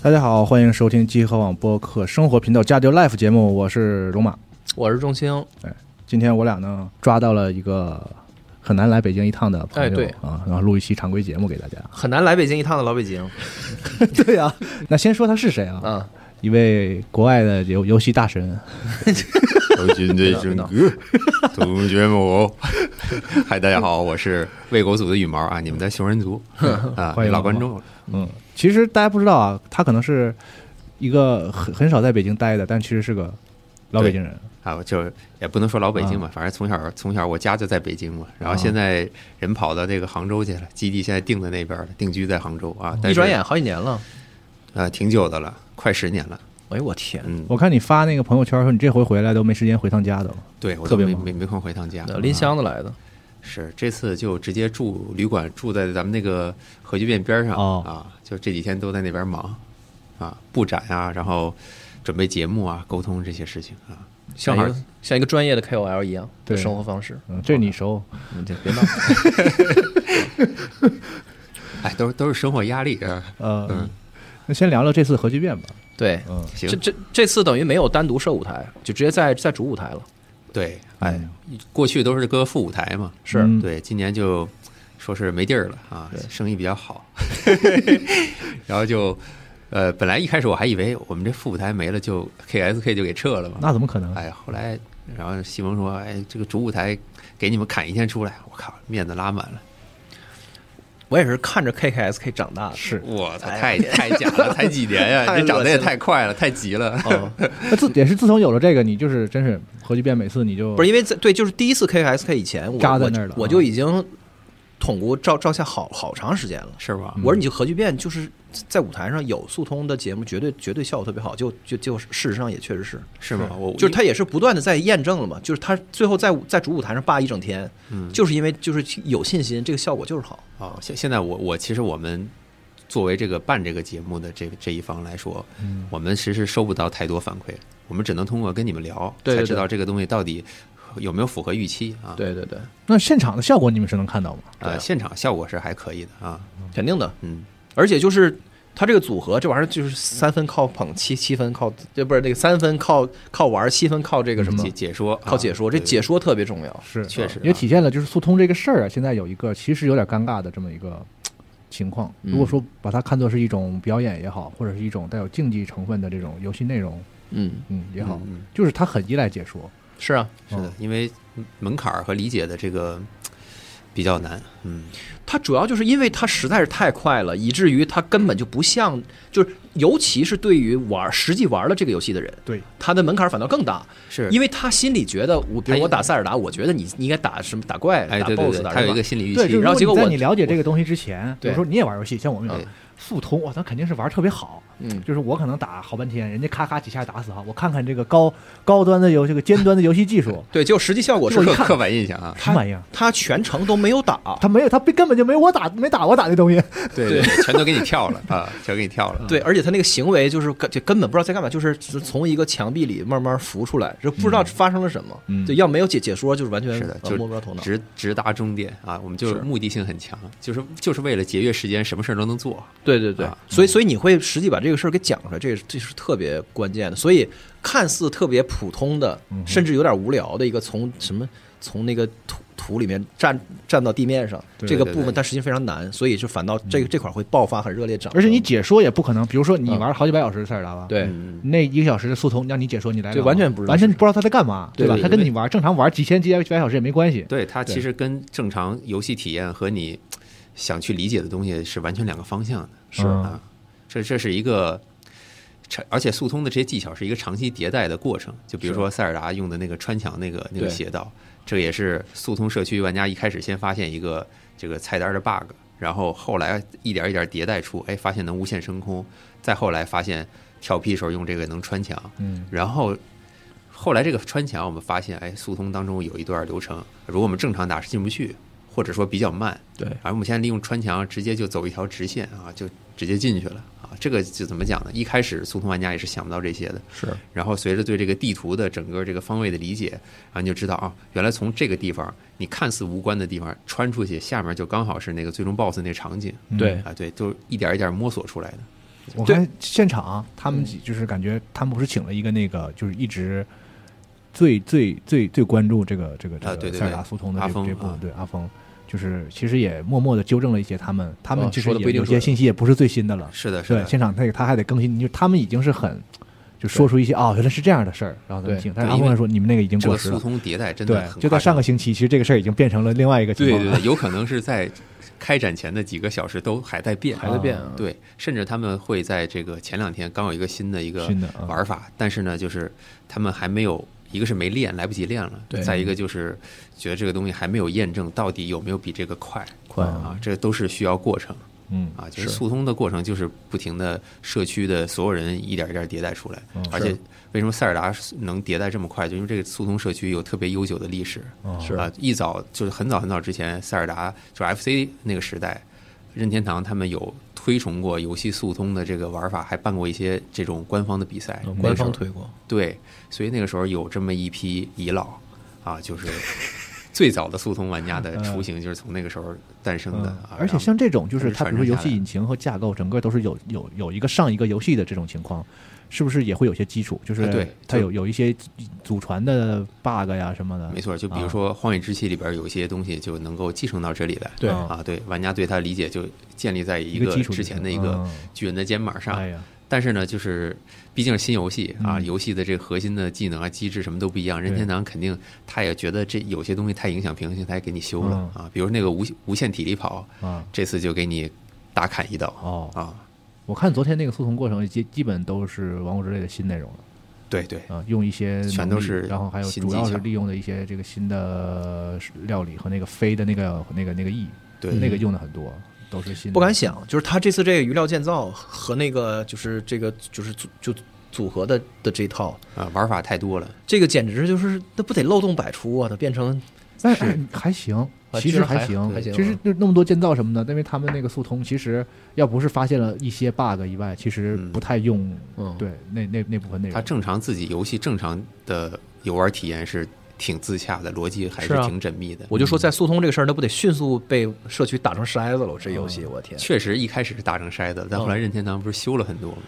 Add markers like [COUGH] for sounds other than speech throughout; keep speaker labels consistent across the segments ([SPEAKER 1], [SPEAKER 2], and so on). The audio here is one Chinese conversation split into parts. [SPEAKER 1] 大家好，欢迎收听集合网播客生活频道《加丢 Life》节目，我是龙马。哎
[SPEAKER 2] 我是钟青，
[SPEAKER 1] 今天我俩呢抓到了一个很难来北京一趟的朋友、
[SPEAKER 2] 哎对
[SPEAKER 1] 啊，然后录一期常规节目给
[SPEAKER 2] [LAUGHS]
[SPEAKER 1] 大家。
[SPEAKER 2] 很难来北京一趟的老北京
[SPEAKER 1] 对
[SPEAKER 2] [LAUGHS]
[SPEAKER 1] 呀、那先说他是谁啊？
[SPEAKER 2] 啊，
[SPEAKER 1] 一位国外的游游戏大神，
[SPEAKER 3] 都军队军歌，同学
[SPEAKER 1] [LAUGHS]
[SPEAKER 3] 们我。嗨，大家好，我是魏国组的羽毛啊，你们的熊
[SPEAKER 1] [LAUGHS]
[SPEAKER 3] 人族啊
[SPEAKER 1] 欢迎，
[SPEAKER 3] 老观众了。
[SPEAKER 1] 嗯，其实大家不知道啊，他可能是一个很很少在北京待的，但其实是个老啊北京人。
[SPEAKER 3] 啊，我就也不能说老北京吧，反正从小从小我家就在北京嘛，
[SPEAKER 1] 啊
[SPEAKER 3] 然后现在人跑到这个杭州去了，基地现在定在那边了，定居在杭州啊。但
[SPEAKER 2] 一
[SPEAKER 3] 是
[SPEAKER 2] 转眼好几年了。
[SPEAKER 3] 啊，挺久的了，快十年了。
[SPEAKER 2] 哎呦我天，
[SPEAKER 3] 嗯，
[SPEAKER 1] 我看你发那个朋友圈说你这回回来都没时间回趟家的了，
[SPEAKER 3] 对，我
[SPEAKER 1] 特
[SPEAKER 3] 都
[SPEAKER 1] 别
[SPEAKER 3] 没
[SPEAKER 1] 忙
[SPEAKER 3] 没没空回趟家，
[SPEAKER 2] 呃拎箱子来的，
[SPEAKER 3] 是这次就直接住旅馆，住在咱们那个核聚变边上、
[SPEAKER 1] 哦
[SPEAKER 3] 啊，就这几天都在那边忙啊，布展啊，然后准备节目啊，沟通这些事情啊。
[SPEAKER 2] 像
[SPEAKER 3] 正
[SPEAKER 2] 一
[SPEAKER 3] 好
[SPEAKER 2] 个像一个专业的 KOL 一样
[SPEAKER 1] 对
[SPEAKER 2] 的生活方式。
[SPEAKER 1] 嗯，这你熟，
[SPEAKER 2] 你这别闹，
[SPEAKER 3] 哎，都是都是生活压力啊。
[SPEAKER 1] 呃，
[SPEAKER 3] 嗯
[SPEAKER 1] 那先聊聊这次核聚变吧，
[SPEAKER 2] [LAUGHS] 对，
[SPEAKER 1] 嗯，
[SPEAKER 3] 行
[SPEAKER 2] 这，这这次等于没有单独设舞台，就直接在在主舞台了。
[SPEAKER 3] 对，哎，过去都是搁副舞台嘛，
[SPEAKER 2] 是
[SPEAKER 1] 嗯
[SPEAKER 3] 对，今年就说是没地儿了啊，生意比较好， [LAUGHS] 然后就呃，本来一开始我还以为我们这副舞台没了就 KSK 就给撤了嘛，
[SPEAKER 1] 那怎么可能？
[SPEAKER 3] 哎，后来然后西蒙说，哎，这个主舞台给你们砍一天出来，我靠，面子拉满了，
[SPEAKER 2] 我也是看着 KKSK 长大的，
[SPEAKER 1] 是
[SPEAKER 3] 我操，
[SPEAKER 2] 哎
[SPEAKER 3] 太太假
[SPEAKER 2] [LAUGHS]
[SPEAKER 3] 了，才几年呀、
[SPEAKER 2] 太
[SPEAKER 3] 这长得
[SPEAKER 2] 恶
[SPEAKER 3] 也
[SPEAKER 2] 心
[SPEAKER 3] 太快了，太急了。
[SPEAKER 2] [LAUGHS] 哦，
[SPEAKER 1] 那自也是自从有了这个，你就是真是核聚变，每次你就
[SPEAKER 2] 不是因为在对，就是第一次 KKSK 以前，我
[SPEAKER 1] 扎在那儿了
[SPEAKER 2] 我我
[SPEAKER 1] 啊
[SPEAKER 2] 就已经统估照照相好好长时间了。
[SPEAKER 3] [LAUGHS] 是吧？
[SPEAKER 2] 我说你就核聚变，就是在舞台上有速通的节目，绝对绝对效果特别好，就就就事实上也确实是，
[SPEAKER 3] 是吗？我
[SPEAKER 2] 就是他也是不断的在验证了嘛，就是他最后在舞在主舞台上霸一整天，
[SPEAKER 3] 嗯
[SPEAKER 2] 就是因为就是有信心，这个效果就是好。
[SPEAKER 3] 哦，现现在我我其实我们作为这个办这个节目的这这一方来说，我们其实收不到太多反馈，我们只能通过跟你们聊，
[SPEAKER 2] 对对
[SPEAKER 3] 才知
[SPEAKER 2] 对
[SPEAKER 3] 道这个东西到底有没有符合预期啊。
[SPEAKER 2] 对对对，
[SPEAKER 1] 那现场的效果你们是能看到吗？
[SPEAKER 2] 对啊
[SPEAKER 3] 呃，现场效果是还可以的啊。
[SPEAKER 2] 肯定的，
[SPEAKER 3] 嗯，
[SPEAKER 2] 而且就是。他这个组合，这玩意儿就是三分靠捧，七七分靠，这不是那个三分靠靠玩儿，七分靠这个什么
[SPEAKER 3] 解，解说啊
[SPEAKER 2] 靠解说。这解
[SPEAKER 3] 说
[SPEAKER 2] 说特别重要。
[SPEAKER 1] 是，
[SPEAKER 3] 确实啊
[SPEAKER 1] 也体现了就是速通这个事儿啊，现在有一个其实有点尴尬的这么一个嘖情况。
[SPEAKER 2] 嗯
[SPEAKER 1] 如果说把它看作是一种表演也好，或者是一种带有竞技成分的这种游戏内容，
[SPEAKER 2] 嗯，
[SPEAKER 1] 嗯也好，
[SPEAKER 3] 嗯
[SPEAKER 1] 就是它很依赖解说。
[SPEAKER 2] 是啊，
[SPEAKER 3] 是的
[SPEAKER 1] 嗯，
[SPEAKER 3] 因为门槛儿和理解的这个比较难。嗯，
[SPEAKER 2] 它主要就是因为它实在是太快了，以至于它根本就不像，就是尤其是对于玩实际玩了这个游戏的人，
[SPEAKER 1] 对，
[SPEAKER 2] 他的门槛反倒更大，
[SPEAKER 3] 是
[SPEAKER 2] 因
[SPEAKER 3] 为
[SPEAKER 2] 为他心里觉得我，比如我打塞尔达，我觉得你你应该打什么打怪、
[SPEAKER 3] 哎，
[SPEAKER 2] 打
[SPEAKER 3] 对对
[SPEAKER 2] BOSS、
[SPEAKER 3] 对，
[SPEAKER 2] 打
[SPEAKER 3] 他有一
[SPEAKER 2] 什
[SPEAKER 3] 个
[SPEAKER 2] 么。
[SPEAKER 3] 心理预
[SPEAKER 1] 对，
[SPEAKER 3] 期
[SPEAKER 1] 就是
[SPEAKER 2] 然后结
[SPEAKER 1] 如
[SPEAKER 2] 果
[SPEAKER 1] 果你在你
[SPEAKER 2] 我
[SPEAKER 1] 了解这个东西之前，比
[SPEAKER 2] 对
[SPEAKER 1] 如说你也玩游戏，像我们玩
[SPEAKER 3] 对
[SPEAKER 1] 速通，哇，那肯定是玩特别好。
[SPEAKER 2] 嗯，，
[SPEAKER 1] 就是我可能打好半天，人家咔咔几下打死哈，我看看这个高高端的游这个尖端的游戏技术
[SPEAKER 2] 对，就实际效果是
[SPEAKER 1] 我一
[SPEAKER 3] 刻
[SPEAKER 1] 看
[SPEAKER 3] 刻板印象
[SPEAKER 2] [LAUGHS]
[SPEAKER 3] 啊。
[SPEAKER 1] 什么玩意儿？
[SPEAKER 2] 他全程都没有 [LAUGHS] 打，
[SPEAKER 1] 他没有，他根本就没我打没打我打那东西。
[SPEAKER 3] 对对，对全都给你跳了啊，全给你跳了。
[SPEAKER 2] [LAUGHS] 对，而且他那个行为就是根就根本不知道在干嘛，就是只从一个墙壁里慢慢浮出来，就不知道发生了什么。
[SPEAKER 1] 嗯
[SPEAKER 2] 对，要没有解解说，就是完全
[SPEAKER 3] 是的，
[SPEAKER 2] 呃
[SPEAKER 3] 就
[SPEAKER 2] 摸不着头脑。
[SPEAKER 3] 直直达终点啊！我们就是是目的性很强，就是就是为了节约时间，什么事儿都能做。
[SPEAKER 2] 对对对，
[SPEAKER 3] 啊
[SPEAKER 2] 所以所以你会实际把这个事儿给讲出来，这这是特别关键的。所以看似特别普通的，甚至有点无聊的一个从什么从那个土土里面站站到地面上
[SPEAKER 1] 对
[SPEAKER 2] 这个
[SPEAKER 3] 对
[SPEAKER 2] 部分，
[SPEAKER 3] 对
[SPEAKER 2] 它实际非常难，所以就反倒这个这块儿会爆发很热烈掌声。
[SPEAKER 1] [LAUGHS] 而且你解说也不可能，比如说你
[SPEAKER 2] 嗯
[SPEAKER 1] 玩好几百小时的塞尔达吧，，
[SPEAKER 2] 对、
[SPEAKER 3] 嗯，
[SPEAKER 1] 那一个小时的速通让你解说，你来
[SPEAKER 2] 对
[SPEAKER 1] 聊
[SPEAKER 2] 完全不知道
[SPEAKER 1] 完全不知道他在干嘛，
[SPEAKER 2] 对
[SPEAKER 1] 吧？
[SPEAKER 3] 对
[SPEAKER 1] 他跟你玩正常玩几千几百几百小时也没关系，
[SPEAKER 3] 对，它
[SPEAKER 1] 对
[SPEAKER 3] 其实跟正常游戏体验和你想去理解的东西是完全两个方向的。
[SPEAKER 1] 是
[SPEAKER 3] 啊，这这是一个长，而且速通的这些技巧是一个长期迭代的过程。就比如说塞尔达用的那个穿墙那个那个
[SPEAKER 2] 对
[SPEAKER 3] 邪道，这个也是速通社区玩家一开始先发现一个这个菜单的 bug，然后后来一点一点迭代出，哎，发现能无限升空，再后来发现跳皮时候用这个能穿墙，
[SPEAKER 1] 嗯，
[SPEAKER 3] 然后。后来这个穿墙，我们发现，哎，速通当中有一段流程，如果我们正常打是进不去，或者说比较慢，
[SPEAKER 2] 对，
[SPEAKER 3] 而我们现在利用穿墙直接就走一条直线啊，就直接进去了啊。这个就怎么讲呢？一开始速通玩家也是想不到这些的，
[SPEAKER 2] 是
[SPEAKER 3] 然后随着对这个地图的整个这个方位的理解，啊，你就知道啊，原来从这个地方你看似无关的地方穿
[SPEAKER 1] 嗯
[SPEAKER 3] 出去，下面就刚好是那个最终 BOSS 那场景
[SPEAKER 2] 对
[SPEAKER 3] 啊，对，都一点一点摸索出来的。
[SPEAKER 1] 我
[SPEAKER 2] 对
[SPEAKER 1] 看现场他们
[SPEAKER 2] 嗯
[SPEAKER 1] 几就是感觉他们不是请了一个那个就是一直最最最最关注这个这个
[SPEAKER 3] 啊
[SPEAKER 1] 这
[SPEAKER 3] 对
[SPEAKER 1] 个
[SPEAKER 3] 对
[SPEAKER 1] 塞尔
[SPEAKER 3] 对
[SPEAKER 1] 达苏通的
[SPEAKER 3] 阿
[SPEAKER 1] 这
[SPEAKER 3] 峰
[SPEAKER 1] 这部
[SPEAKER 3] 啊
[SPEAKER 1] 对阿峰，就是其实也默默的纠正了一些他们他们
[SPEAKER 2] 哦
[SPEAKER 1] 其实
[SPEAKER 2] 说得不
[SPEAKER 1] 也
[SPEAKER 2] 一定
[SPEAKER 1] 有
[SPEAKER 2] 准
[SPEAKER 1] 些信息也不是最新的了，
[SPEAKER 3] 是的，是
[SPEAKER 1] 对，
[SPEAKER 3] 的。
[SPEAKER 1] 现场他也他还得更新，就他们已经是很就说出一些哦原来是这样的事儿，然后他们
[SPEAKER 2] 对
[SPEAKER 1] 听，但
[SPEAKER 3] 对
[SPEAKER 1] 是阿
[SPEAKER 3] 因
[SPEAKER 1] 峰
[SPEAKER 3] 为
[SPEAKER 1] 说你们那个已经
[SPEAKER 3] 这
[SPEAKER 1] 过
[SPEAKER 3] 个
[SPEAKER 1] 时
[SPEAKER 3] 速
[SPEAKER 1] 了，
[SPEAKER 3] 通迭代真的
[SPEAKER 1] 对
[SPEAKER 3] 很，
[SPEAKER 1] 就到
[SPEAKER 3] 夸
[SPEAKER 1] 上
[SPEAKER 3] 张
[SPEAKER 1] 个星期，其实这个事儿已经变成了另外一个情
[SPEAKER 3] 对
[SPEAKER 1] 况
[SPEAKER 3] 对
[SPEAKER 1] 了，
[SPEAKER 3] 对，有可能是在开展前的几个小时都还在变，
[SPEAKER 2] 还在变啊。
[SPEAKER 3] 对，甚至他们会在这个前两天刚有一个新的一个
[SPEAKER 1] 新的啊
[SPEAKER 3] 玩法，但是呢，就是他们还没有，一个是没练，来不及练了；，
[SPEAKER 2] 对
[SPEAKER 3] 再一个就是觉得这个东西还没有验证到底有没有比这个快
[SPEAKER 1] 快
[SPEAKER 3] 啊，这都是需要过程
[SPEAKER 1] 嗯
[SPEAKER 3] 啊，就
[SPEAKER 2] 是
[SPEAKER 3] 是速通的过程，就是不停的社区的所有人一点一点迭代出来，而且
[SPEAKER 2] 是
[SPEAKER 3] 为什么塞尔达能迭代这么快，就因为这个速通社区有特别悠久的历史，
[SPEAKER 1] 嗯
[SPEAKER 2] 是
[SPEAKER 3] 啊，一早就是很早很早之前，塞尔达就是 FC 那个时代，任天堂他们有推崇过游戏速通的这个玩法，还办过一些这种官方的比赛。
[SPEAKER 2] 嗯
[SPEAKER 3] 那
[SPEAKER 2] 官
[SPEAKER 3] 时候
[SPEAKER 2] 方推广，
[SPEAKER 3] 对，所以那个时候有这么一批遗老啊，就是最早的速通玩家的雏形，就是从那个时候诞生的。
[SPEAKER 1] 嗯
[SPEAKER 3] 啊，
[SPEAKER 1] 而且像这种，就是
[SPEAKER 3] 然
[SPEAKER 1] 它
[SPEAKER 3] 后
[SPEAKER 1] 比如
[SPEAKER 3] 传承
[SPEAKER 1] 说游
[SPEAKER 3] 下
[SPEAKER 1] 戏
[SPEAKER 3] 来
[SPEAKER 1] 引擎和架构，整个都是有有有一个上一个游戏的这种情况，是不是也会有些基础？就是
[SPEAKER 3] 啊对
[SPEAKER 1] 它
[SPEAKER 3] 就
[SPEAKER 1] 有有一些祖传的 bug 呀什么的。
[SPEAKER 3] 没错，就比如
[SPEAKER 1] 啊
[SPEAKER 3] 说《荒野之息》里边有一些东西就能够继承到这里来。
[SPEAKER 2] 对
[SPEAKER 1] 啊
[SPEAKER 3] 啊，对，玩家对它理解就建立在一
[SPEAKER 1] 一个
[SPEAKER 3] 个
[SPEAKER 1] 基础
[SPEAKER 3] 之
[SPEAKER 1] 之
[SPEAKER 3] 前
[SPEAKER 1] 上
[SPEAKER 3] 的一个
[SPEAKER 1] 嗯
[SPEAKER 3] 巨人的肩膀上。
[SPEAKER 1] 哎呀，
[SPEAKER 3] 但是呢，就是毕竟是新游戏啊，
[SPEAKER 1] 嗯
[SPEAKER 3] 游戏的这个核心的技能啊、机制什么都不一样。任天堂肯定他也觉得这有些东西太影响平衡性，他也给你修了啊。比如那个无无限体力跑，
[SPEAKER 1] 啊
[SPEAKER 3] 这次就给你大砍一刀
[SPEAKER 1] 哦，
[SPEAKER 3] 啊。
[SPEAKER 1] 我看昨天那个速通过程基基本都是《王国之泪》的新内容了
[SPEAKER 3] 对对，
[SPEAKER 1] 啊，用一些
[SPEAKER 3] 全
[SPEAKER 1] 能
[SPEAKER 3] 都
[SPEAKER 1] 力
[SPEAKER 3] 是
[SPEAKER 1] 然后还有
[SPEAKER 3] 新
[SPEAKER 1] 主
[SPEAKER 3] 技
[SPEAKER 1] 要是
[SPEAKER 3] 巧
[SPEAKER 1] 利用的一些这个新的料理和那个飞的那个那个那个翼，
[SPEAKER 3] 对
[SPEAKER 1] 那个用的很多，都是新的。
[SPEAKER 2] 不敢想，就是他这次这个鱼料建造和那个就是这个就是组就组合的的这套，
[SPEAKER 3] 啊，玩法太多了。
[SPEAKER 2] 这个简直就是那不得漏洞百出啊！它变成
[SPEAKER 1] 但是哎还行，其
[SPEAKER 2] 啊居
[SPEAKER 1] 实
[SPEAKER 2] 然
[SPEAKER 1] 还
[SPEAKER 2] 还
[SPEAKER 1] 行，
[SPEAKER 2] 还行
[SPEAKER 1] 其实
[SPEAKER 2] 啊
[SPEAKER 1] 就那么多建造什么的，因为他们那个速通，其实要不是发现了一些 bug 以外，其实
[SPEAKER 3] 嗯
[SPEAKER 1] 不太用、
[SPEAKER 2] 嗯
[SPEAKER 1] 对那那那部分内容。
[SPEAKER 3] 他正常自己游戏正常的游玩体验是挺自洽的，逻辑还是
[SPEAKER 2] 是啊
[SPEAKER 3] 挺缜密的。嗯
[SPEAKER 2] 我就说在速通这个事儿，那不得迅速被社区打成筛子了？我这游戏，我天！
[SPEAKER 3] 嗯确实一开始是打成筛子，但后来任天堂不是修了很多吗？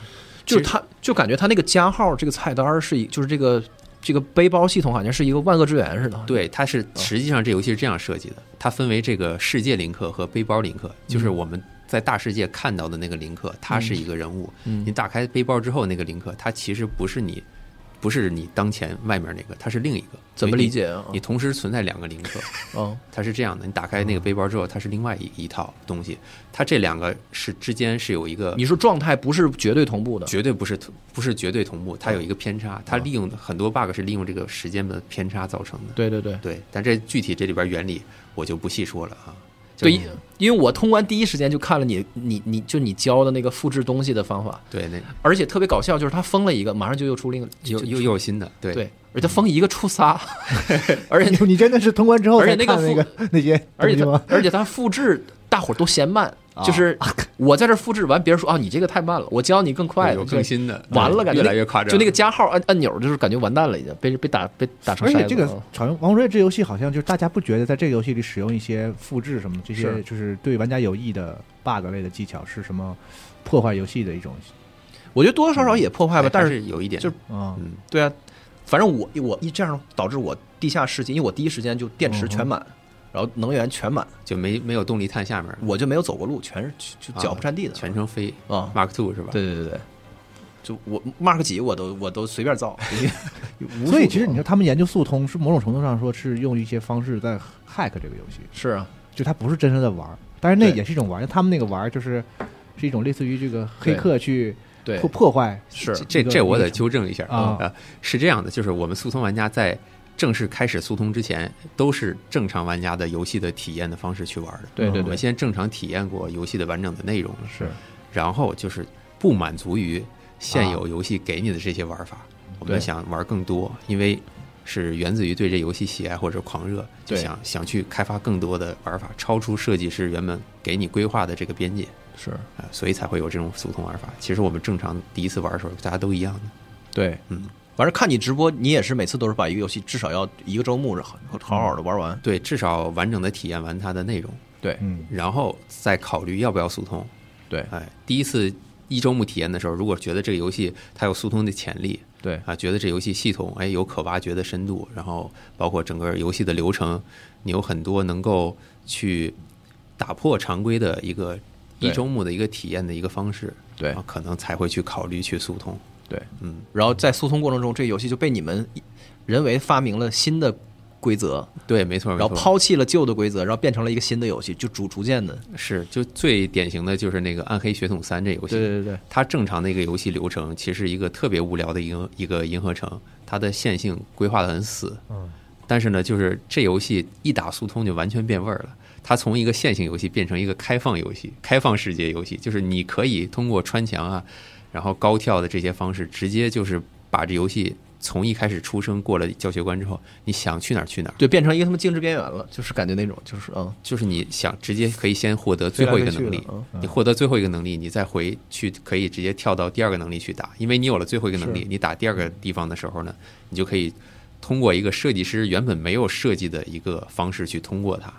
[SPEAKER 2] 就是他，就感觉他那个加号这个菜单儿是一，就是这个这个背包系统，好像是一个万恶之源似的。
[SPEAKER 3] 对，它是
[SPEAKER 2] 嗯
[SPEAKER 3] 实际上这游戏是这样设计的，它分为这个世界林克和背包林克，就是我们在大世界看到的那个林克，它是一个人物。
[SPEAKER 2] 嗯嗯
[SPEAKER 3] 你打开背包之后，那个林克，它其实不是你，不是你当前外面那个，它是另一个。
[SPEAKER 2] 怎么
[SPEAKER 3] 所以你
[SPEAKER 2] 理？解啊？
[SPEAKER 3] 你同时存在两个林克，
[SPEAKER 2] 嗯，
[SPEAKER 3] 它是这样的。你打开那个背包之后，它是另外一一套东西，它这两个是之间是有一个
[SPEAKER 2] 你说状态不是绝对同步的，
[SPEAKER 3] 呃绝对不是同不是绝对同步，
[SPEAKER 2] 嗯
[SPEAKER 3] 它有一个偏差，它利用很多 bug 是利用这个时间的偏差造成的。
[SPEAKER 2] 对对对
[SPEAKER 3] 对，但这具体这里边原理我就不细说了啊。就
[SPEAKER 2] 对，因因为我通关第一时间就看了你你你就你教的那个复制东西的方法，
[SPEAKER 3] 对，那
[SPEAKER 2] 而且特别搞笑，就是他封了一个，马上就又出另一个，
[SPEAKER 3] 又
[SPEAKER 2] 就
[SPEAKER 3] 又又有新的，对
[SPEAKER 2] 对，而且他封一个出
[SPEAKER 3] [LAUGHS]
[SPEAKER 2] 仨，而且
[SPEAKER 1] [LAUGHS] 你你真的是通关之后
[SPEAKER 2] 而
[SPEAKER 1] 才
[SPEAKER 2] 且那个
[SPEAKER 1] 看那
[SPEAKER 2] 复
[SPEAKER 1] 个那些
[SPEAKER 2] 而且
[SPEAKER 1] 东西吗
[SPEAKER 2] 他？而且他复制大伙儿都嫌慢，就是我在这儿复制完，别人说啊你这个太慢了，我教你更快
[SPEAKER 3] 有
[SPEAKER 2] 的，
[SPEAKER 3] 更新的，嗯
[SPEAKER 2] 完了感觉
[SPEAKER 3] 越
[SPEAKER 2] 那
[SPEAKER 3] 来越夸张，
[SPEAKER 2] 就那个加号按按钮，就是感觉完蛋了，已经被被打被打成
[SPEAKER 1] 而
[SPEAKER 2] 筛子了。哦啊
[SPEAKER 1] 且这个好像《王瑞》这游戏好像就是大家不觉得在这个游戏里使用一些复制什么这些
[SPEAKER 2] 是
[SPEAKER 1] 就是对玩家有益的 bug 类的技巧是什么破坏游戏的一种
[SPEAKER 2] 我觉得多多少少也破坏吧，
[SPEAKER 3] 哎但
[SPEAKER 2] 但
[SPEAKER 3] 是有一点，
[SPEAKER 2] 嗯就是
[SPEAKER 1] 啊、
[SPEAKER 3] 嗯，
[SPEAKER 2] 对啊，反正我我一这样导致我地下世界，因为我第一时间就电池全满，然后能源全满，
[SPEAKER 3] 就没没有动力探下面，
[SPEAKER 2] 我就没有走过路，全是就就脚不沾地的。
[SPEAKER 3] 全程飞
[SPEAKER 2] 啊
[SPEAKER 3] Mark Two 是吧？
[SPEAKER 2] 对对对对，就我 Mark 几我都我都随便 [LAUGHS] 造，嗯无数
[SPEAKER 1] 所以其实
[SPEAKER 2] 种啊
[SPEAKER 1] 你说他们研究速通是某种程度上说是用一些方式在 hack 这个游戏，
[SPEAKER 2] 是啊，
[SPEAKER 1] 就他不是真正的玩儿，但是那
[SPEAKER 2] 对
[SPEAKER 1] 也是一种玩儿。他们那个玩儿就是是一种类似于这个黑客去
[SPEAKER 2] 对
[SPEAKER 1] 破破坏，
[SPEAKER 2] 是
[SPEAKER 3] 这这
[SPEAKER 1] 一个
[SPEAKER 3] 这我
[SPEAKER 1] 一
[SPEAKER 3] 得
[SPEAKER 1] 个
[SPEAKER 3] 纠正一下
[SPEAKER 1] 啊
[SPEAKER 3] 呃是这样的，就是我们速通玩家在正式开始速通之前，都是正常玩家的游戏的体验的方式去玩的。
[SPEAKER 2] 对对对
[SPEAKER 3] 我们先正常体验过游戏的完整的内容了，
[SPEAKER 1] 是
[SPEAKER 3] 然后就是不满足于现有游戏给你的这些玩法，我们
[SPEAKER 2] 啊对
[SPEAKER 3] 想玩更多，因为是源自于对这游戏喜爱或者狂热，就
[SPEAKER 2] 对
[SPEAKER 3] 想想去开发更多的玩法，超出设计师原本给你规划的这个边界
[SPEAKER 2] 是
[SPEAKER 3] 啊、所以才会有这种速通玩法。其实我们正常第一次玩的时候，大家都一样的。
[SPEAKER 2] 对，
[SPEAKER 3] 嗯，
[SPEAKER 2] 反正看你直播，你也是每次都是把一个游戏至少要一个周末好好好的玩完，
[SPEAKER 3] 对，至少完整的体验完它的内容，
[SPEAKER 2] 对
[SPEAKER 1] 嗯
[SPEAKER 3] 然后再考虑要不要速通。
[SPEAKER 2] 对
[SPEAKER 3] 哎，第一次一周目体验的时候，如果觉得这个游戏它有速通的潜力，
[SPEAKER 1] 对
[SPEAKER 3] 啊，觉得这游戏系统哎有可挖掘的深度，然后包括整个游戏的流程，你有很多能够去打破常规的一个
[SPEAKER 2] 对
[SPEAKER 3] 一周目的一个体验的一个方式，
[SPEAKER 1] 对
[SPEAKER 3] 啊，可能才会去考虑去速通。
[SPEAKER 1] 对，
[SPEAKER 3] 嗯，
[SPEAKER 2] 然后在速通过程中，这个游戏就被你们人为发明了新的规则，
[SPEAKER 3] 对，没错，没
[SPEAKER 2] 然后
[SPEAKER 3] 错
[SPEAKER 2] 抛弃了旧的规则，然后变成了一个新的游戏，就逐逐渐的
[SPEAKER 3] 是就最典型的就是那个《暗黑血统三》这游戏，
[SPEAKER 1] 对对对，
[SPEAKER 3] 它正常的一个游戏流程，其实一个特别无聊的一个一个银河城，它的线性规划的很死。
[SPEAKER 4] 嗯，
[SPEAKER 3] 但是呢，就是这游戏一打速通就完全变味儿了。它从一个线性游戏变成一个开放游戏、开放世界游戏，就是你可以通过穿墙啊，然后高跳的这些方式，直接就是把这游戏从一开始出生过了教学关之后，你想去哪儿去哪儿，
[SPEAKER 2] 对变成一个他妈静止边缘了，就是感觉那种就是嗯，
[SPEAKER 3] 就是你想直接可以先获得最后一个能
[SPEAKER 2] 飞
[SPEAKER 3] 力
[SPEAKER 2] 来飞去的嗯，
[SPEAKER 3] 你获得最后一个能力，你再回去可以直接跳到第二个能力去打，因为你有了最后一个能力，你打第二个地方的时候呢，你就可以通过一个设计师原本没有设计的一个方式去通过它。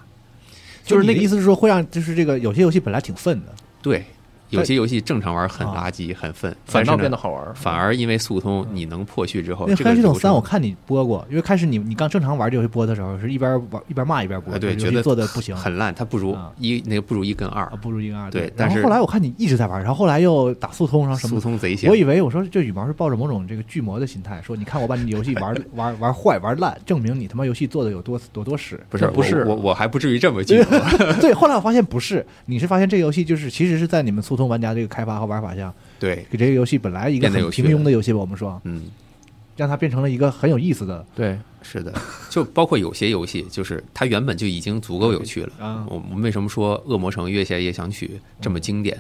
[SPEAKER 2] 就是那
[SPEAKER 1] 你
[SPEAKER 2] 个
[SPEAKER 1] 的意思是说会让就是这个有些游戏本来挺愤的，
[SPEAKER 3] 对，有
[SPEAKER 1] 但
[SPEAKER 3] 些游戏正常玩很垃
[SPEAKER 1] 啊
[SPEAKER 3] 圾、很愤，
[SPEAKER 2] 反倒
[SPEAKER 3] 但是呢
[SPEAKER 2] 变得好玩儿，
[SPEAKER 3] 反而因为速通，你能破去之后，
[SPEAKER 1] 那《
[SPEAKER 3] 哦
[SPEAKER 1] 黑
[SPEAKER 3] 这个
[SPEAKER 1] 暗系统
[SPEAKER 3] 流
[SPEAKER 1] 三》
[SPEAKER 3] 程
[SPEAKER 1] 我看你播过，因为开始你你刚正常玩这游戏播的时候，是一边玩一边骂一边播，
[SPEAKER 3] 啊，对，
[SPEAKER 1] 这游
[SPEAKER 3] 觉
[SPEAKER 1] 戏
[SPEAKER 3] 得
[SPEAKER 1] 做的不行，
[SPEAKER 3] 很烂，它不如
[SPEAKER 1] 啊
[SPEAKER 3] 一那个不如一跟二
[SPEAKER 1] 啊，，不如一个二。
[SPEAKER 3] 对但
[SPEAKER 1] 然后
[SPEAKER 3] 是
[SPEAKER 1] 后来我看你一直在玩，然后后来又打速通，然后什
[SPEAKER 3] 速
[SPEAKER 1] 么。
[SPEAKER 3] 通贼行
[SPEAKER 1] 我。以为我说这羽毛是抱着某种这个巨魔的心态，说你看我把你游戏玩玩玩坏玩烂，证明你他妈游戏做的有多多多屎。
[SPEAKER 3] 不是
[SPEAKER 2] 不是
[SPEAKER 3] 我我我还不至于
[SPEAKER 1] [LAUGHS]
[SPEAKER 3] 这么巨魔，
[SPEAKER 1] 对，后来我发现不是，你是发现这个游戏就是其实是在你们速通玩家这个开发和玩法下，
[SPEAKER 3] 对，
[SPEAKER 1] 给这个游戏本来一个
[SPEAKER 3] 变得
[SPEAKER 1] 很
[SPEAKER 3] 有趣
[SPEAKER 1] 平庸的游戏吧，我们说
[SPEAKER 3] 嗯，
[SPEAKER 1] 让它变成了一个很有意思的。
[SPEAKER 2] 对，
[SPEAKER 3] 是的， [LAUGHS] 就包括有些游戏，就是它原本就已经足够有趣了。
[SPEAKER 1] 啊
[SPEAKER 3] 我我们为什么说《恶魔城月下夜想曲》这么经典？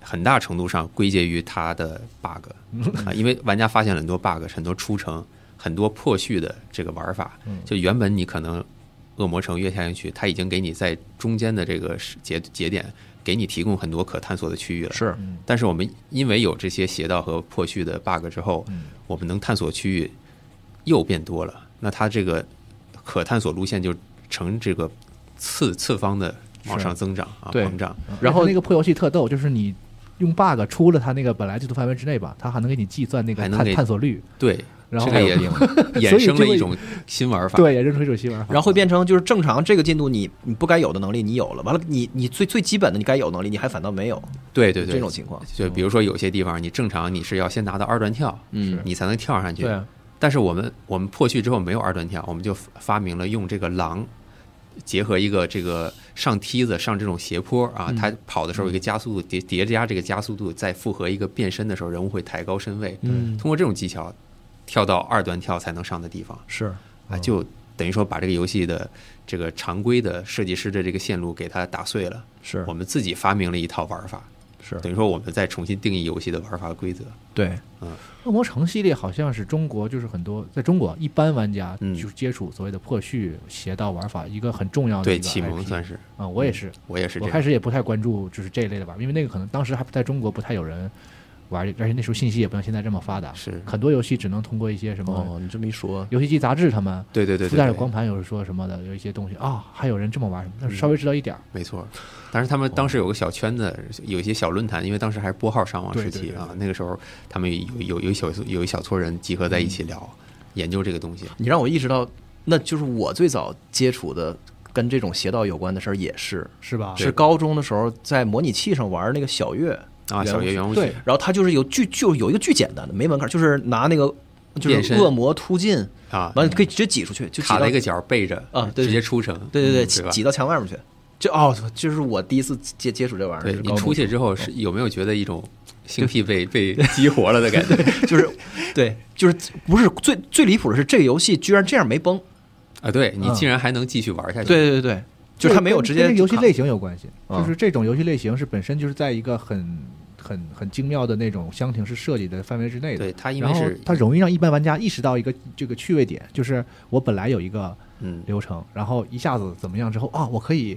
[SPEAKER 3] 很大程度上归结于它的 bug 啊，因为玩家发现了很多 bug，很多出城，很多破序的这个玩法。就原本你可能《恶魔城月下夜曲》，它已经给你在中间的这个时节节点给你提供很多可探索的区域了。
[SPEAKER 2] 是
[SPEAKER 1] 嗯
[SPEAKER 3] 但是我们因为有这些邪道和破序的 bug 之后，
[SPEAKER 1] 嗯
[SPEAKER 3] 我们能探索区域又变多了。那它这个可探索路线就呈这个次次方的往上增长啊，
[SPEAKER 2] 对
[SPEAKER 3] 膨胀。
[SPEAKER 2] 然后
[SPEAKER 1] 那个破游戏特逗，就是你用 bug 出了它那个本来地图范围之内吧，它还能给你计算那个
[SPEAKER 3] 还能
[SPEAKER 1] 探
[SPEAKER 3] 给
[SPEAKER 1] 探索率，
[SPEAKER 2] [LAUGHS]
[SPEAKER 3] 对，
[SPEAKER 1] 然后
[SPEAKER 3] 这个也
[SPEAKER 1] [LAUGHS]
[SPEAKER 3] 衍生了一种新玩法。
[SPEAKER 1] 对，也扔出一种新玩法。
[SPEAKER 2] 然后会变成就是正常这个进度你你不该有的能力你有了，完了你你最最基本的你该有的能力你还反倒没有，
[SPEAKER 3] 对对对，
[SPEAKER 2] 这种情况，
[SPEAKER 3] 就比如说有些地方你正常你是要先拿到二段跳，
[SPEAKER 2] 嗯
[SPEAKER 3] 你才能跳上去。
[SPEAKER 4] 对啊，
[SPEAKER 3] 但是我们我们破序之后没有二段跳，我们就发明了用这个狼结合一个这个上梯子上这种斜坡
[SPEAKER 1] 嗯
[SPEAKER 3] 啊，它跑的时候有一个加速度叠叠加这个加速度，再复合一个变身的时候，人物会抬高身位，
[SPEAKER 4] 嗯
[SPEAKER 3] 通过这种技巧跳到二段跳才能上的地
[SPEAKER 1] 哦
[SPEAKER 3] 方
[SPEAKER 4] 是，
[SPEAKER 3] 啊，就等于说把这个游戏的这个常规的设计师的这个线路给它打碎了，
[SPEAKER 4] 是
[SPEAKER 3] 我们自己发明了一套玩法，
[SPEAKER 4] 是
[SPEAKER 3] 等于说我们再重新定义游戏的玩法规则。
[SPEAKER 4] 对，
[SPEAKER 1] 恶魔城系列好像是中国就是很多在中国一般玩家
[SPEAKER 3] 嗯
[SPEAKER 1] 就是接触所谓的破序邪道玩法一个很重要的
[SPEAKER 3] 对
[SPEAKER 1] 一哦个
[SPEAKER 3] 启蒙
[SPEAKER 1] IP
[SPEAKER 3] 算是，
[SPEAKER 1] 啊，我也是，
[SPEAKER 3] 我也是这
[SPEAKER 1] 我
[SPEAKER 3] 样。
[SPEAKER 1] 开始也不太关注就是这一类的玩法，因为那个可能当时还不在中国不太有人玩，而且那时候信息也不像现在这么发达，
[SPEAKER 3] 是
[SPEAKER 1] 很多游戏只能通过一些什么
[SPEAKER 2] 哦，你这么一说，
[SPEAKER 1] 游戏机杂志他们
[SPEAKER 3] 对对对对对，嗯
[SPEAKER 1] 附带着光盘，有时说什么的，有一些东西啊、还有人这么玩什么，但是稍微知道一点儿。
[SPEAKER 3] 没错，但是他们当时有个小圈子，有一些小论坛，因为当时还是拨号上网时
[SPEAKER 1] 对
[SPEAKER 3] 期
[SPEAKER 1] 对对
[SPEAKER 3] 啊，那个时候他们有有有一小有一小撮人集合在一起聊、
[SPEAKER 2] 嗯
[SPEAKER 3] 研究这个东西。
[SPEAKER 2] 你让我意识到，那就是我最早接触的跟这种邪道有关的事儿也是，
[SPEAKER 1] 是吧？
[SPEAKER 2] 是高中的时候在模拟器上玩那个小月，
[SPEAKER 3] 啊，
[SPEAKER 2] 原
[SPEAKER 3] 小学
[SPEAKER 2] 物
[SPEAKER 3] 圆舞曲
[SPEAKER 1] 对，
[SPEAKER 2] 然后它就是有巨就有一个巨简单的没门槛，就是拿那个就
[SPEAKER 3] 变
[SPEAKER 2] 是
[SPEAKER 3] 身
[SPEAKER 2] 恶魔突进，
[SPEAKER 3] 啊，
[SPEAKER 2] 完了可以直接挤出去，就挤
[SPEAKER 3] 卡
[SPEAKER 2] 到
[SPEAKER 3] 了一个角背着
[SPEAKER 2] 啊对对
[SPEAKER 3] 直接出城。
[SPEAKER 2] 对对对，
[SPEAKER 3] 嗯
[SPEAKER 2] 挤
[SPEAKER 3] 吧
[SPEAKER 2] 挤到墙外面去。这哦，就是我第一次接接触这玩意儿，
[SPEAKER 3] 对
[SPEAKER 2] 是
[SPEAKER 3] 你
[SPEAKER 2] 高中
[SPEAKER 3] 出去之后是有没有觉得一种性
[SPEAKER 2] [LAUGHS]
[SPEAKER 3] 癖被被激活了的感觉 [LAUGHS]
[SPEAKER 2] 就是对，就是不是最最离谱的是这个游戏居然这样没崩。
[SPEAKER 3] 啊？对你
[SPEAKER 1] 嗯
[SPEAKER 3] 竟然还能继续玩下去？
[SPEAKER 2] 对对对，就是它没有直接
[SPEAKER 1] 跟这个游戏
[SPEAKER 2] 就卡
[SPEAKER 1] 类型有关系，
[SPEAKER 3] 嗯
[SPEAKER 2] 啊
[SPEAKER 1] 就是这种游戏类型是本身就是在一个很很很精妙的那种箱庭式设计的范围之内的
[SPEAKER 3] 对，。它因
[SPEAKER 1] 然
[SPEAKER 3] 为
[SPEAKER 1] 后
[SPEAKER 3] 是
[SPEAKER 1] 它容易让一般玩家意识到一个这个趣味点，就是我本来有一个
[SPEAKER 3] 嗯
[SPEAKER 1] 流程，然后一下子怎么样之后啊，我可以，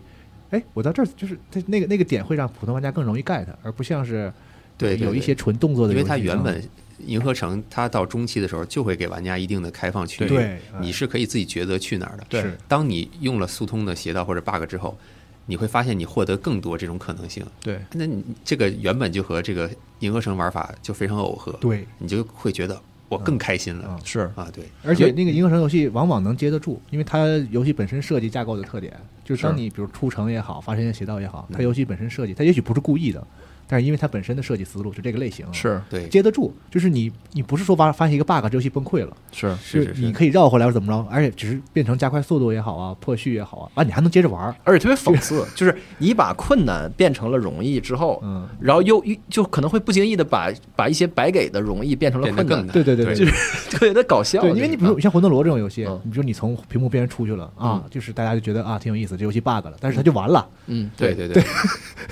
[SPEAKER 1] 哎，我到这儿就是它那个那个点会让普通玩家更容易 get，而不像是
[SPEAKER 3] 对对
[SPEAKER 1] 有一
[SPEAKER 3] 对
[SPEAKER 1] 些纯动作的
[SPEAKER 3] 因
[SPEAKER 1] 游
[SPEAKER 3] 为
[SPEAKER 1] 戏上，
[SPEAKER 3] 它原本银河城，它到中期的时候就会给玩家一定的开放区域，
[SPEAKER 1] 对
[SPEAKER 3] 你是可以自己抉择去哪儿的。
[SPEAKER 1] 对是
[SPEAKER 3] 当你用了速通的邪道或者 bug 之后，你会发现你获得更多这种可能性。
[SPEAKER 2] 对，
[SPEAKER 3] 那你这个原本就和这个银河城玩法就非常耦合，
[SPEAKER 1] 对，
[SPEAKER 3] 你就会觉得我更开心了
[SPEAKER 1] 嗯
[SPEAKER 2] 是
[SPEAKER 3] 啊！对，
[SPEAKER 1] 而且那个银河城游戏往往能接得住，因为它游戏本身设计架构的特点，就是当
[SPEAKER 2] 是
[SPEAKER 1] 你比如出城也好，发生一些邪道也好，它
[SPEAKER 3] 嗯
[SPEAKER 1] 游戏本身设计，它也许不是故意的，但是因为它本身的设计思路是这个类型，
[SPEAKER 2] 是
[SPEAKER 3] 对，
[SPEAKER 1] 接得住，就是你你不是说发发现一个 bug，这游戏崩溃了，
[SPEAKER 2] 是
[SPEAKER 3] 是
[SPEAKER 1] 就是你
[SPEAKER 3] 是，
[SPEAKER 1] 可以绕回来或者怎么着，而且只是变成加快速度也好啊，破序也好啊，啊你还能接着玩儿，
[SPEAKER 2] 而且特别
[SPEAKER 1] [LAUGHS]
[SPEAKER 2] 讽刺，就是你把困难变成了容易之后，
[SPEAKER 1] 嗯，
[SPEAKER 2] 然后又又就可能会不经意的把把一些白给的容易变成了
[SPEAKER 3] 变得
[SPEAKER 2] 困难，
[SPEAKER 3] 更
[SPEAKER 1] [LAUGHS] 对对对
[SPEAKER 3] 对
[SPEAKER 1] 对
[SPEAKER 2] 就是特别的搞笑。
[SPEAKER 1] 对，因为你比如像魂斗罗这种游戏
[SPEAKER 2] 嗯，
[SPEAKER 1] 你比如你从屏幕边缘出去了啊，就是大家就觉得啊挺有意思，这游戏 bug 了，但是它就完了。
[SPEAKER 2] 嗯，
[SPEAKER 3] 对
[SPEAKER 2] 对
[SPEAKER 1] [LAUGHS]
[SPEAKER 3] 对对，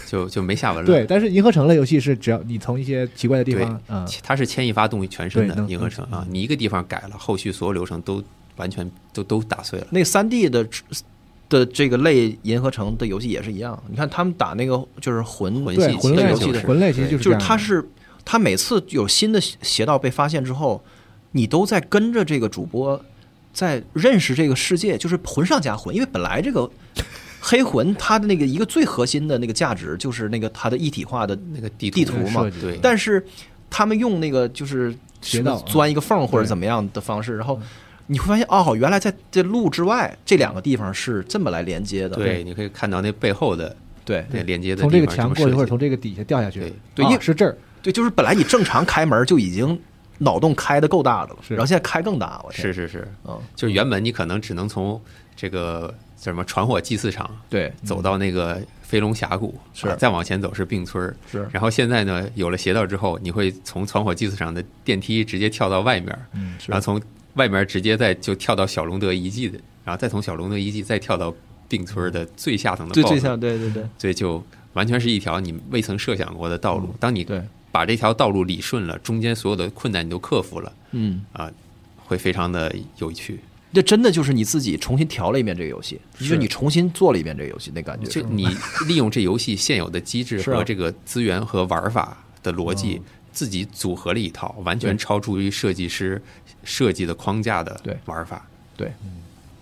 [SPEAKER 3] 就就没下文了。
[SPEAKER 1] 对，，但是银河城类游戏是只要你从一些奇怪的地
[SPEAKER 3] 对
[SPEAKER 1] 方，嗯，
[SPEAKER 3] 它是牵一发动全身
[SPEAKER 1] 对
[SPEAKER 3] 的
[SPEAKER 1] 能嗯
[SPEAKER 3] 银河城啊！你一个地方改了，后续所有流程都完全都都打碎了。
[SPEAKER 2] 那三 D 的的这个类银河城的游戏也是一样，你看他们打那个就是魂
[SPEAKER 3] 魂
[SPEAKER 1] 对
[SPEAKER 3] 系
[SPEAKER 1] 魂
[SPEAKER 2] 的
[SPEAKER 1] 类
[SPEAKER 2] 游戏
[SPEAKER 1] 其
[SPEAKER 2] 的
[SPEAKER 1] 实魂类其实
[SPEAKER 3] 对
[SPEAKER 1] 就是这
[SPEAKER 2] 就是
[SPEAKER 1] 样的，
[SPEAKER 2] 他是他每次有新的邪道被发现之后，你都在跟着这个主播在认识这个世界，就是魂上加魂，因为本来这个 [LAUGHS] 黑魂它的那个一个最核心的那个价值就是那个它的一体化的
[SPEAKER 3] 那个地
[SPEAKER 2] 地图嘛
[SPEAKER 1] 设计
[SPEAKER 3] 对
[SPEAKER 2] 但是他们用那个就是
[SPEAKER 1] 穴道啊
[SPEAKER 2] 钻一个缝或者怎么样的方式，然后你会发现哦，原来在这路之外这两个地方是这么来连接的。
[SPEAKER 3] 对，你可以看到那背后的
[SPEAKER 2] 对
[SPEAKER 3] 那连接的
[SPEAKER 1] 从这
[SPEAKER 3] 地
[SPEAKER 1] 个
[SPEAKER 3] 方
[SPEAKER 1] 墙
[SPEAKER 3] 么
[SPEAKER 1] 过去
[SPEAKER 3] 设
[SPEAKER 1] 或者
[SPEAKER 3] 计
[SPEAKER 1] 从这个底下掉下去
[SPEAKER 3] 对，
[SPEAKER 2] 对
[SPEAKER 1] 啊
[SPEAKER 2] 因为
[SPEAKER 1] 是这儿，
[SPEAKER 2] 对，就是本来你正常开门就已经脑洞开的够大的了，
[SPEAKER 1] 是
[SPEAKER 2] 然后现在开更大，我天，
[SPEAKER 3] 是是是，
[SPEAKER 2] 嗯，
[SPEAKER 3] 就是原本你可能只能从这个叫什么传火祭祀场
[SPEAKER 2] 对，
[SPEAKER 3] 走到那个飞龙峡谷，
[SPEAKER 2] 嗯是
[SPEAKER 3] 啊再往前走是并村儿
[SPEAKER 2] 是
[SPEAKER 3] 然后现在呢，有了邪道之后，你会从传火祭祀场的电梯直接跳到外面儿，
[SPEAKER 1] 嗯，
[SPEAKER 3] 然后从外面儿直接再就跳到小龙德遗迹的，然后再从小龙德遗迹再跳到并村儿的最下层的
[SPEAKER 2] 最
[SPEAKER 3] BOSS
[SPEAKER 2] 最像，对对对
[SPEAKER 3] 所以就完全是一条你未曾设想过的道路。当你
[SPEAKER 2] 对，
[SPEAKER 3] 把这条道路理顺了，中间所有的困难你都克服了
[SPEAKER 2] 嗯，
[SPEAKER 3] 啊、会非常的有趣。
[SPEAKER 2] 这真的就是你自己重新调了一遍这个游戏，就是你重新做了一遍这个游戏那感觉，
[SPEAKER 3] 就你利用这游戏现有的机制
[SPEAKER 2] 是啊
[SPEAKER 3] 和这个资源和玩法的逻辑，
[SPEAKER 1] 嗯
[SPEAKER 3] 自己组合了一套完全
[SPEAKER 2] 对
[SPEAKER 3] 超出于设计师设计的框架的
[SPEAKER 2] 对
[SPEAKER 3] 玩法，
[SPEAKER 2] 对，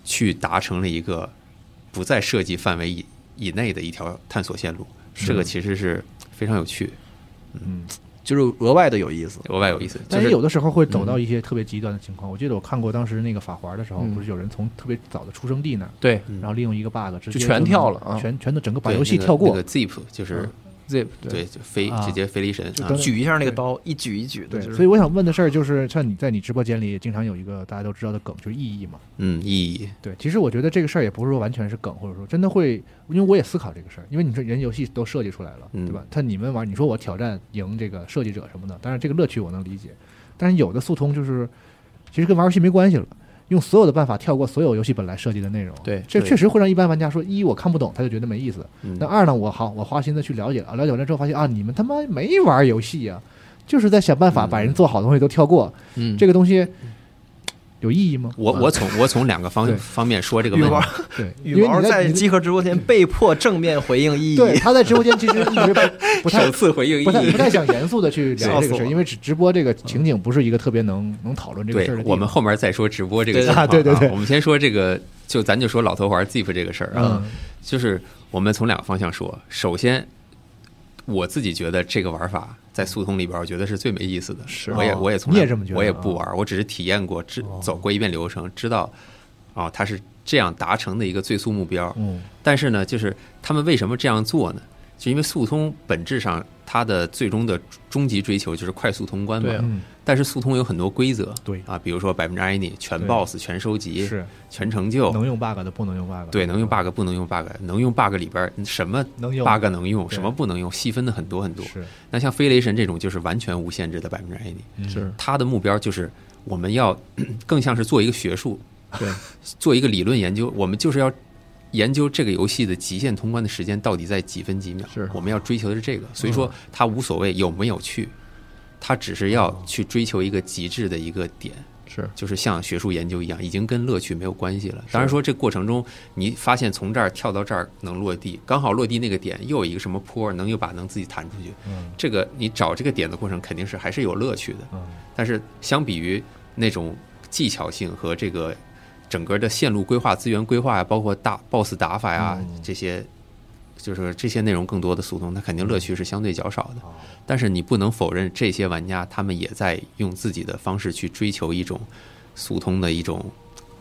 [SPEAKER 3] 去达成了一个不在设计范围以以内的一条探索线路。这个其实是非常有趣，
[SPEAKER 2] 就是额外的有意思，
[SPEAKER 3] 额外有意思。就
[SPEAKER 1] 嗯但是
[SPEAKER 3] 是
[SPEAKER 1] 有的时候会走到一些特别极端的情况。我记得我看过当时那个法环的时候，
[SPEAKER 2] 嗯
[SPEAKER 1] 不是有人从特别早的出生地那儿，
[SPEAKER 2] 对
[SPEAKER 3] 嗯
[SPEAKER 1] 然后利用一个 bug 直接
[SPEAKER 2] 就全跳了
[SPEAKER 1] 能
[SPEAKER 2] 啊
[SPEAKER 1] 全全都整个把
[SPEAKER 3] 对
[SPEAKER 1] 游戏
[SPEAKER 3] 那个
[SPEAKER 1] 跳
[SPEAKER 3] 那
[SPEAKER 1] 过嗯
[SPEAKER 3] 个。zip 就是
[SPEAKER 2] ，Zip
[SPEAKER 3] 对，就飞
[SPEAKER 1] 啊
[SPEAKER 3] 直接飞离神
[SPEAKER 1] 就
[SPEAKER 3] 啊
[SPEAKER 1] 当
[SPEAKER 2] 举一下那个刀，一举一举的，
[SPEAKER 1] 对，
[SPEAKER 2] 就是
[SPEAKER 1] 所以我想问的事儿就是，像你在你直播间里也经常有一个大家都知道的梗，就是意义嘛。
[SPEAKER 3] 嗯意义
[SPEAKER 1] 对，其实我觉得这个事儿也不是说完全是梗，或者说真的会，因为我也思考这个事儿，因为你说人游戏都设计出来了，
[SPEAKER 3] 嗯
[SPEAKER 1] 对吧？他你们玩，你说我挑战赢这个设计者什么的，当然这个乐趣我能理解，但是有的速通就是其实跟玩游戏没关系了。用所有的办法跳过所有游戏本来设计的内容，
[SPEAKER 2] 对
[SPEAKER 1] 这
[SPEAKER 3] 对
[SPEAKER 1] 确实会让一般玩家说：一我看不懂，他就觉得没意思；
[SPEAKER 3] 嗯
[SPEAKER 1] 那二呢，我好，我花心思去了解了，了解完了之后发现啊，你们他妈没玩游戏啊，就是在想办法把
[SPEAKER 3] 嗯
[SPEAKER 1] 人做好的东西都跳过，
[SPEAKER 2] 嗯，
[SPEAKER 1] 这个东西有意义吗？
[SPEAKER 3] 我我从我从两个方
[SPEAKER 1] 啊对
[SPEAKER 3] 方面说这个
[SPEAKER 2] 羽
[SPEAKER 3] 问
[SPEAKER 2] 毛
[SPEAKER 3] 题，
[SPEAKER 1] 对，因
[SPEAKER 2] 羽
[SPEAKER 1] 为
[SPEAKER 2] 毛
[SPEAKER 1] 你在
[SPEAKER 2] 在
[SPEAKER 1] 你
[SPEAKER 2] 集合直播间被迫正面回应意义，
[SPEAKER 1] 对，他在直播间其实一直不不太
[SPEAKER 3] 首次回应意
[SPEAKER 1] 不太
[SPEAKER 3] 义 [LAUGHS]
[SPEAKER 1] 不。太想严肃的去聊这个
[SPEAKER 2] 笑死
[SPEAKER 1] 事
[SPEAKER 2] 我
[SPEAKER 1] 儿，
[SPEAKER 2] 了
[SPEAKER 1] 因为直直播这个情景不是一个特别能能讨论这个事儿的地，
[SPEAKER 3] 对
[SPEAKER 1] 方。
[SPEAKER 3] 我们后面再说直播这个
[SPEAKER 2] 对
[SPEAKER 3] 情况、啊。
[SPEAKER 1] 对对对
[SPEAKER 3] 我们先说这个，就咱就说老头环 Zip 这个事儿啊，
[SPEAKER 1] 嗯
[SPEAKER 3] 就是我们从两个方向说。首先，我自己觉得这个玩法在速通里边，我觉得是最没意思的。
[SPEAKER 1] 是
[SPEAKER 3] 我也
[SPEAKER 1] 哦
[SPEAKER 3] 我也从来
[SPEAKER 1] 你也这么觉得哦
[SPEAKER 3] 我也不玩，我只是体验过，只走过一遍流程，知道啊、它是这样达成的一个最速目标。
[SPEAKER 1] 嗯
[SPEAKER 3] 但是呢，就是他们为什么这样做呢？就因为速通本质上它的最终的终极追求就是快速通关嘛。
[SPEAKER 2] 对啊
[SPEAKER 1] 嗯
[SPEAKER 3] 但是速通有很多规则，
[SPEAKER 1] 对
[SPEAKER 3] 啊，比如说百分之 any 全
[SPEAKER 1] 对
[SPEAKER 3] boss 全收集
[SPEAKER 1] 是
[SPEAKER 3] 全成就，
[SPEAKER 1] 能用 bug 的不能用 bug，的
[SPEAKER 3] 对，能用 bug 不能用 bug，能用 bug 里边什么
[SPEAKER 1] 能用
[SPEAKER 3] bug 能用，
[SPEAKER 1] 对
[SPEAKER 3] 什么不能用，细分的很多很多。
[SPEAKER 1] 是
[SPEAKER 3] 那像飞雷神这种就是完全无限制的百分之
[SPEAKER 1] 嗯
[SPEAKER 3] any，
[SPEAKER 2] 是
[SPEAKER 3] 它的目标就是我们要 [CLEARS THROAT] 更像是做一个学术，
[SPEAKER 2] 对，
[SPEAKER 3] 做一个理论研究，我们就是要。研究这个游戏的极限通关的时间到底在几分几秒？
[SPEAKER 2] 是
[SPEAKER 3] 我们要追求的是这个，所以说它无所谓有没有趣，它只是要去追求一个极致的一个点。
[SPEAKER 2] 是
[SPEAKER 3] 就是像学术研究一样，已经跟乐趣没有关系了。当然说，这过程中你发现从这儿跳到这儿能落地，刚好落地那个点又有一个什么坡，能又把能自己弹出去。
[SPEAKER 1] 嗯
[SPEAKER 3] 这个你找这个点的过程肯定是还是有乐趣的。
[SPEAKER 1] 嗯
[SPEAKER 3] 但是相比于那种技巧性和这个整个的线路规划、资源规划呀，包括大 BOSS 打法呀、
[SPEAKER 1] 嗯
[SPEAKER 3] 这些就是这些内容更多的速通，它肯定乐趣是相对较少的
[SPEAKER 1] 哦。
[SPEAKER 3] 但是你不能否认，这些玩家他们也在用自己的方式去追求一种速通的一种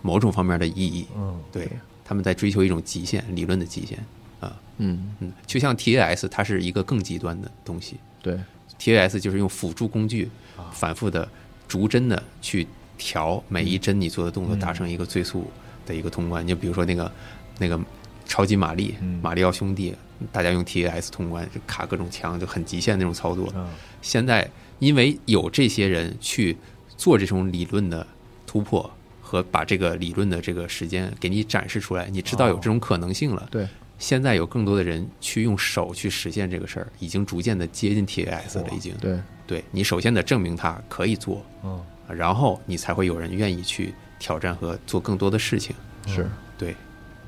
[SPEAKER 3] 某种方面的意义。
[SPEAKER 1] 嗯，
[SPEAKER 3] 对，他们在追求一种极限，理论的极限。
[SPEAKER 2] 嗯，
[SPEAKER 3] 嗯，就像 TAS，它是一个更极端的东西。
[SPEAKER 2] 对，
[SPEAKER 3] TAS 就是用辅助工具
[SPEAKER 1] 啊
[SPEAKER 3] 反复的、逐帧的去调每
[SPEAKER 1] 嗯
[SPEAKER 3] 一帧你做的动作，达成一个最速的一个通关。就比如说那个那个超级玛丽
[SPEAKER 1] 嗯、
[SPEAKER 3] 马里奥兄弟，大家用 TAS 通关，就卡各种墙，就很极限那种操作。
[SPEAKER 1] 嗯
[SPEAKER 3] 现在因为有这些人去做这种理论的突破和把这个理论的这个时间给你展示出来，你知道有
[SPEAKER 1] 哦
[SPEAKER 3] 这种可能性了。
[SPEAKER 2] 对，
[SPEAKER 3] 现在有更多的人去用手去实现这个事儿，已经逐渐的接近 TAS 了，已经。
[SPEAKER 2] 对，
[SPEAKER 3] 对你首先得证明它可以做，
[SPEAKER 1] 嗯，
[SPEAKER 3] 然后你才会有人愿意去挑战和做更多的事情。
[SPEAKER 1] 嗯
[SPEAKER 2] 是
[SPEAKER 3] 对，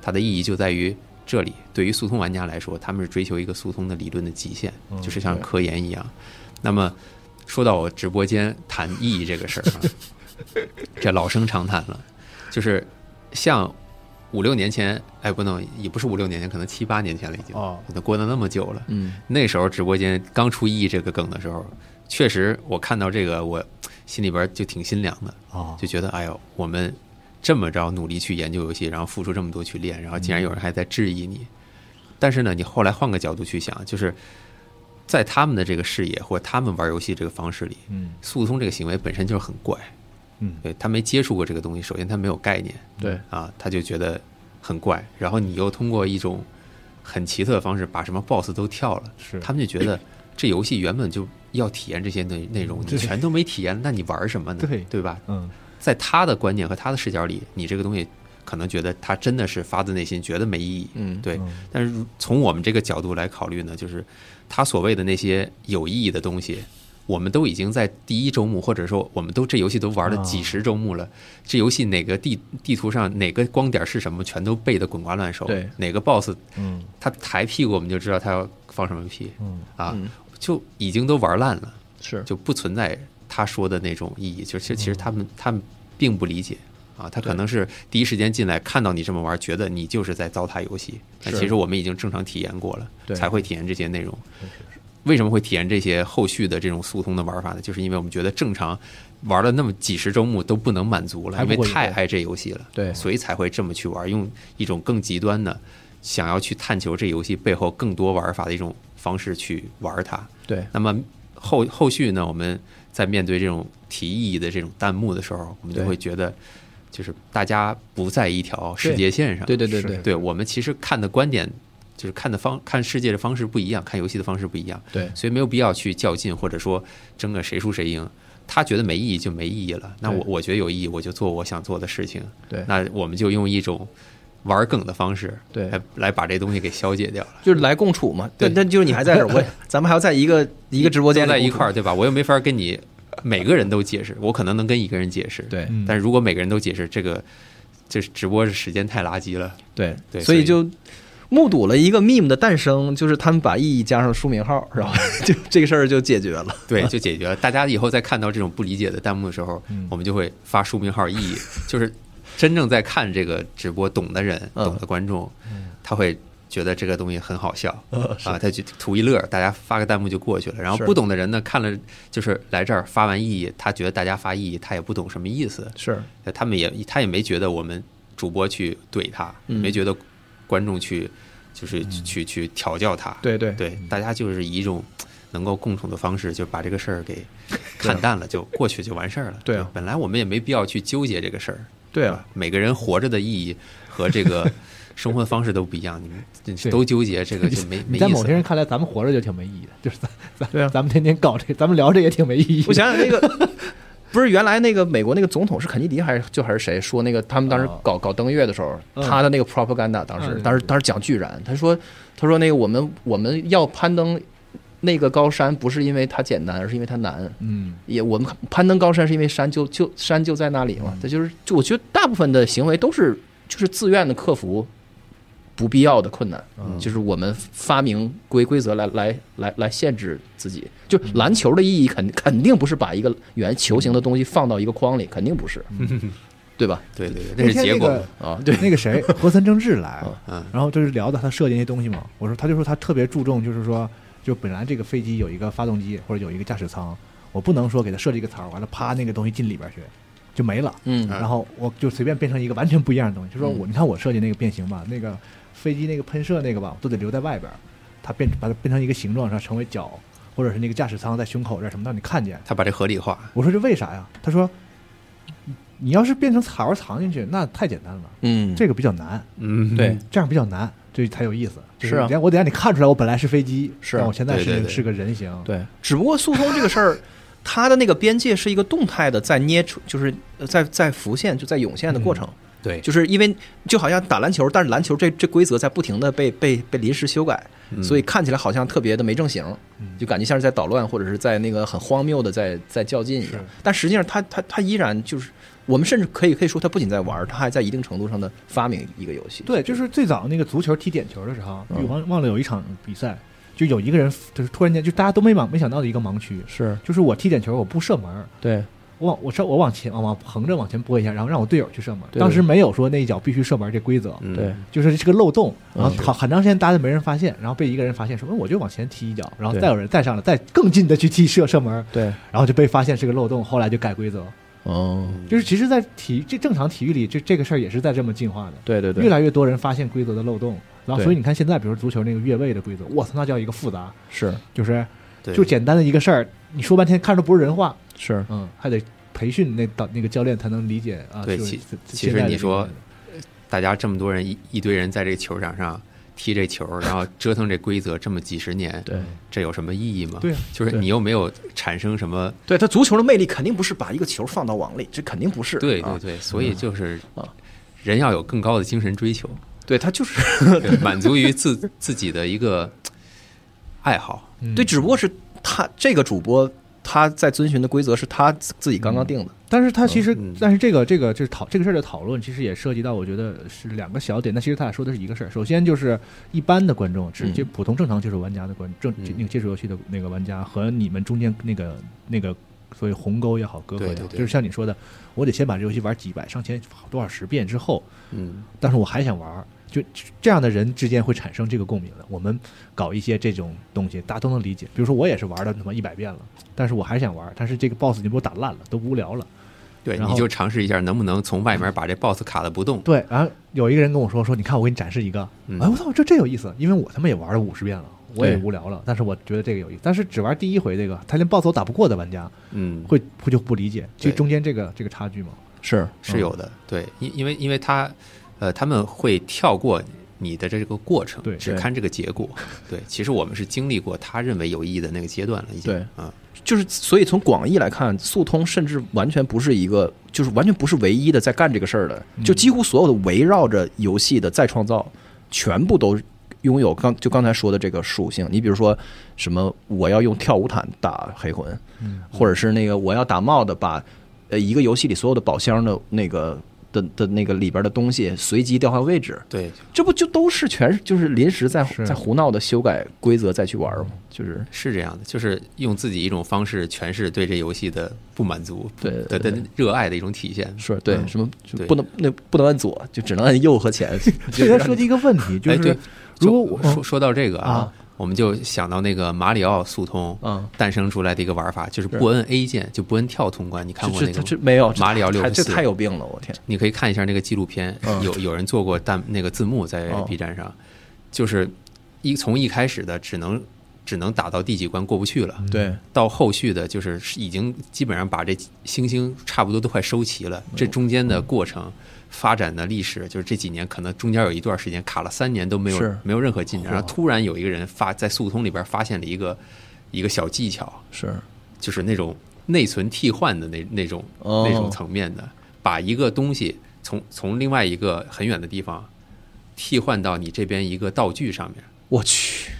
[SPEAKER 3] 它的意义就在于这里。对于速通玩家来说，他们是追求一个速通的理论的极限，就是像科研一样。那么说到我直播间谈意义这个事儿、啊，这老生常谈了，就是像五六年前，哎，不能也不是五六年前，可能七八年前了已经，
[SPEAKER 1] 哦
[SPEAKER 3] 都过了那么久了。
[SPEAKER 2] 嗯，
[SPEAKER 3] 那时候直播间刚出“意义”这个梗的时候，确实我看到这个，我心里边就挺心凉的，
[SPEAKER 1] 哦，
[SPEAKER 3] 就觉得哎呦，我们这么着努力去研究游戏，然后付出这么多去练，然后竟然有人还在质疑你。但是呢，你后来换个角度去想，就是在他们的这个视野或他们玩游戏这个方式里，
[SPEAKER 1] 嗯
[SPEAKER 3] 速通这个行为本身就是很怪，
[SPEAKER 1] 嗯
[SPEAKER 3] 对他没接触过这个东西，首先他没有概念，
[SPEAKER 2] 对，
[SPEAKER 3] 啊，他就觉得很怪。然后你又通过一种很奇特的方式把什么 BOSS 都跳了，
[SPEAKER 1] 是
[SPEAKER 3] 他们就觉得这游戏原本就要体验这些内内容，你
[SPEAKER 1] 嗯对
[SPEAKER 3] 全都没体验，那你玩什么呢？
[SPEAKER 1] 对
[SPEAKER 3] 对吧？
[SPEAKER 1] 嗯
[SPEAKER 3] 在他的观念和他的视角里，你这个东西可能觉得他真的是发自内心觉得没意义，
[SPEAKER 2] 嗯
[SPEAKER 3] 对
[SPEAKER 1] 嗯。
[SPEAKER 3] 但是从我们这个角度来考虑呢，就是他所谓的那些有意义的东西。我们都已经在第一周目，或者说我们都这游戏都玩
[SPEAKER 1] 啊
[SPEAKER 3] 了几十周目了，这游戏哪个地地图上哪个光点是什么，全都背得滚瓜烂熟。
[SPEAKER 2] 对
[SPEAKER 3] 哪个 BOSS
[SPEAKER 1] 嗯
[SPEAKER 3] 他抬屁股，我们就知道他要放什么屁
[SPEAKER 1] 嗯
[SPEAKER 3] 啊
[SPEAKER 2] 嗯，
[SPEAKER 3] 就已经都玩烂了，
[SPEAKER 2] 是嗯
[SPEAKER 3] 就不存在他说的那种意义。就其实其实他们他们并不理解啊，他可能是第一时间进来看到你这么玩，觉得你就是在糟蹋游戏。但
[SPEAKER 2] 是
[SPEAKER 3] 其实我们已经正常体验过了，
[SPEAKER 2] 对
[SPEAKER 3] 才会体验这些内容。为什么会体验这些后续的这种速通的玩法呢？就是因为我们觉得正常玩了那么几十周目都不能满足了，
[SPEAKER 1] 还
[SPEAKER 3] 因
[SPEAKER 1] 不
[SPEAKER 3] 为
[SPEAKER 1] 过瘾
[SPEAKER 3] 太爱这游戏了，
[SPEAKER 2] 对
[SPEAKER 3] 所以才会这么去玩，用一种更极端的想要去探求这游戏背后更多玩法的一种方式去玩它。
[SPEAKER 2] 对，
[SPEAKER 3] 那么后后续呢，我们在面对这种提意义的这种弹幕的时候，我们就
[SPEAKER 2] 对
[SPEAKER 3] 会觉得，就是大家不在一条世界线上。
[SPEAKER 2] 对对对
[SPEAKER 1] 是
[SPEAKER 2] 对
[SPEAKER 3] 对我们其实看的观点，就是看的方看世界的方式不一样，看游戏的方式不一样，
[SPEAKER 2] 对
[SPEAKER 3] 所以没有必要去较劲，或者说争个谁输谁赢。他觉得没意义就没意义了，那我
[SPEAKER 2] 对
[SPEAKER 3] 我觉得有意义，我就做我想做的事情。
[SPEAKER 2] 对，
[SPEAKER 3] 那我们就用一种玩梗的方式，
[SPEAKER 2] 对
[SPEAKER 3] 来来把这东西给消解掉了。
[SPEAKER 2] 就是来共处嘛。
[SPEAKER 3] 对
[SPEAKER 2] 但但就是你还在这儿，我也咱们还要在一个一个直播
[SPEAKER 3] 都
[SPEAKER 2] 间
[SPEAKER 3] 在一块
[SPEAKER 2] 儿。
[SPEAKER 3] 儿，对吧？我又没法跟你每个人都解释，我可能能跟一个人解释，。
[SPEAKER 2] 对
[SPEAKER 1] 嗯
[SPEAKER 3] 但是如果每个人都解释，这个这直播时间太垃圾了，
[SPEAKER 2] 对
[SPEAKER 3] 对
[SPEAKER 2] 所以就目睹了一个 meme 的诞生，就是他们把意义加上书名 [LAUGHS] 号，然后就这个事儿就解决了。
[SPEAKER 3] 对，就解决了。大家以后再看到这种不理解的弹幕的时候，
[SPEAKER 1] 嗯
[SPEAKER 3] 我们就会发书名号意义，就是真正在看这个直播懂的人、
[SPEAKER 2] 嗯
[SPEAKER 3] 懂的观众，他会。觉得这个东西很好笑、
[SPEAKER 2] 哦
[SPEAKER 3] 啊，他就图一乐，大家发个弹幕就过去了。然后
[SPEAKER 2] 是
[SPEAKER 3] 不懂的人呢，看了就是来这儿发完意义，他觉得大家发意义，他也不懂什么意思，
[SPEAKER 2] 是，
[SPEAKER 3] 呃他们也他也没觉得我们主播去怼他，
[SPEAKER 2] 嗯
[SPEAKER 3] 没觉得观众去就是
[SPEAKER 1] 嗯
[SPEAKER 3] 去、去调教他，
[SPEAKER 2] 对对
[SPEAKER 3] 对，大家就是以一种能够共同的方式，就把这个事儿
[SPEAKER 1] [LAUGHS]
[SPEAKER 3] 给
[SPEAKER 1] 啊
[SPEAKER 3] 看淡了，就过去就完事儿了。
[SPEAKER 2] 对啊
[SPEAKER 3] 本来我们也没必要去纠结这个事儿，
[SPEAKER 2] 对啊，
[SPEAKER 3] 每个人活着的意义和
[SPEAKER 1] [LAUGHS]
[SPEAKER 3] 这个生活方式都不一样，你们
[SPEAKER 1] 对
[SPEAKER 3] 都纠结这个就
[SPEAKER 1] [LAUGHS]
[SPEAKER 3] 没没
[SPEAKER 1] 你在
[SPEAKER 3] 意
[SPEAKER 1] 某
[SPEAKER 3] 思
[SPEAKER 1] 些
[SPEAKER 3] 了。
[SPEAKER 1] 人看来，咱们活着就挺没意义的，就是咱咱、
[SPEAKER 2] 对啊
[SPEAKER 1] 咱们天天搞这，咱们聊这也挺没意义的。
[SPEAKER 2] [LAUGHS] 我想想那个， [LAUGHS] 不是原来那个美国那个总统是肯尼迪还是就还是谁说那个他们当时
[SPEAKER 1] 哦
[SPEAKER 2] 搞搞登月的时候，
[SPEAKER 1] 嗯
[SPEAKER 2] 他的那个 propaganda 当
[SPEAKER 1] 嗯
[SPEAKER 2] 时
[SPEAKER 1] 对
[SPEAKER 2] 当时当时讲巨燃，他说他说那个我们我们要攀登那个高山，不是因为它简单，而是因为它难。
[SPEAKER 1] 嗯，
[SPEAKER 2] 也我们攀登高山是因为山就就山就在那里嘛，这就是就我觉得大部分的行为都是就是自愿的克服不必要的困难，
[SPEAKER 1] 嗯
[SPEAKER 2] 就是我们发明规规则来来来来限制自己。就篮嗯球的意义肯肯定不是把一个圆球形的东西放到一个框里，肯定不是，对吧？
[SPEAKER 3] 对对对，
[SPEAKER 1] 那
[SPEAKER 3] 那是
[SPEAKER 1] 天
[SPEAKER 3] 结
[SPEAKER 1] 那
[SPEAKER 3] 果
[SPEAKER 1] 个哦
[SPEAKER 3] 嘛。
[SPEAKER 2] 啊，
[SPEAKER 3] [LAUGHS]
[SPEAKER 2] 对，
[SPEAKER 1] 那个谁，和森正治来
[SPEAKER 2] 啊，
[SPEAKER 3] 嗯
[SPEAKER 1] 然后就是聊到他设计那些东西嘛。我说，他就说他特别注重，就是说，就本来这个飞机有一个发动机或者有一个驾驶舱，我不能说给他设计一个槽，完了啪那个东西进里边去就没了，
[SPEAKER 2] 嗯
[SPEAKER 1] 然后我就随便变成一个完全不一样的东西。就说我
[SPEAKER 2] 嗯
[SPEAKER 1] 你看我设计那个变形吧，那个飞机那个喷射那个吧，都得留在外边儿，它变把它变成一个形状，然后成为脚或者是那个驾驶舱在胸口这儿什么让你看见。
[SPEAKER 3] 他把这合理化，
[SPEAKER 1] 我说这为啥呀？他说，你要是变成槽藏进去，那太简单了，
[SPEAKER 2] 嗯，
[SPEAKER 1] 这个比较难。
[SPEAKER 3] 嗯，
[SPEAKER 2] 对，
[SPEAKER 1] 这样比较难，这才有意思。就是
[SPEAKER 2] 啊
[SPEAKER 1] 你我得让你看出来，我本来是飞机，
[SPEAKER 2] 是啊
[SPEAKER 1] 但我现在
[SPEAKER 3] 对对
[SPEAKER 1] 是
[SPEAKER 3] 对
[SPEAKER 1] 是个人形。
[SPEAKER 2] 对，只不过速通这个事儿，它的那个边界是一个动态的，在捏出，就是呃在在浮现，就在涌现的
[SPEAKER 1] 嗯
[SPEAKER 2] 过程。
[SPEAKER 3] 对，
[SPEAKER 2] 就是因为就好像打篮球，但是篮球这这规则在不停的被被被临时修改，
[SPEAKER 3] 嗯
[SPEAKER 2] 所以看起来好像特别的没正形
[SPEAKER 1] 嗯，
[SPEAKER 2] 就感觉像是在捣乱，或者是在那个很荒谬的在在较劲一样
[SPEAKER 1] 是。
[SPEAKER 2] 但实际上它，它它依然就是我们甚至可以可以说，它不仅在玩儿，它还在一定程度上的发明一个游戏。
[SPEAKER 1] 对，就是最早那个足球踢点球的时候，
[SPEAKER 2] 嗯
[SPEAKER 1] 忘忘了有一场比赛，就有一个人就是突然间就大家都没想没想到的一个盲区，
[SPEAKER 2] 是
[SPEAKER 1] 就是我踢点球我不射门，
[SPEAKER 2] 对
[SPEAKER 1] 我往我上我往前往往横着往前拨一下，然后让我队友去射门。
[SPEAKER 2] 对
[SPEAKER 1] 当时没有说那一脚必须射门这规则，
[SPEAKER 3] 嗯
[SPEAKER 2] 对
[SPEAKER 1] 就是这个漏洞，然后
[SPEAKER 2] 嗯
[SPEAKER 1] 好很长时间大家都没人发现，然后被一个人发现说，嗯我就往前踢一脚，然后
[SPEAKER 2] 对
[SPEAKER 1] 再有人再上来再更近的去踢射射门，
[SPEAKER 2] 对，
[SPEAKER 1] 然后就被发现是个漏洞，后来就改规则。
[SPEAKER 2] 哦，
[SPEAKER 1] 就是其实，在体这正常体育里，这这个事儿也是在这么进化的。
[SPEAKER 2] 对对
[SPEAKER 1] 越来越多人发现规则的漏洞，然后
[SPEAKER 2] 对
[SPEAKER 1] 所以你看现在，比如足球那个越位的规则，我操，那叫一个复杂，
[SPEAKER 2] 是
[SPEAKER 1] 就是
[SPEAKER 3] 对
[SPEAKER 1] 就简单的一个事儿，你说半天看着不是人话，
[SPEAKER 2] 是，
[SPEAKER 1] 嗯，还得培训那导那个教练才能理解啊。
[SPEAKER 3] 对
[SPEAKER 1] 就是
[SPEAKER 3] 其
[SPEAKER 1] 现
[SPEAKER 3] 其
[SPEAKER 1] 现
[SPEAKER 3] 实
[SPEAKER 1] 在的
[SPEAKER 3] 你
[SPEAKER 1] 这
[SPEAKER 3] 说
[SPEAKER 1] 个
[SPEAKER 3] 大家这么多人一一堆人在这个球场上踢这球，然后折腾这规则这么几十年，
[SPEAKER 2] 对
[SPEAKER 3] 这有什么意义吗？
[SPEAKER 1] 对啊
[SPEAKER 3] 就是你又没有产生什么，
[SPEAKER 2] 对，它足球的魅力肯定不是把一个球放到网里，这肯定不是。
[SPEAKER 3] 对
[SPEAKER 2] 啊
[SPEAKER 3] 对对，所以就是
[SPEAKER 2] 啊
[SPEAKER 3] 人要有更高的精神
[SPEAKER 1] [LAUGHS]
[SPEAKER 3] 追求，
[SPEAKER 2] 对，它就是
[SPEAKER 3] 对满足于自自己的一个爱好。
[SPEAKER 1] 嗯
[SPEAKER 2] 对，只不过是他这个主播他在遵循的规则是他自自己刚刚定的。
[SPEAKER 1] 但是它其实，
[SPEAKER 3] 嗯
[SPEAKER 1] 但是这个这个就是讨这个事儿的讨论，其实也涉及到，我觉得是两个小点。那其实他俩说的是一个事儿。首先就是一般的观众，只
[SPEAKER 2] 嗯
[SPEAKER 1] 就普通正常接触玩家的观正
[SPEAKER 3] 嗯
[SPEAKER 1] 那个接触游戏的那个玩家和你们中间那个那个所谓鸿沟也好，隔阂也好，
[SPEAKER 3] 对对对
[SPEAKER 1] 就是像你说的，我得先把这游戏玩几百、上千、多少十遍之后，
[SPEAKER 3] 嗯，
[SPEAKER 1] 但是我还想玩儿，就就这样的人之间会产生这个共鸣的。我们搞一些这种东西，大家都能理解。比如说我也是玩了他妈一百遍了，但是我还想玩儿，但是这个 boss 已经给我打烂了，都无聊了。
[SPEAKER 3] 对，
[SPEAKER 1] 然后
[SPEAKER 3] 你就尝试一下能不能从外面把这 boss 卡的不动。
[SPEAKER 1] 对，然后有一个人跟我说说，你看我给你展示一个，
[SPEAKER 3] 嗯
[SPEAKER 1] 哎，我操，这这有意思，因为我他妈也玩了五十遍了，我也
[SPEAKER 2] 对
[SPEAKER 1] 无聊了，但是我觉得这个有意思，但是只玩第一回这个，他连 BOSS 都打不过的玩家
[SPEAKER 3] 嗯，
[SPEAKER 1] 会会就不理解，就
[SPEAKER 3] 对
[SPEAKER 1] 中间这个这个差距嘛，
[SPEAKER 2] 是
[SPEAKER 3] 是有
[SPEAKER 2] 嗯
[SPEAKER 3] 的，对，因因为因为他，呃，他们会跳过你的这个过程，
[SPEAKER 1] 对
[SPEAKER 3] 只
[SPEAKER 2] 对
[SPEAKER 3] 看这个结果。对，其实我们是经历过他认为有意义的那个阶段了，已经。
[SPEAKER 2] 对
[SPEAKER 3] 啊，
[SPEAKER 2] 就是所以从广义来看，速通甚至完全不是一个，就是完全不是唯一的在干这个事儿的，就几乎所有的围绕着游戏的再创造，全部都拥有刚就刚才说的这个属性。你比如说什么，我要用跳舞毯打黑魂，
[SPEAKER 1] 嗯
[SPEAKER 2] 或者是那个我要打帽的把呃一个游戏里所有的宝箱的那个的的那个里边的东西随机调换位置，
[SPEAKER 3] 对，
[SPEAKER 2] 这不就都是全是就是临时在
[SPEAKER 1] 是
[SPEAKER 2] 在胡闹的修改规则再去玩吗？就是
[SPEAKER 3] 是这样的，就是用自己一种方式诠释对这游戏的不满足，
[SPEAKER 2] 对
[SPEAKER 3] 的
[SPEAKER 2] 对
[SPEAKER 3] 的热爱的一种体现。
[SPEAKER 2] 是对
[SPEAKER 3] 嗯
[SPEAKER 2] 什么就
[SPEAKER 3] 对
[SPEAKER 2] 不能那不能按左，就只能按右和
[SPEAKER 3] [LAUGHS]
[SPEAKER 2] 前。
[SPEAKER 1] 所以他说的一个问题就
[SPEAKER 3] 哎对
[SPEAKER 1] 是，如果我
[SPEAKER 3] 说说到这个
[SPEAKER 1] 啊
[SPEAKER 3] 啊，我们就想到那个马里奥速通
[SPEAKER 2] 啊
[SPEAKER 3] 诞生出来的一个玩法，就是不摁 A 键就不摁跳通关。 [LAUGHS] 你看过
[SPEAKER 2] 这
[SPEAKER 3] 那
[SPEAKER 2] 这
[SPEAKER 3] 个
[SPEAKER 2] 这
[SPEAKER 3] 吗？
[SPEAKER 2] 这没有这
[SPEAKER 3] 马里奥
[SPEAKER 2] 太
[SPEAKER 3] 64
[SPEAKER 2] 这太有病了，我天！
[SPEAKER 3] 你可以看一下那个纪录片，
[SPEAKER 2] 嗯
[SPEAKER 3] 有有人做过弹那个字幕在
[SPEAKER 2] 哦
[SPEAKER 3] B 站上，就是一从一开始的只能只能打到第几关过不去了，
[SPEAKER 2] 对
[SPEAKER 3] 到后续的就是已经基本上把这星星差不多都快收齐了，
[SPEAKER 2] 嗯
[SPEAKER 3] 这中间的过程。发展的历史就是这几年，可能中间有一段时间卡了三年都没有
[SPEAKER 2] 是
[SPEAKER 3] 没有任何进展，然后突然有一个人发在速通里边发现了一个一个小技巧，
[SPEAKER 2] 是
[SPEAKER 3] 就是那种内存替换的那那种
[SPEAKER 2] 哦
[SPEAKER 3] 那种层面的，把一个东西从从另外一个很远的地方替换到你这边一个道具上面，
[SPEAKER 2] 我去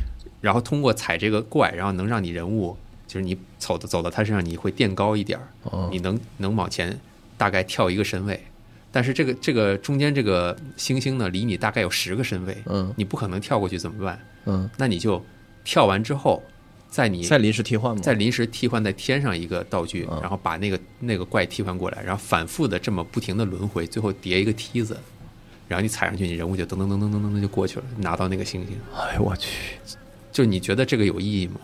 [SPEAKER 3] 然后通过踩这个怪，然后能让你人物就是你走走到他身上，你会垫高一点儿，
[SPEAKER 2] 哦
[SPEAKER 3] 你能能往前大概跳一个身位。但是这个这个中间这个星星呢，离你大概有十个身位，
[SPEAKER 2] 嗯
[SPEAKER 3] 你不可能跳过去怎么办？
[SPEAKER 2] 嗯
[SPEAKER 3] 那你就跳完之后，在你
[SPEAKER 2] 再临时替换吗？
[SPEAKER 3] 再临时替换在天上一个道具，
[SPEAKER 2] 嗯
[SPEAKER 3] 然后把那个那个怪替换过来，然后反复的这么不停的轮回，最后叠一个梯子，然后你踩上去，你人物就噔噔噔噔噔噔就过去了，拿到那个星星。
[SPEAKER 2] 哎呦我去，
[SPEAKER 3] 就你觉得这个有意义吗？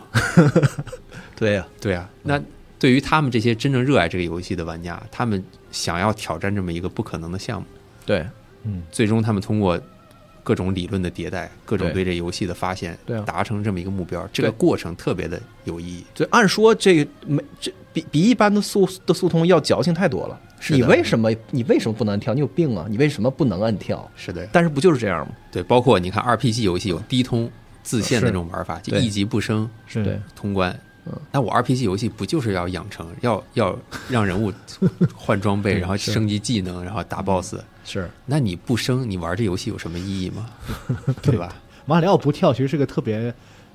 [SPEAKER 2] 对呀、
[SPEAKER 3] 对啊，那对于他们这些真正热爱这个游戏的玩家，他们想要挑战这么一个不可能的项目，
[SPEAKER 2] 对
[SPEAKER 3] 最终他们通过各种理论的迭代，各种
[SPEAKER 2] 对
[SPEAKER 3] 对这游戏的发现，
[SPEAKER 2] 对啊
[SPEAKER 3] 达成这么一个目标，这个
[SPEAKER 2] 对
[SPEAKER 3] 过程特别的有意义。
[SPEAKER 2] 对，按说这个没这比比一般的速的速通要矫情太多了。
[SPEAKER 3] 是的
[SPEAKER 2] 你为什么你为什么不能按跳？你有病啊！你为什么不能按跳？
[SPEAKER 3] 是的，
[SPEAKER 2] 但是不就是这样吗？
[SPEAKER 3] 对，包括你看 RPG 游戏有低通自限
[SPEAKER 1] 啊是
[SPEAKER 3] 的这种玩法，就
[SPEAKER 2] 对
[SPEAKER 3] 一级不升
[SPEAKER 1] 是
[SPEAKER 2] 对
[SPEAKER 3] 通关
[SPEAKER 2] 嗯。
[SPEAKER 3] 那我 RPG 游戏不就是要养成，要要让
[SPEAKER 1] [LAUGHS]
[SPEAKER 3] 人物换装备，然后升级技能，然后
[SPEAKER 1] 嗯
[SPEAKER 3] 打 BOSS？
[SPEAKER 2] 是
[SPEAKER 3] 那你不升，你玩这游戏有什么意
[SPEAKER 1] [LAUGHS]
[SPEAKER 3] 义吗？对吧？
[SPEAKER 1] 马里奥不跳其实是个特别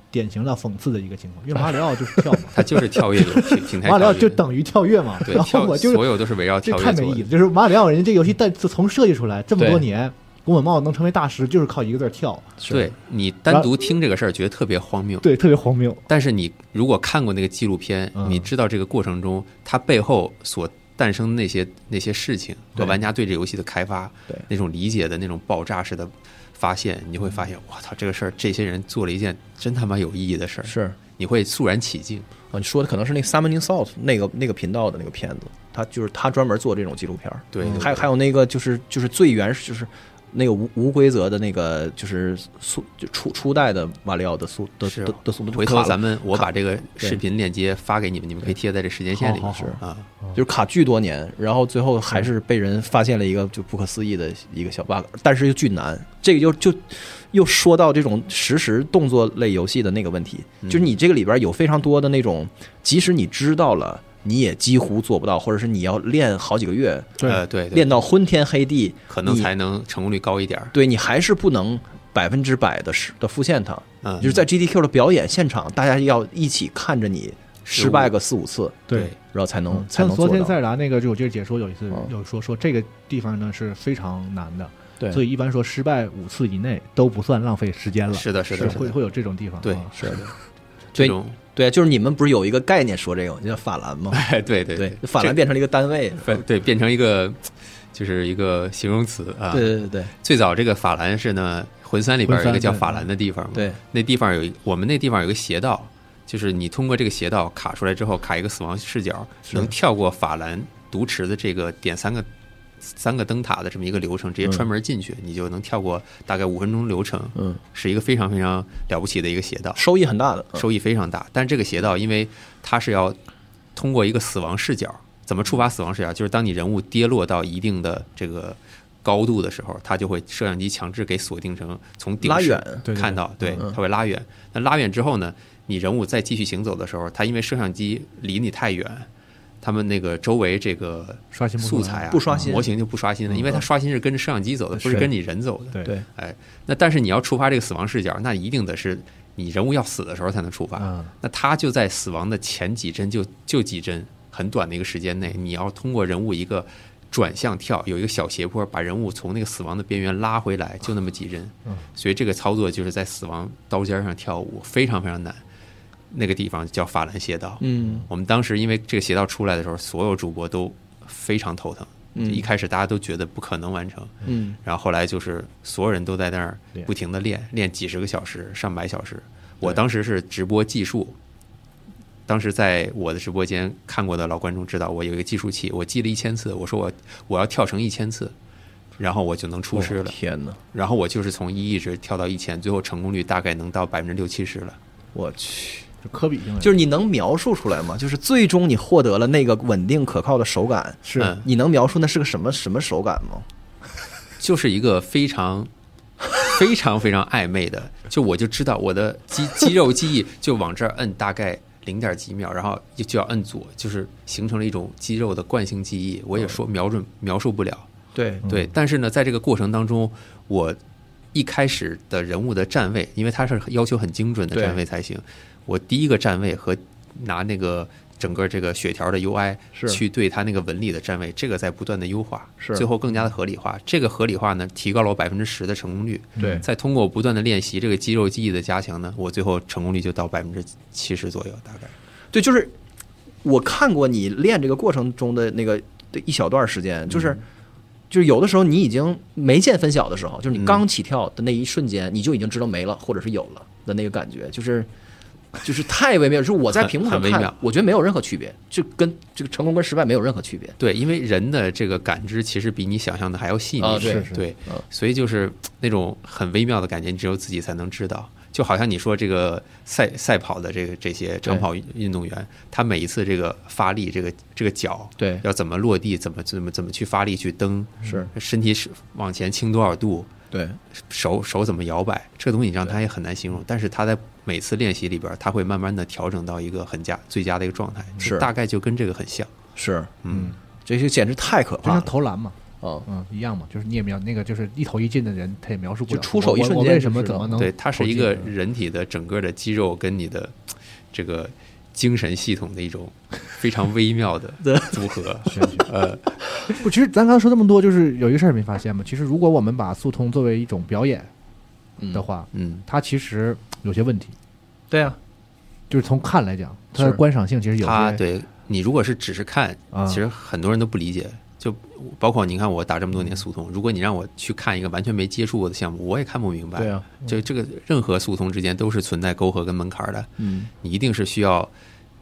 [SPEAKER 1] 典型的讽刺的一个情况，因为马里奥就是跳
[SPEAKER 3] [LAUGHS]
[SPEAKER 1] 嘛，
[SPEAKER 3] 它就是跳跃游
[SPEAKER 1] [LAUGHS]
[SPEAKER 3] 戏，平台
[SPEAKER 1] 马里奥
[SPEAKER 3] 跳跃
[SPEAKER 1] 就等于跳跃嘛，
[SPEAKER 3] 对
[SPEAKER 1] 然后
[SPEAKER 3] 跳，
[SPEAKER 1] 我就是
[SPEAKER 3] 所有都是围绕
[SPEAKER 1] 这
[SPEAKER 3] 跳
[SPEAKER 1] 太
[SPEAKER 3] 跃
[SPEAKER 1] 没
[SPEAKER 3] 做
[SPEAKER 1] 意思
[SPEAKER 3] 的。
[SPEAKER 1] 了。就是马里奥人这游戏，但自从设计出来这么多
[SPEAKER 2] 对
[SPEAKER 1] 年，宫本茂能成为大师，就是靠一个字儿跳，
[SPEAKER 3] 对你单独听这个事儿觉得特别荒谬，
[SPEAKER 1] 对，特别荒谬。
[SPEAKER 3] 但是你如果看过那个纪录片，
[SPEAKER 1] 嗯
[SPEAKER 3] 你知道这个过程中它背后所诞生的那些那些事情和
[SPEAKER 2] 对
[SPEAKER 3] 玩家对这游戏的开发
[SPEAKER 2] 对，
[SPEAKER 3] 那种理解的那种爆炸式的发现，你会发现，我操，这个事儿，这些人做了一件真他妈有意义的事儿，
[SPEAKER 2] 是啊，
[SPEAKER 3] 你会肃然起敬。
[SPEAKER 2] 你说的可能是那个 Summoning Salt 那个那个频道的那个片子，他就是他专门做这种纪录片儿。
[SPEAKER 3] 对，
[SPEAKER 2] 嗯还还有那个就是就是最原始就是那个无无规则的那个就是速就初初代的马里奥的速的
[SPEAKER 3] 是
[SPEAKER 2] 的的速度就
[SPEAKER 3] 回
[SPEAKER 2] 卡
[SPEAKER 3] 头
[SPEAKER 2] 了
[SPEAKER 3] 咱们我
[SPEAKER 2] 卡
[SPEAKER 3] 把这个视频链接发给你们，你们可以贴在这时间线里
[SPEAKER 1] 好
[SPEAKER 3] 面
[SPEAKER 1] 好好
[SPEAKER 3] 啊。
[SPEAKER 2] 就是卡巨多年，然后最后
[SPEAKER 3] 嗯
[SPEAKER 2] 还是被人发现了一个就不可思议的一个小 bug，但是又巨难。这个又就又说到这种实时动作类游戏的那个问题，
[SPEAKER 3] 嗯
[SPEAKER 2] 就是你这个里边有非常多的那种，即使你知道了，你也几乎做不到，或者是你要练好几个月，
[SPEAKER 3] 呃，对，对
[SPEAKER 2] 练到昏天黑地，
[SPEAKER 3] 可能
[SPEAKER 2] 你
[SPEAKER 3] 才能成功率高一点儿。
[SPEAKER 2] 对你还是不能百分之百的实的复现它。
[SPEAKER 3] 嗯，
[SPEAKER 2] 就是在 GDQ 的表演现场，大家要一起看着你失败个四五次，
[SPEAKER 3] 对，
[SPEAKER 2] 然后才能、
[SPEAKER 1] 嗯，
[SPEAKER 2] 才
[SPEAKER 1] 像
[SPEAKER 2] 能
[SPEAKER 1] 昨
[SPEAKER 2] 做
[SPEAKER 1] 天塞
[SPEAKER 2] 到。
[SPEAKER 1] 尔达那个，就我记得解说有一次
[SPEAKER 2] 嗯
[SPEAKER 1] 有说说这个地方呢是非常难的，
[SPEAKER 2] 对
[SPEAKER 1] 所以一般说失败五次以内都不算浪费时间了，
[SPEAKER 3] 是的，是的，是
[SPEAKER 1] 会
[SPEAKER 3] 的，
[SPEAKER 1] 会有这种地方，
[SPEAKER 3] 对
[SPEAKER 1] 啊
[SPEAKER 2] 是的，
[SPEAKER 3] 这种， [LAUGHS]
[SPEAKER 2] 对，就是你们不是有一个概念说这个，叫法兰吗？
[SPEAKER 3] 哎，对对
[SPEAKER 2] 对，法兰变成了一个单位。
[SPEAKER 3] 变对变成一个就是一个形容词啊。
[SPEAKER 2] 对，对对对
[SPEAKER 3] 最早这个法兰是呢，魂三里边有一
[SPEAKER 1] 魂
[SPEAKER 3] 个
[SPEAKER 1] 三
[SPEAKER 3] 叫
[SPEAKER 1] 对
[SPEAKER 3] 法兰的地方嘛，
[SPEAKER 2] 对，
[SPEAKER 3] 那地方有一我们那地方有一个斜道，就是你通过这个斜道卡出来之后，卡一个死亡视角，
[SPEAKER 2] 是
[SPEAKER 3] 能跳过法兰毒池的这个点三个三个灯塔的这么一个流程，直接穿门进去，你就能跳过大概五分钟流程，
[SPEAKER 2] 嗯，
[SPEAKER 3] 是一个非常非常了不起的一个斜道。
[SPEAKER 2] 收益很大的，嗯
[SPEAKER 3] 收益非常大。但这个邪道，因为它是要通过一个死亡视角，怎么触发死亡视角？就是当你人物跌落到一定的这个高度的时候，它就会摄像机强制给锁定成从顶
[SPEAKER 2] 拉
[SPEAKER 3] 视
[SPEAKER 2] 远
[SPEAKER 1] 对对
[SPEAKER 3] 看到，对
[SPEAKER 2] 嗯，
[SPEAKER 3] 它会拉远。那拉远之后呢，你人物再继续行走的时候，它因为摄像机离你太远，他们那个周围这个
[SPEAKER 1] 刷新不出
[SPEAKER 3] 素
[SPEAKER 1] 来
[SPEAKER 3] 材啊、
[SPEAKER 2] 不刷新
[SPEAKER 3] 模型就不刷新了，因为它刷新是跟着摄像机走的，不
[SPEAKER 1] 嗯
[SPEAKER 3] 是
[SPEAKER 1] 是
[SPEAKER 3] 跟你人走的。
[SPEAKER 1] 对
[SPEAKER 2] 对
[SPEAKER 3] 哎，那但是你要触发这个死亡视角，那一定得是你人物要死的时候才能触
[SPEAKER 2] 啊
[SPEAKER 3] 发。
[SPEAKER 1] 嗯
[SPEAKER 3] 那他就在死亡的前几帧就就几帧，很短的一个时间内，你要通过人物一个转向跳，有一个小斜坡，把人物从那个死亡的边缘拉回来，就那么几帧。
[SPEAKER 1] 嗯
[SPEAKER 3] 所以这个操作就是在死亡刀尖上跳舞，非常非常难。那个地方叫法兰斜道。
[SPEAKER 2] 嗯，
[SPEAKER 3] 我们当时因为这个邪道出来的时候，所有主播都非常头疼。
[SPEAKER 2] 嗯
[SPEAKER 3] 就一开始大家都觉得不可能完成，
[SPEAKER 2] 嗯，
[SPEAKER 3] 然后后来就是所有人都在那儿
[SPEAKER 1] 练
[SPEAKER 3] 不停的练，练几十个小时、上百小时。我
[SPEAKER 2] 对
[SPEAKER 3] 当时是直播技术，当时在我的直播间看过的老观众知道，我有一个计数器，我记了一千次，我说我我要跳成一千次，然后我就能出师
[SPEAKER 2] 哦
[SPEAKER 3] 了。
[SPEAKER 2] 天哪，
[SPEAKER 3] 然后我就是从一一直跳到一千，最后成功率大概能到百分之六七十了。
[SPEAKER 2] 我去，
[SPEAKER 1] 就科比性的，
[SPEAKER 2] 就是你能描述出来吗？就是最终你获得了那个稳定可靠的手感，
[SPEAKER 1] 是
[SPEAKER 3] 嗯
[SPEAKER 2] 你能描述那是个什么什么手感吗？
[SPEAKER 3] 就是一个非常 [LAUGHS] 非常非常暧昧的，就我就知道我的肌 [LAUGHS] 肌肉记忆就往这儿摁大概零点几秒，然后就要摁左，就是形成了一种肌肉的惯性记忆。我也说瞄准描述不了，
[SPEAKER 2] 对
[SPEAKER 3] 对，但是呢，在这个过程当中，我一开始的人物的站位，因为它是要求很精准的
[SPEAKER 2] 对
[SPEAKER 3] 站位才行，我第一个站位和拿那个整个这个血条的 UI
[SPEAKER 2] 是
[SPEAKER 3] 去对它那个纹理的站位，这个在不断的优化，
[SPEAKER 2] 是
[SPEAKER 3] 最后更加的合理化。这个合理化呢，提高了我百分之十的成功率。
[SPEAKER 1] 嗯
[SPEAKER 2] 对
[SPEAKER 3] 再通过不断的练习，这个肌肉记忆的加强呢，我最后成功率就到百分之七十左右，大概。
[SPEAKER 2] 对，就是我看过你练这个过程中的那个的一小段时间，就是、就是有的时候你已经没见分晓的时候，就是你刚起跳的那一瞬间，你就已经知道没了或者是有了的那个感觉，就是。就是太微妙，就是我在屏幕上
[SPEAKER 3] 很很微
[SPEAKER 2] 看
[SPEAKER 3] 妙，
[SPEAKER 2] 我觉得没有任何区别，就跟这个成功跟失败没有任何区别。
[SPEAKER 3] 对，因为人的这个感知其实比你想象的还要细腻，
[SPEAKER 2] 啊对
[SPEAKER 1] 是是
[SPEAKER 3] 对
[SPEAKER 2] 嗯，
[SPEAKER 3] 所以就是那种很微妙的感觉，你只有自己才能知道。就好像你说这个赛赛跑的这个这些长跑运运动员，他每一次这个发力，这个这个脚
[SPEAKER 2] 对
[SPEAKER 3] 要怎么落地，怎么怎么怎么去发力去蹬，
[SPEAKER 2] 是
[SPEAKER 3] 身体是往前倾多少度，
[SPEAKER 2] 对，
[SPEAKER 3] 手手怎么摇摆，这个东西让他也很难形容。但是他在每次练习里边，他会慢慢的调整到一个很佳最佳的一个状态，
[SPEAKER 2] 是
[SPEAKER 3] 就大概就跟这个很像。
[SPEAKER 2] 是，
[SPEAKER 3] 嗯，
[SPEAKER 2] 这些简直太可
[SPEAKER 1] 就
[SPEAKER 2] 怕
[SPEAKER 1] 像
[SPEAKER 2] 了。
[SPEAKER 1] 投篮嘛，
[SPEAKER 2] 嗯，
[SPEAKER 1] 嗯，一样嘛，就是你也描那个就是一投一进的人，他也描述不了
[SPEAKER 2] 就出手一瞬间
[SPEAKER 1] 我我为什么
[SPEAKER 2] 就是
[SPEAKER 1] 怎么能
[SPEAKER 3] 对，它是一个
[SPEAKER 1] 投进
[SPEAKER 3] 人体的整个的肌肉跟你的这个精神系统的
[SPEAKER 1] [LAUGHS]
[SPEAKER 3] 一种非常微妙的组合。呃，
[SPEAKER 1] 不，其实咱刚才说这么多，就是有一个事儿没发现吗？其实如果我们把速通作为一种表演的话，
[SPEAKER 3] 嗯，
[SPEAKER 1] 它其实有些问题，
[SPEAKER 2] 对啊，
[SPEAKER 1] 就是从看来讲，它的
[SPEAKER 2] 是
[SPEAKER 1] 观赏性其实有
[SPEAKER 3] 它
[SPEAKER 1] 些
[SPEAKER 3] 对你如果是只是看
[SPEAKER 1] 啊，
[SPEAKER 3] 其实很多人都不理解。就包括你看我打这么多
[SPEAKER 1] 嗯
[SPEAKER 3] 年速通，如果你让我去看一个完全没接触过的项目，我也看不明白。
[SPEAKER 2] 对啊，
[SPEAKER 3] 就这个任何速通之间都是存在沟壑跟门槛儿的。
[SPEAKER 2] 嗯，
[SPEAKER 3] 你一定是需要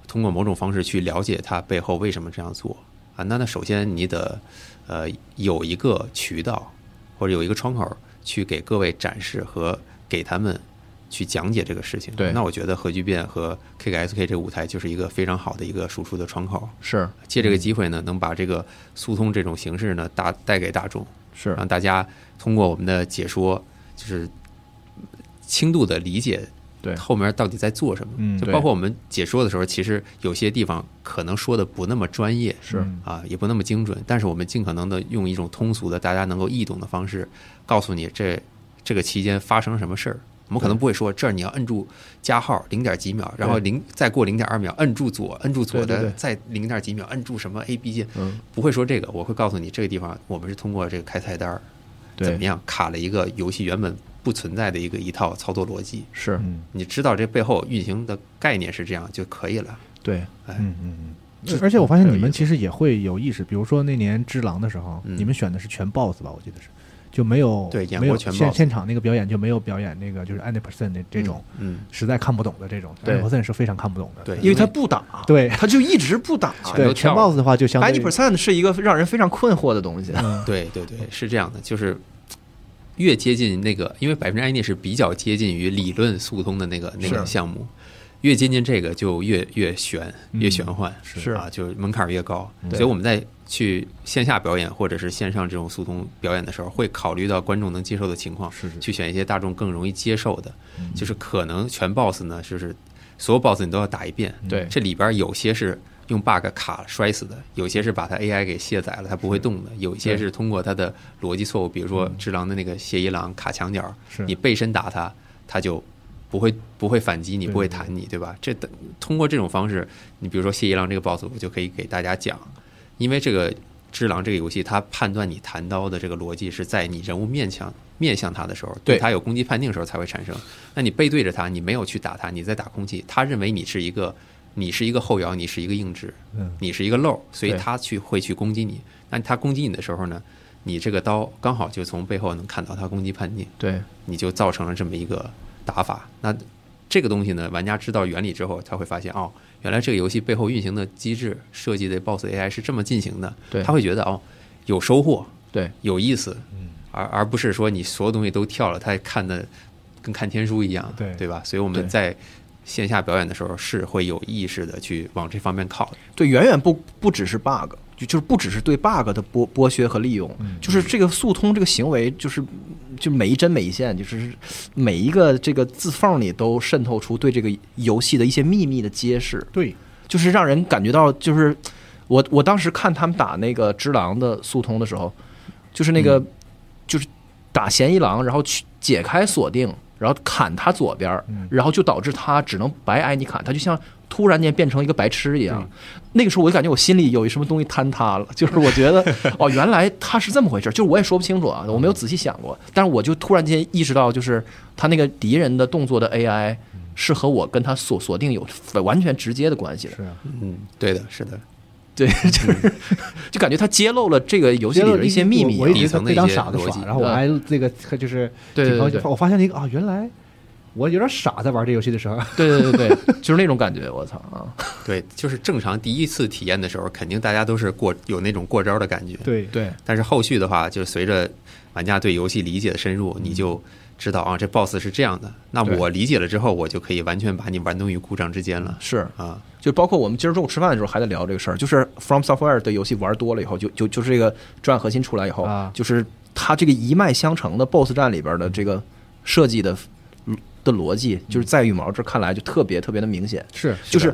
[SPEAKER 3] 通过某种方式去了解它背后为什么这样做啊。那那首先你得呃有一个渠道或者有一个窗口去给各位展示和给他们去讲解这个事情。
[SPEAKER 2] 对
[SPEAKER 3] 那我觉得核聚变和 KKSK 这个舞台就是一个非常好的一个输出的窗口。
[SPEAKER 2] 是
[SPEAKER 3] 借这个机会呢，能把这个速通这种形式呢，大带给大众，
[SPEAKER 2] 是
[SPEAKER 3] 让大家通过我们的解说，就是轻度的理解
[SPEAKER 2] 对
[SPEAKER 3] 后面到底在做什么。
[SPEAKER 1] 嗯
[SPEAKER 3] 就
[SPEAKER 2] 对
[SPEAKER 3] 包括我们解说的时候，其实有些地方可能说的不那么专业，
[SPEAKER 2] 是
[SPEAKER 1] 嗯
[SPEAKER 3] 啊，也不那么精准，但是我们尽可能的用一种通俗的、大家能够易懂的方式，告诉你这这个期间发生什么事儿。我们可能不会说这儿你要摁住加号零点几秒，然后零再过零点二秒摁住左，摁住左
[SPEAKER 2] 对对
[SPEAKER 3] 的
[SPEAKER 2] 对
[SPEAKER 3] 再零点几秒摁住什么 A B 键，
[SPEAKER 2] 嗯
[SPEAKER 3] 不会说这个。我会告诉你这个地方我们是通过这个开菜单儿
[SPEAKER 2] 对
[SPEAKER 3] 怎么样卡了一个游戏原本不存在的一个一套操作逻辑，
[SPEAKER 2] 是，
[SPEAKER 1] 嗯
[SPEAKER 3] 你知道这背后运行的概念是这样就可以了。
[SPEAKER 2] 对，
[SPEAKER 3] 哎
[SPEAKER 1] 嗯嗯嗯。而且我发现你们其实也会有意识，比如说那年之狼的时候，
[SPEAKER 3] 嗯
[SPEAKER 1] 你们选的是全 BOSS 吧？我记得是，就没有
[SPEAKER 3] 对演
[SPEAKER 1] 没有
[SPEAKER 3] 过全
[SPEAKER 1] 现
[SPEAKER 3] boss
[SPEAKER 1] 现场那个表演就没有表演那个就是 any percent 那这种
[SPEAKER 3] 嗯，
[SPEAKER 1] 实在看不懂的这种
[SPEAKER 2] 对
[SPEAKER 1] ，any percent 是非常看不懂的。
[SPEAKER 3] 对
[SPEAKER 2] 因为他不打，
[SPEAKER 1] 对
[SPEAKER 2] 他就一直不打。
[SPEAKER 3] 全都
[SPEAKER 1] 对，全
[SPEAKER 3] 跳了
[SPEAKER 1] BOSS 的话就相当
[SPEAKER 2] Any
[SPEAKER 1] 于
[SPEAKER 2] percent 是一个让人非常困惑的东西。
[SPEAKER 1] 嗯
[SPEAKER 3] 对对对，是这样的，就是越接近那个，因为百分之艾涅是比较接近于理论速通的那个那个
[SPEAKER 2] 是
[SPEAKER 3] 项目，越接近这个就越越悬，
[SPEAKER 1] 嗯
[SPEAKER 3] 越玄幻，
[SPEAKER 1] 是嗯
[SPEAKER 3] 啊，就是门槛越高。
[SPEAKER 2] 对
[SPEAKER 3] 所以我们在去线下表演或者是线上这种速通表演的时候，会考虑到观众能接受的情况，
[SPEAKER 1] 是是嗯
[SPEAKER 3] 去选一些大众更容易接受的，就是可能全 BOSS 呢，就是所有 BOSS 你都要打一遍，
[SPEAKER 1] 嗯
[SPEAKER 2] 对
[SPEAKER 3] 这里边有些是用 bug 卡摔死的，有些是把它 AI 给卸载了，它不会动的，有一些是通过它的逻辑错误，比如说只狼的那个谢一郎卡墙角，
[SPEAKER 1] 是
[SPEAKER 3] 你背身打它，它就不会不会反击你，
[SPEAKER 1] 对
[SPEAKER 3] 不会弹你，对吧？这等通过这种方式，你比如说谢一郎这个 BOSS，我就可以给大家讲，因为这个。只狼这个游戏，它判断你弹刀的这个逻辑是在你人物面向面向它的时候，
[SPEAKER 2] 对
[SPEAKER 3] 它有攻击判定的时候才会产生。那你背对着它，你没有去打它，你在打空气，它认为你是一个你是一个后摇，你是一个硬直，
[SPEAKER 1] 嗯
[SPEAKER 3] 你是一个漏，所以
[SPEAKER 2] 对
[SPEAKER 3] 他去会去攻击你。那他攻击你的时候呢，你这个刀刚好就从背后能看到他攻击判定，
[SPEAKER 2] 对，
[SPEAKER 3] 你就造成了这么一个打法。那这个东西呢，玩家知道原理之后，他会发现哦，原来这个游戏背后运行的机制设计的 BOSS AI 是这么进行的，
[SPEAKER 2] 对
[SPEAKER 3] 他会觉得哦有收获，
[SPEAKER 2] 对，
[SPEAKER 3] 有意思，而而不是说你所有东西都跳了，他看的跟看天书一样，
[SPEAKER 1] 对
[SPEAKER 3] 对吧？所以我们
[SPEAKER 2] 对
[SPEAKER 3] 在线下表演的时候是会有意识的去往这方面靠的。
[SPEAKER 2] 对，远远不不只是 bug，就就是不只是对 bug 的剥剥削和利用，就是这个速通这个行为，就是就每一针每一线，就是每一个这个字缝里都渗透出对这个游戏的一些秘密的揭示，
[SPEAKER 1] 对，
[SPEAKER 2] 就是让人感觉到，就是我我当时看他们打那个只狼的速通的时候，就是那个、就是打嫌疑狼，然后去解开锁定，然后砍他左边儿，然后就导致他只能白挨你砍，他就像突然间变成一个白痴一样。那个时候我就感觉我心里有一什么东西坍塌了，就是我觉得哦，原来他是这么回事，就是我也说不清楚啊，我没有仔细想过，但是我就突然间意识到，就是他那个敌人的动作的 AI 是和我跟他锁锁定有完全直接的关系的。
[SPEAKER 1] 是啊，
[SPEAKER 3] 嗯，对的，是的，
[SPEAKER 2] 对，
[SPEAKER 1] 嗯
[SPEAKER 2] 就是 [LAUGHS] 就感觉他揭露了这个游戏
[SPEAKER 1] 结
[SPEAKER 2] 里
[SPEAKER 1] 果
[SPEAKER 2] 的一些秘密
[SPEAKER 1] 我一
[SPEAKER 2] 啊。
[SPEAKER 1] 直
[SPEAKER 3] 底
[SPEAKER 1] 在
[SPEAKER 3] 层的
[SPEAKER 1] 被
[SPEAKER 3] 一
[SPEAKER 1] 当
[SPEAKER 3] 些
[SPEAKER 1] 傻子
[SPEAKER 3] 逻辑嗯
[SPEAKER 1] 耍，然后我
[SPEAKER 2] 对
[SPEAKER 1] 还这个就是
[SPEAKER 2] 对
[SPEAKER 1] 挺
[SPEAKER 2] 对
[SPEAKER 1] 高
[SPEAKER 2] 对
[SPEAKER 1] 兴，我发现了一个啊，原来我有点傻，在玩这游戏的时候，
[SPEAKER 2] 对对对
[SPEAKER 1] [LAUGHS]
[SPEAKER 2] 对，就是那种感觉，我操啊！
[SPEAKER 3] 对，就是正常第一次体验的时候，肯定大家都是过有那种过招的感觉，
[SPEAKER 1] 对
[SPEAKER 2] 对，
[SPEAKER 3] 但是后续的话，就是随着玩家对游戏理解的深入，你
[SPEAKER 1] 嗯
[SPEAKER 3] 就知道啊，这 BOSS 是这样的。那
[SPEAKER 2] 对
[SPEAKER 3] 我理解了之后，我就可以完全把你玩弄于股掌之间了
[SPEAKER 2] 是，
[SPEAKER 3] 啊。
[SPEAKER 2] 就包括我们今儿中午吃饭的时候还在聊这个事儿，就是 From Software 的游戏玩多了以后，就就就是这个专案核心出来以后，
[SPEAKER 1] 啊
[SPEAKER 2] 就是它这个一脉相承的 BOSS 战里边的这个设计的嗯的逻辑，就是在羽毛这看来就特别特别的明显，
[SPEAKER 1] 是
[SPEAKER 2] 就是。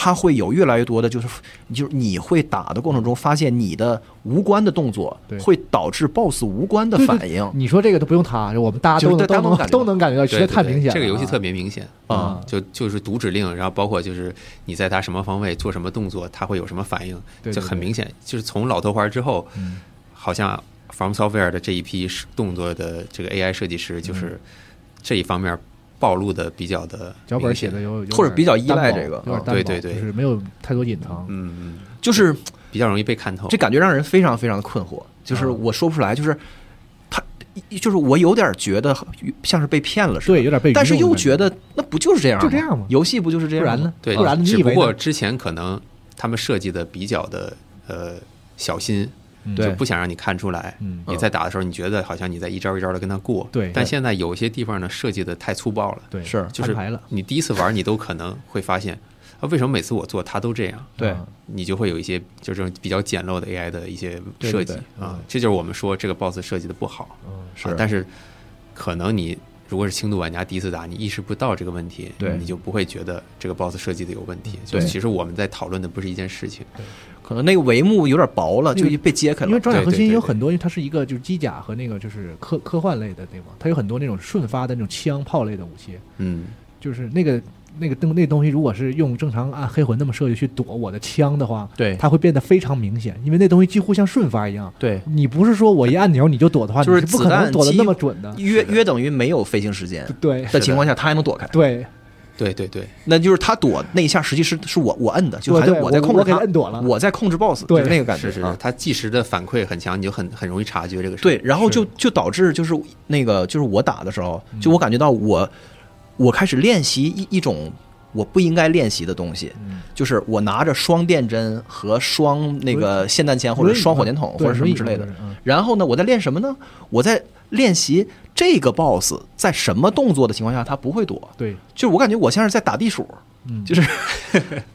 [SPEAKER 2] 它会有越来越多的，就是就是你会打的过程中，发现你的无关的动作
[SPEAKER 1] 对
[SPEAKER 2] 会导致 BOSS 无关的
[SPEAKER 1] 对对
[SPEAKER 2] 反应，
[SPEAKER 1] 你说这个都不用他，我们大家
[SPEAKER 2] 就是
[SPEAKER 1] 都能
[SPEAKER 2] 大家
[SPEAKER 1] 都能
[SPEAKER 2] 都能感觉
[SPEAKER 1] 都能感觉到，实
[SPEAKER 3] 对
[SPEAKER 1] 在
[SPEAKER 3] 对
[SPEAKER 1] 太
[SPEAKER 3] 对
[SPEAKER 1] 明显了啊。
[SPEAKER 3] 这个游戏特别明显
[SPEAKER 2] 啊
[SPEAKER 3] 就就是读指令，然后包括就是你在它什么方位做什么动作，它会有什么反应，
[SPEAKER 1] 对对
[SPEAKER 3] 就很
[SPEAKER 1] 对
[SPEAKER 3] 明显。就是从老头环之后，
[SPEAKER 1] 嗯
[SPEAKER 3] 好像 From Software 的这一批是动作的这个 AI 设计师，
[SPEAKER 1] 嗯
[SPEAKER 3] 就是这一方面暴露的比较的
[SPEAKER 1] 脚本
[SPEAKER 3] 明
[SPEAKER 1] 写
[SPEAKER 3] 显
[SPEAKER 1] 的有有点
[SPEAKER 2] 或者比较依
[SPEAKER 1] 单
[SPEAKER 2] 赖
[SPEAKER 1] 薄有
[SPEAKER 2] 这个
[SPEAKER 1] 点
[SPEAKER 2] 啊
[SPEAKER 1] 单薄
[SPEAKER 3] 对对对
[SPEAKER 1] 就是没有太多隐藏。
[SPEAKER 3] 嗯，嗯
[SPEAKER 2] 就是
[SPEAKER 3] 比较容易被看透。
[SPEAKER 2] 这感觉让人非常非常的困惑，就是
[SPEAKER 1] 哦啊
[SPEAKER 2] 我说不出来，就是他，就是我有点觉得像是被骗了似的，
[SPEAKER 1] 对，有点被愚弄的感觉，
[SPEAKER 2] 但是又觉得那不就是这样吗，
[SPEAKER 1] 就这样吗
[SPEAKER 2] 游戏不就是这
[SPEAKER 1] 不
[SPEAKER 2] 样吗？
[SPEAKER 1] 然呢？
[SPEAKER 3] 对，
[SPEAKER 1] 不然呢你
[SPEAKER 3] 只
[SPEAKER 1] 以
[SPEAKER 3] 不
[SPEAKER 1] 为
[SPEAKER 3] 过
[SPEAKER 1] 呢？
[SPEAKER 3] 之前可能他们设计的比较的呃小心，
[SPEAKER 1] 嗯
[SPEAKER 2] 对
[SPEAKER 3] 就不想让你看出来。
[SPEAKER 1] 嗯
[SPEAKER 3] 你在打的时候，你觉得好像你在一招一招的跟他过。
[SPEAKER 1] 对
[SPEAKER 3] 但现在有些地方呢，设计的太粗暴了。
[SPEAKER 1] 对，
[SPEAKER 2] 是
[SPEAKER 3] 就是
[SPEAKER 1] 摊牌了。
[SPEAKER 3] 你第一次玩，你都可能会发现，啊，为什么每次我做他都这样？
[SPEAKER 2] 对
[SPEAKER 1] 啊
[SPEAKER 3] 你就会有一些就这种比较简陋的 AI 的一些
[SPEAKER 2] 对
[SPEAKER 3] 设
[SPEAKER 2] 对
[SPEAKER 3] 计
[SPEAKER 2] 对
[SPEAKER 3] 啊
[SPEAKER 1] 嗯，
[SPEAKER 3] 这就是我们说这个 BOSS 设计的不好。
[SPEAKER 1] 嗯
[SPEAKER 2] 是
[SPEAKER 3] 啊但是可能你如果是轻度玩家第一次打，你意识不到这个问题，
[SPEAKER 2] 对嗯
[SPEAKER 3] 你就不会觉得这个 BOSS 设计的有问题。
[SPEAKER 2] 对
[SPEAKER 3] 就其实我们在讨论的不是一件事情，
[SPEAKER 2] 可能那个帷幕有点薄了，
[SPEAKER 1] 那
[SPEAKER 2] 就
[SPEAKER 1] 个
[SPEAKER 2] 一被揭开
[SPEAKER 1] 因为
[SPEAKER 2] 了。
[SPEAKER 1] 装甲
[SPEAKER 3] 对
[SPEAKER 1] 核
[SPEAKER 3] 对
[SPEAKER 1] 心
[SPEAKER 3] 对
[SPEAKER 1] 有
[SPEAKER 3] 对
[SPEAKER 1] 很多，因为它是一个就是机甲和那个就是科科幻类的对吗？它有很多那种瞬发的那种枪炮类的武器，
[SPEAKER 3] 嗯，
[SPEAKER 1] 就是那个那个东那东西，如果是用正常按黑魂那么设计去躲我的枪的话，
[SPEAKER 2] 对
[SPEAKER 1] 它会变得非常明显，因为那东西几乎像瞬发一样。
[SPEAKER 2] 对，
[SPEAKER 1] 你不是说我一按钮你就躲的话，
[SPEAKER 2] 就是
[SPEAKER 1] 你不可
[SPEAKER 2] 子
[SPEAKER 1] 能
[SPEAKER 2] 弹
[SPEAKER 1] 躲得
[SPEAKER 2] 几
[SPEAKER 1] 那
[SPEAKER 2] 乎
[SPEAKER 1] 么准的。
[SPEAKER 2] 约
[SPEAKER 3] 是的
[SPEAKER 2] 约等于没有飞行时间
[SPEAKER 1] 对 [LAUGHS]
[SPEAKER 2] 的情况下，他还能躲开。
[SPEAKER 1] 对，
[SPEAKER 3] 对对对，
[SPEAKER 2] 那就是他躲那一下，实际是是我我摁的，就
[SPEAKER 1] 对
[SPEAKER 2] 还是
[SPEAKER 1] 对
[SPEAKER 2] 在
[SPEAKER 1] 我
[SPEAKER 2] 控制
[SPEAKER 1] 我给
[SPEAKER 2] 他，
[SPEAKER 1] 他摁躲了
[SPEAKER 2] 我在控制 BOSS，
[SPEAKER 1] 对
[SPEAKER 2] 就是那个感觉
[SPEAKER 3] 是是
[SPEAKER 2] 啊
[SPEAKER 3] 是，它即时的反馈很强，你就很很容易察觉这个事。
[SPEAKER 2] 对，，然后就就导致就是那个就是我打的时候，
[SPEAKER 3] 嗯
[SPEAKER 2] 就我感觉到我我开始练习一一种我不应该练习的东西，
[SPEAKER 1] 嗯
[SPEAKER 2] 就是我拿着双电针和双那个霰弹枪或者双火箭筒或者什么之类的
[SPEAKER 1] 对轮椅嘛就是嗯。
[SPEAKER 2] 然后呢，我在练什么呢？我在练习这个 boss 在什么动作的情况下他不会躲，
[SPEAKER 1] 对，
[SPEAKER 2] 就是我感觉我像是在打地鼠，
[SPEAKER 1] 嗯，
[SPEAKER 2] 就是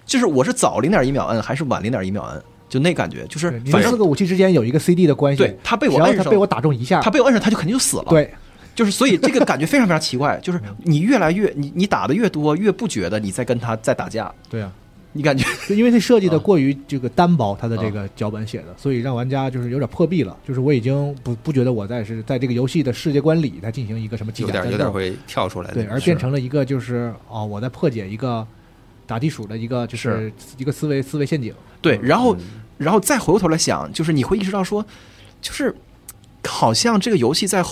[SPEAKER 2] 就是我是早零点一秒摁还是晚零点一秒摁，就那感觉，就是
[SPEAKER 1] 对你
[SPEAKER 2] 反
[SPEAKER 1] 们四
[SPEAKER 2] 正
[SPEAKER 1] 个武器之间有一个 CD 的关系，
[SPEAKER 2] 对他被我
[SPEAKER 1] 只要
[SPEAKER 2] 摁
[SPEAKER 1] 他
[SPEAKER 2] 上
[SPEAKER 1] 被我打中一下，
[SPEAKER 2] 他被我摁上他就肯定就死了。
[SPEAKER 1] 对
[SPEAKER 2] 就是
[SPEAKER 1] [LAUGHS]
[SPEAKER 2] 所以这个感觉非常非常奇怪，就是你越来越你你打的越多，越不觉得你在跟他在打架，
[SPEAKER 1] 对啊，
[SPEAKER 2] 你感觉
[SPEAKER 1] 就因为它设
[SPEAKER 3] 啊
[SPEAKER 1] 计的过于这个单薄，它的这个脚本写的，所以让玩家就是有点破壁了，就是我已经不不觉得我在是在这个游戏的世界观里在进行一个什么机
[SPEAKER 3] 有
[SPEAKER 1] 甲
[SPEAKER 3] 点
[SPEAKER 1] 战
[SPEAKER 3] 有点
[SPEAKER 1] 斗，
[SPEAKER 3] 会跳出来的，
[SPEAKER 1] 对，而变成了一个就是哦，我在破解一个打地鼠的一个就是一个思维思维陷阱，
[SPEAKER 2] 对，然后
[SPEAKER 1] 嗯
[SPEAKER 2] 然后再回过头来想，就是你会意识到说，就是好像这个游戏在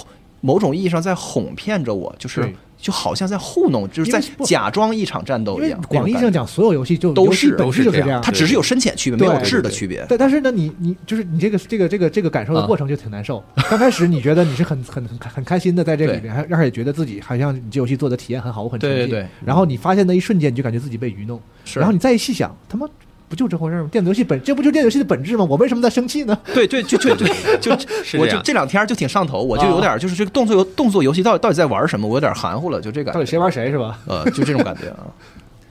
[SPEAKER 2] 某种意义上在哄骗着我，就是
[SPEAKER 1] 对
[SPEAKER 2] 就好像在糊弄，就是在
[SPEAKER 1] 因为不
[SPEAKER 2] 假装一场战
[SPEAKER 1] 因
[SPEAKER 2] 斗一
[SPEAKER 1] 为
[SPEAKER 2] 样。
[SPEAKER 1] 广义
[SPEAKER 2] 那
[SPEAKER 1] 上
[SPEAKER 2] 种感
[SPEAKER 1] 讲，所有游戏就
[SPEAKER 2] 都
[SPEAKER 1] 游戏
[SPEAKER 2] 是
[SPEAKER 1] 本
[SPEAKER 3] 都
[SPEAKER 1] 质
[SPEAKER 3] 是
[SPEAKER 1] 就是
[SPEAKER 3] 这样
[SPEAKER 2] 觉，
[SPEAKER 1] 样
[SPEAKER 2] 它。只是有深浅区别，没
[SPEAKER 1] 对
[SPEAKER 2] 有质的
[SPEAKER 3] 对对
[SPEAKER 2] 区别。
[SPEAKER 1] 但但是呢，你你就是你这个这个这个这个感受的
[SPEAKER 2] 啊
[SPEAKER 1] 过程就挺难受。刚开始你觉得你是很很很很开心的在这里面，还然后也觉得自己好像你这游戏做的体验很好，我很沉
[SPEAKER 2] 对
[SPEAKER 1] 浸。
[SPEAKER 2] 对对
[SPEAKER 1] 然后你发现的一瞬间，你就感觉自己被愚弄。
[SPEAKER 2] 是
[SPEAKER 1] 然后你再一细想，他妈不就这回事儿吗？电子游戏本这不就电子游戏的本质吗？我为什么在生气呢？
[SPEAKER 2] 对对，就就就就
[SPEAKER 3] 是
[SPEAKER 2] 我就
[SPEAKER 3] 这样哦
[SPEAKER 2] 这两天就挺上头，我就有点就是这个动作游动作游戏到底到底在玩什么，我有点含糊了，就这感
[SPEAKER 1] [LAUGHS] 到底
[SPEAKER 2] 觉。
[SPEAKER 1] 谁玩谁是 [LAUGHS] 吧？
[SPEAKER 2] 呃，就这种感觉啊。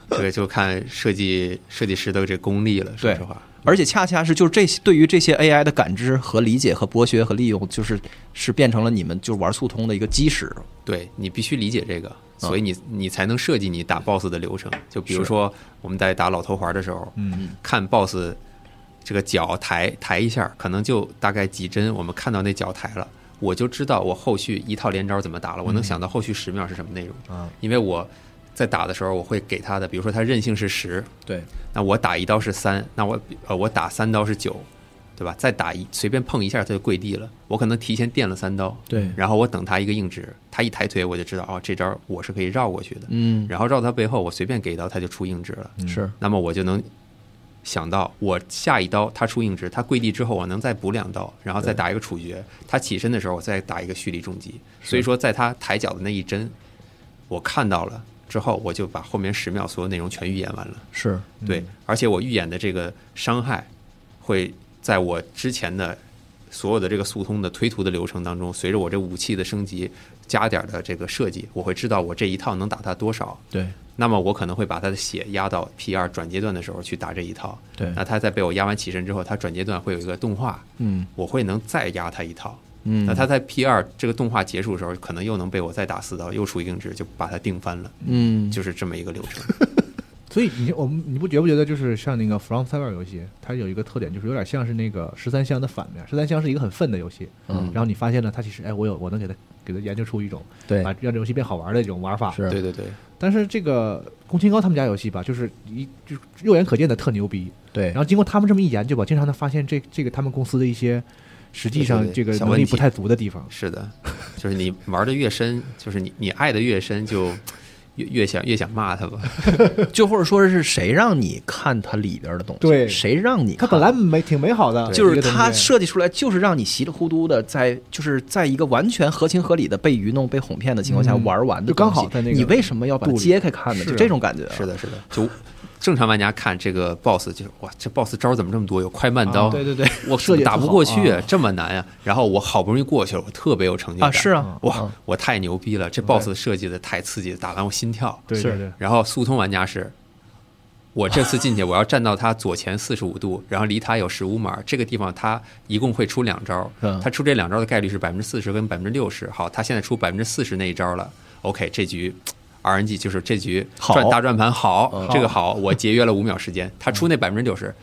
[SPEAKER 3] 这个就看设计设计师的这功力了。 [LAUGHS] 说
[SPEAKER 2] 对
[SPEAKER 3] 实话，
[SPEAKER 2] 而且恰恰是就是这些对于这些 AI 的感知和理解和剥削和利用，就是是变成了你们就是玩速通的一个基石。
[SPEAKER 3] 对你必须理解这个，所以你你才能设计你打 BOSS 的流程。就比如
[SPEAKER 2] 嗯是
[SPEAKER 3] 说我们在打老头环的时候，
[SPEAKER 1] 嗯，
[SPEAKER 3] 看 BOSS 这个脚抬抬一下，可能就大概几帧，我们看到那脚抬了，
[SPEAKER 2] 嗯
[SPEAKER 3] 我就知道我后续一套连招怎么打了，我能想到后续十秒是什么内容，
[SPEAKER 1] 啊，
[SPEAKER 3] 因为我在打的时候，我会给他的，比如说他韧性是十，
[SPEAKER 2] 对，
[SPEAKER 3] 那我打一刀是三，那我呃我打三刀是九，对吧？再打一随便碰一下他就跪地了，我可能提前垫了三刀，
[SPEAKER 2] 对
[SPEAKER 3] 然后我等他一个硬直，他一抬腿我就知道哦，这招我是可以绕过去的，
[SPEAKER 2] 嗯，
[SPEAKER 3] 然后绕到他背后，我随便给一刀他就出硬直了，
[SPEAKER 2] 是
[SPEAKER 3] 那么我就能想到我下一刀他出硬直，他跪地之后我能再补两刀，然后再打一个处决，他起身的时候我再打一个蓄力重击。所以说，在他抬脚的那一针，我看到了之后，我就把后面十秒所有内容全预演完了。
[SPEAKER 2] 是，
[SPEAKER 1] 嗯
[SPEAKER 3] 对，而且我预演的这个伤害会在我之前的所有的这个速通的推图的流程当中，随着我这武器的升级加点儿的这个设计，我会知道我这一套能打他多少。
[SPEAKER 2] 对
[SPEAKER 3] 那么我可能会把他的血压到 P 二转阶段的时候去打这一套。
[SPEAKER 2] 对
[SPEAKER 3] 那他在被我压完起身之后，他转阶段会有一个动画，
[SPEAKER 2] 嗯
[SPEAKER 3] 我会能再压他一套。
[SPEAKER 2] 嗯
[SPEAKER 3] 那他在 P 二这个动画结束的时候，可能又能被我再打四刀，又出一个硬直，就把他定翻了。
[SPEAKER 2] 嗯
[SPEAKER 3] 就是这么一个流程。
[SPEAKER 1] 所以你我们你不觉不觉得就是像那个 From Software 游戏，它有一个特点，就是有点像是那个十三香的反面。十三香是一个很愤的游戏，
[SPEAKER 2] 嗯
[SPEAKER 1] 然后你发现了它其实哎，我有我能给它给它研究出一种
[SPEAKER 2] 对
[SPEAKER 1] 把让这游戏变好玩的一种玩法。
[SPEAKER 2] 是
[SPEAKER 3] 啊对对对，
[SPEAKER 1] 但是这个宫崎英高他们家游戏吧，就是一就是肉眼可见的特牛逼，
[SPEAKER 2] 对 [LAUGHS]
[SPEAKER 1] 然后经过他们这么一研究吧，经常能发现这这个他们公司的一些实际上
[SPEAKER 3] 对对
[SPEAKER 1] 这个
[SPEAKER 3] 小
[SPEAKER 1] 能
[SPEAKER 3] 问
[SPEAKER 1] 力
[SPEAKER 3] 题
[SPEAKER 1] 不太足的地方。
[SPEAKER 3] 是的，就是你玩的越深，就是你你爱的越深，就越越想越想骂他吧。
[SPEAKER 2] 就或者说是谁让你看它里边的东西？
[SPEAKER 1] 对
[SPEAKER 2] 谁让你
[SPEAKER 1] 它
[SPEAKER 2] 看？
[SPEAKER 1] 本来没挺美好的，
[SPEAKER 2] 就是
[SPEAKER 1] 这个东西
[SPEAKER 2] 它设计出来，就是让你稀里糊涂的在，就是在一个完全合情合理的被愚弄、被哄骗的情况下
[SPEAKER 1] 嗯
[SPEAKER 2] 玩完
[SPEAKER 1] 就
[SPEAKER 2] 的东西，
[SPEAKER 1] 刚好在那个
[SPEAKER 2] 你为什么要把它
[SPEAKER 1] 肚里
[SPEAKER 2] 揭开看呢？
[SPEAKER 1] 是啊
[SPEAKER 2] 就这种感觉，
[SPEAKER 3] 是，的，是的，就正常玩家看这个 boss 就是哇，这 boss 招怎么这么多？有快慢刀，
[SPEAKER 1] 啊
[SPEAKER 2] 对对对，
[SPEAKER 3] 我
[SPEAKER 1] [LAUGHS] 设计得
[SPEAKER 3] 打不
[SPEAKER 1] 好
[SPEAKER 3] 过去，
[SPEAKER 1] 啊
[SPEAKER 3] 这么难呀、然后我好不容易过去了，我特别有成就感。嗯
[SPEAKER 2] 啊，是啊，
[SPEAKER 3] 哇
[SPEAKER 2] 啊，，
[SPEAKER 3] 我太牛逼了！这 boss 设计的太刺激了，打完我心跳。
[SPEAKER 1] 对对对，
[SPEAKER 3] 然后速通玩家是，我这次进去，我要站到他左前四十五度，然后离他有十五码，这个地方他一共会出两招
[SPEAKER 2] 嗯，
[SPEAKER 3] 他出这两招的概率是百分之四十跟百分之六十。好，他现在出百分之四十那一招了，OK，这局。RNG 就是这局
[SPEAKER 2] 好
[SPEAKER 3] 转大转盘好，
[SPEAKER 2] 嗯
[SPEAKER 3] 这个好，
[SPEAKER 2] [LAUGHS]
[SPEAKER 3] 我节约了五秒时间。他出那百分之九十，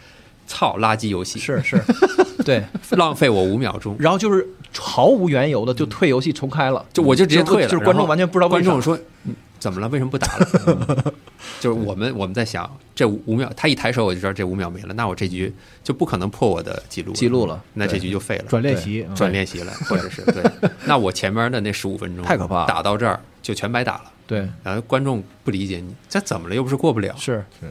[SPEAKER 3] 操，垃圾游戏，
[SPEAKER 2] 是是， [LAUGHS] 对，
[SPEAKER 3] 浪费我五秒钟。
[SPEAKER 2] 然后就是毫无缘由的就退游戏重开了，
[SPEAKER 3] 嗯就我就直接退了，
[SPEAKER 2] 就是观
[SPEAKER 3] 然
[SPEAKER 2] 众
[SPEAKER 3] 后
[SPEAKER 2] 完全不知道为
[SPEAKER 3] 观
[SPEAKER 2] 啥
[SPEAKER 3] 众说嗯怎么了，为什么不打了？
[SPEAKER 2] [LAUGHS]
[SPEAKER 3] 就是我们我们在想，这五五秒，他一抬手我就知道这五秒没了，那我这局就不可能破我的记录
[SPEAKER 2] 记录了
[SPEAKER 3] 那这
[SPEAKER 2] 对
[SPEAKER 3] 局就废了，
[SPEAKER 1] 转练习，嗯
[SPEAKER 3] 转练习了，或者是对，那我前面的那十五分钟
[SPEAKER 2] 太可怕了
[SPEAKER 3] 打到这儿就全白打了。
[SPEAKER 2] 对，
[SPEAKER 3] 然后观众不理解你，这怎么了？又不是过不了，
[SPEAKER 2] 是
[SPEAKER 1] 是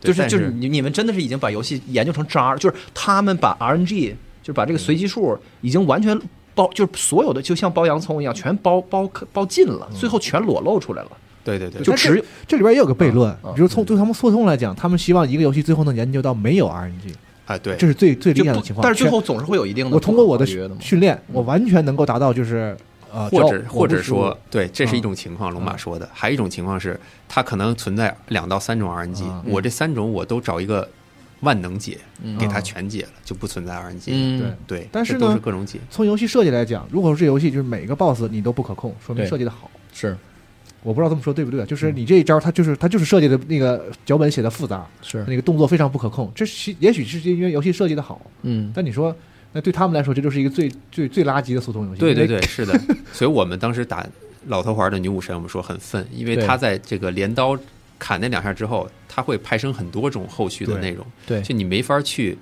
[SPEAKER 3] 对
[SPEAKER 2] 就是
[SPEAKER 3] 但
[SPEAKER 2] 就是是你你们真的是已经把游戏研究成渣儿，就是他们把 RNG 就是把这个随机数已经完全包，就是所有的就像包洋葱一样全包包包尽了，
[SPEAKER 3] 嗯
[SPEAKER 2] 最后全裸露出来了，
[SPEAKER 3] 对对对，
[SPEAKER 2] 就
[SPEAKER 1] 但
[SPEAKER 2] 只有
[SPEAKER 1] 这里边也有个悖论
[SPEAKER 2] 嗯，嗯
[SPEAKER 1] 比如从对他们速通来讲，他们希望一个游戏最后能研究到没有 RNG，
[SPEAKER 3] 啊对，
[SPEAKER 1] 这是最最
[SPEAKER 2] 就
[SPEAKER 1] 理想的
[SPEAKER 2] 不
[SPEAKER 1] 情，况。
[SPEAKER 2] 但是最后总是会有一定
[SPEAKER 1] 全
[SPEAKER 2] 的
[SPEAKER 1] 我通过我的
[SPEAKER 2] 不可或缺嘛
[SPEAKER 1] 训练，我完全能够达到就是
[SPEAKER 2] 嗯
[SPEAKER 1] 呃，
[SPEAKER 3] 或
[SPEAKER 1] 只
[SPEAKER 3] 者
[SPEAKER 1] 要
[SPEAKER 3] 或
[SPEAKER 1] 我
[SPEAKER 3] 者
[SPEAKER 1] 不输
[SPEAKER 3] 说，对，这是一
[SPEAKER 1] 嗯
[SPEAKER 3] 种情况。龙马说的，还有一种情况是，它可能存在两到三种 RNG，
[SPEAKER 1] 嗯
[SPEAKER 3] 我这三种我都找一个万能解
[SPEAKER 2] 嗯，
[SPEAKER 3] 给它全解了，就不存在 RNG。
[SPEAKER 2] 嗯
[SPEAKER 1] 对
[SPEAKER 3] 对，
[SPEAKER 1] 但
[SPEAKER 3] 这
[SPEAKER 1] 是
[SPEAKER 3] 都
[SPEAKER 1] 呢
[SPEAKER 3] 是各种解。
[SPEAKER 1] 从游戏设计来讲，如果说这游戏就是每个 BOSS 你都不可控，说明
[SPEAKER 2] 对
[SPEAKER 1] 设计的好。
[SPEAKER 3] 嗯
[SPEAKER 2] 是
[SPEAKER 1] 我不知道这么说对不对啊，就是你这一招，它就是它就是设计的那个脚本写的复杂，
[SPEAKER 2] 是
[SPEAKER 1] 那个动作非常不可控。这是也许是因为游戏设计的好，
[SPEAKER 2] 嗯
[SPEAKER 1] 但你说那对他们来说，这就是一个最最最垃圾的速通游戏。
[SPEAKER 3] 对对
[SPEAKER 1] 因为
[SPEAKER 3] 对，
[SPEAKER 1] [LAUGHS]
[SPEAKER 3] 是的。所以我们当时打老头环的女武神，我们说很愤，因为
[SPEAKER 2] 对
[SPEAKER 3] 她在这个镰刀砍那两下之后，她会派生很多种后续的
[SPEAKER 1] 对
[SPEAKER 3] 内容，
[SPEAKER 2] 对
[SPEAKER 3] 就你没法去，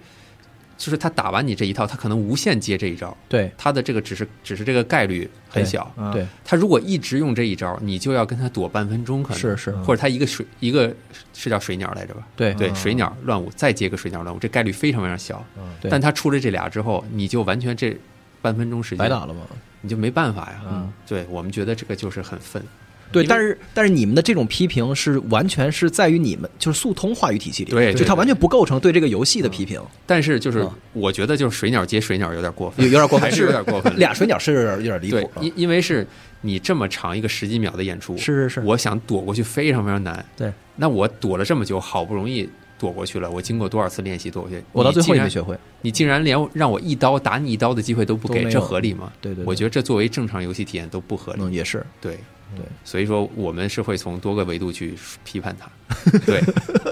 [SPEAKER 3] 就是她打完你这一套，她可能无限接这一招，
[SPEAKER 2] 对
[SPEAKER 3] 她的这个只是只是这个概率很
[SPEAKER 2] 对
[SPEAKER 3] 小。
[SPEAKER 1] 啊，
[SPEAKER 3] 他如果一直用这一招，你就要跟他躲半分钟，可能
[SPEAKER 2] 是是
[SPEAKER 3] 或者他一个水一个是叫水鸟来着吧？
[SPEAKER 2] 对
[SPEAKER 3] 嗯对，
[SPEAKER 1] 嗯
[SPEAKER 3] 水鸟乱舞，再接个水鸟乱舞，这概率非常非常小。
[SPEAKER 1] 嗯
[SPEAKER 2] 对
[SPEAKER 3] 但他出了这俩之后，你就完全这半分钟时间，
[SPEAKER 2] 了嘛。
[SPEAKER 3] 你就没办法呀。
[SPEAKER 1] 嗯
[SPEAKER 3] 对我们觉得这个就是很愤，
[SPEAKER 2] 对，
[SPEAKER 3] 因为
[SPEAKER 2] 但是但是你们的这种批评是完全是在于你们就是速通话语体系里，
[SPEAKER 3] 对
[SPEAKER 2] 就
[SPEAKER 3] 对
[SPEAKER 2] 它
[SPEAKER 3] 对
[SPEAKER 2] 完全不构成对这个游戏的批评，
[SPEAKER 3] 但是就是
[SPEAKER 2] 嗯
[SPEAKER 3] 我觉得就是水鸟接水鸟有点过分，
[SPEAKER 2] 有有点过分，
[SPEAKER 3] 还是有点过分。
[SPEAKER 2] 俩水鸟是有点有点离
[SPEAKER 3] 对
[SPEAKER 2] 谱，啊，
[SPEAKER 3] 因因为是你这么长一个十几秒的演出，
[SPEAKER 2] 是是是，
[SPEAKER 3] 我想躲过去非常非常难。
[SPEAKER 2] 对，
[SPEAKER 3] 那我躲了这么久，好不容易躲过去了，我经过多少次练习躲过去？
[SPEAKER 2] 我到最后也
[SPEAKER 3] 你竟
[SPEAKER 2] 没
[SPEAKER 3] 然
[SPEAKER 2] 学会，
[SPEAKER 3] 你竟然连让我一刀打你一刀的机会都不
[SPEAKER 2] 都
[SPEAKER 3] 给，
[SPEAKER 2] 没有
[SPEAKER 3] 这合理吗？
[SPEAKER 2] 对对对
[SPEAKER 3] 我觉得这作为正常游戏体验都不合理。
[SPEAKER 2] 嗯，也是，
[SPEAKER 3] 对
[SPEAKER 2] 对，
[SPEAKER 3] 所以说我们是会从多个维度去批判
[SPEAKER 2] [LAUGHS]
[SPEAKER 3] 它。对，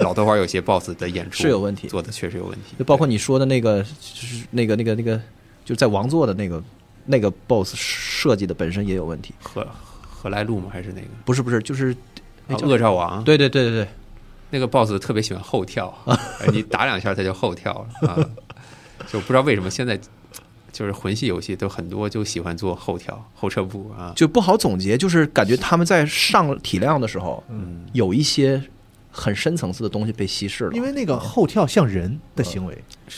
[SPEAKER 3] 老头花有些 BOSS 的演出
[SPEAKER 2] 是有问题
[SPEAKER 3] 做的确实有问题，
[SPEAKER 2] 就包括
[SPEAKER 3] 对
[SPEAKER 2] 你说的那个，就是那个那个那个，就是在王座的那个那个 BOSS 设计的本身也有问题，
[SPEAKER 3] 何何来路吗？还是那个啊
[SPEAKER 2] 不是不是，就是那叫
[SPEAKER 3] 恶兆王，
[SPEAKER 2] 对对对对对，
[SPEAKER 3] 那个 boss 特别喜欢后
[SPEAKER 2] [LAUGHS]
[SPEAKER 3] 跳，哎你打两下他就后跳了啊，就不知道为什么现在就是魂系游戏都很多就喜欢做后跳后撤步啊，
[SPEAKER 2] 就不好总结，就是感觉他们在上体量的时候，
[SPEAKER 3] 嗯，
[SPEAKER 2] 有一些很深层次的东西被稀释了。
[SPEAKER 1] 因为那个后跳像人的行为，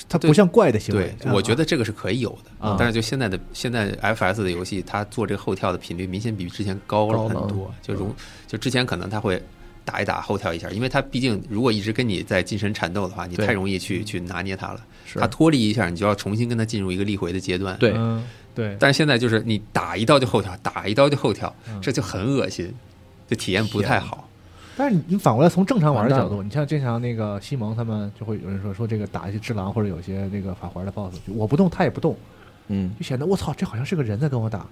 [SPEAKER 1] 它
[SPEAKER 3] 呃对
[SPEAKER 1] 不像怪的行为
[SPEAKER 3] 对。，
[SPEAKER 1] 啊
[SPEAKER 3] 我觉得这个是可以有的
[SPEAKER 1] 啊，
[SPEAKER 3] 但是就现在的现在 FS 的游戏，它做这个后跳的频率明显比之前高了
[SPEAKER 2] 高
[SPEAKER 3] 很
[SPEAKER 2] 了
[SPEAKER 3] 多，就容就之前可能它会。打一打后跳一下，因为它毕竟如果一直跟你在近身缠斗的话，你
[SPEAKER 2] 对
[SPEAKER 3] 太容易去去拿捏它了。
[SPEAKER 2] 是
[SPEAKER 3] 它脱离一下，你就要重新跟它进入一个立回的阶段。
[SPEAKER 2] 对
[SPEAKER 1] 嗯对，
[SPEAKER 3] 但是现在就是你打一刀就后跳，打一刀就后跳
[SPEAKER 1] 嗯，
[SPEAKER 3] 这就很恶心，就体验不太好。
[SPEAKER 1] 但是你反过来从正常玩的角
[SPEAKER 2] 完蛋
[SPEAKER 1] 度，你像经常那个西蒙他们就会有人说说这个打一些只狼或者有些那个法环的 BOSS，就我不动他也不动，
[SPEAKER 2] 嗯，
[SPEAKER 1] 就显得我操，这好像是个人在跟我
[SPEAKER 2] [LAUGHS]
[SPEAKER 1] 打。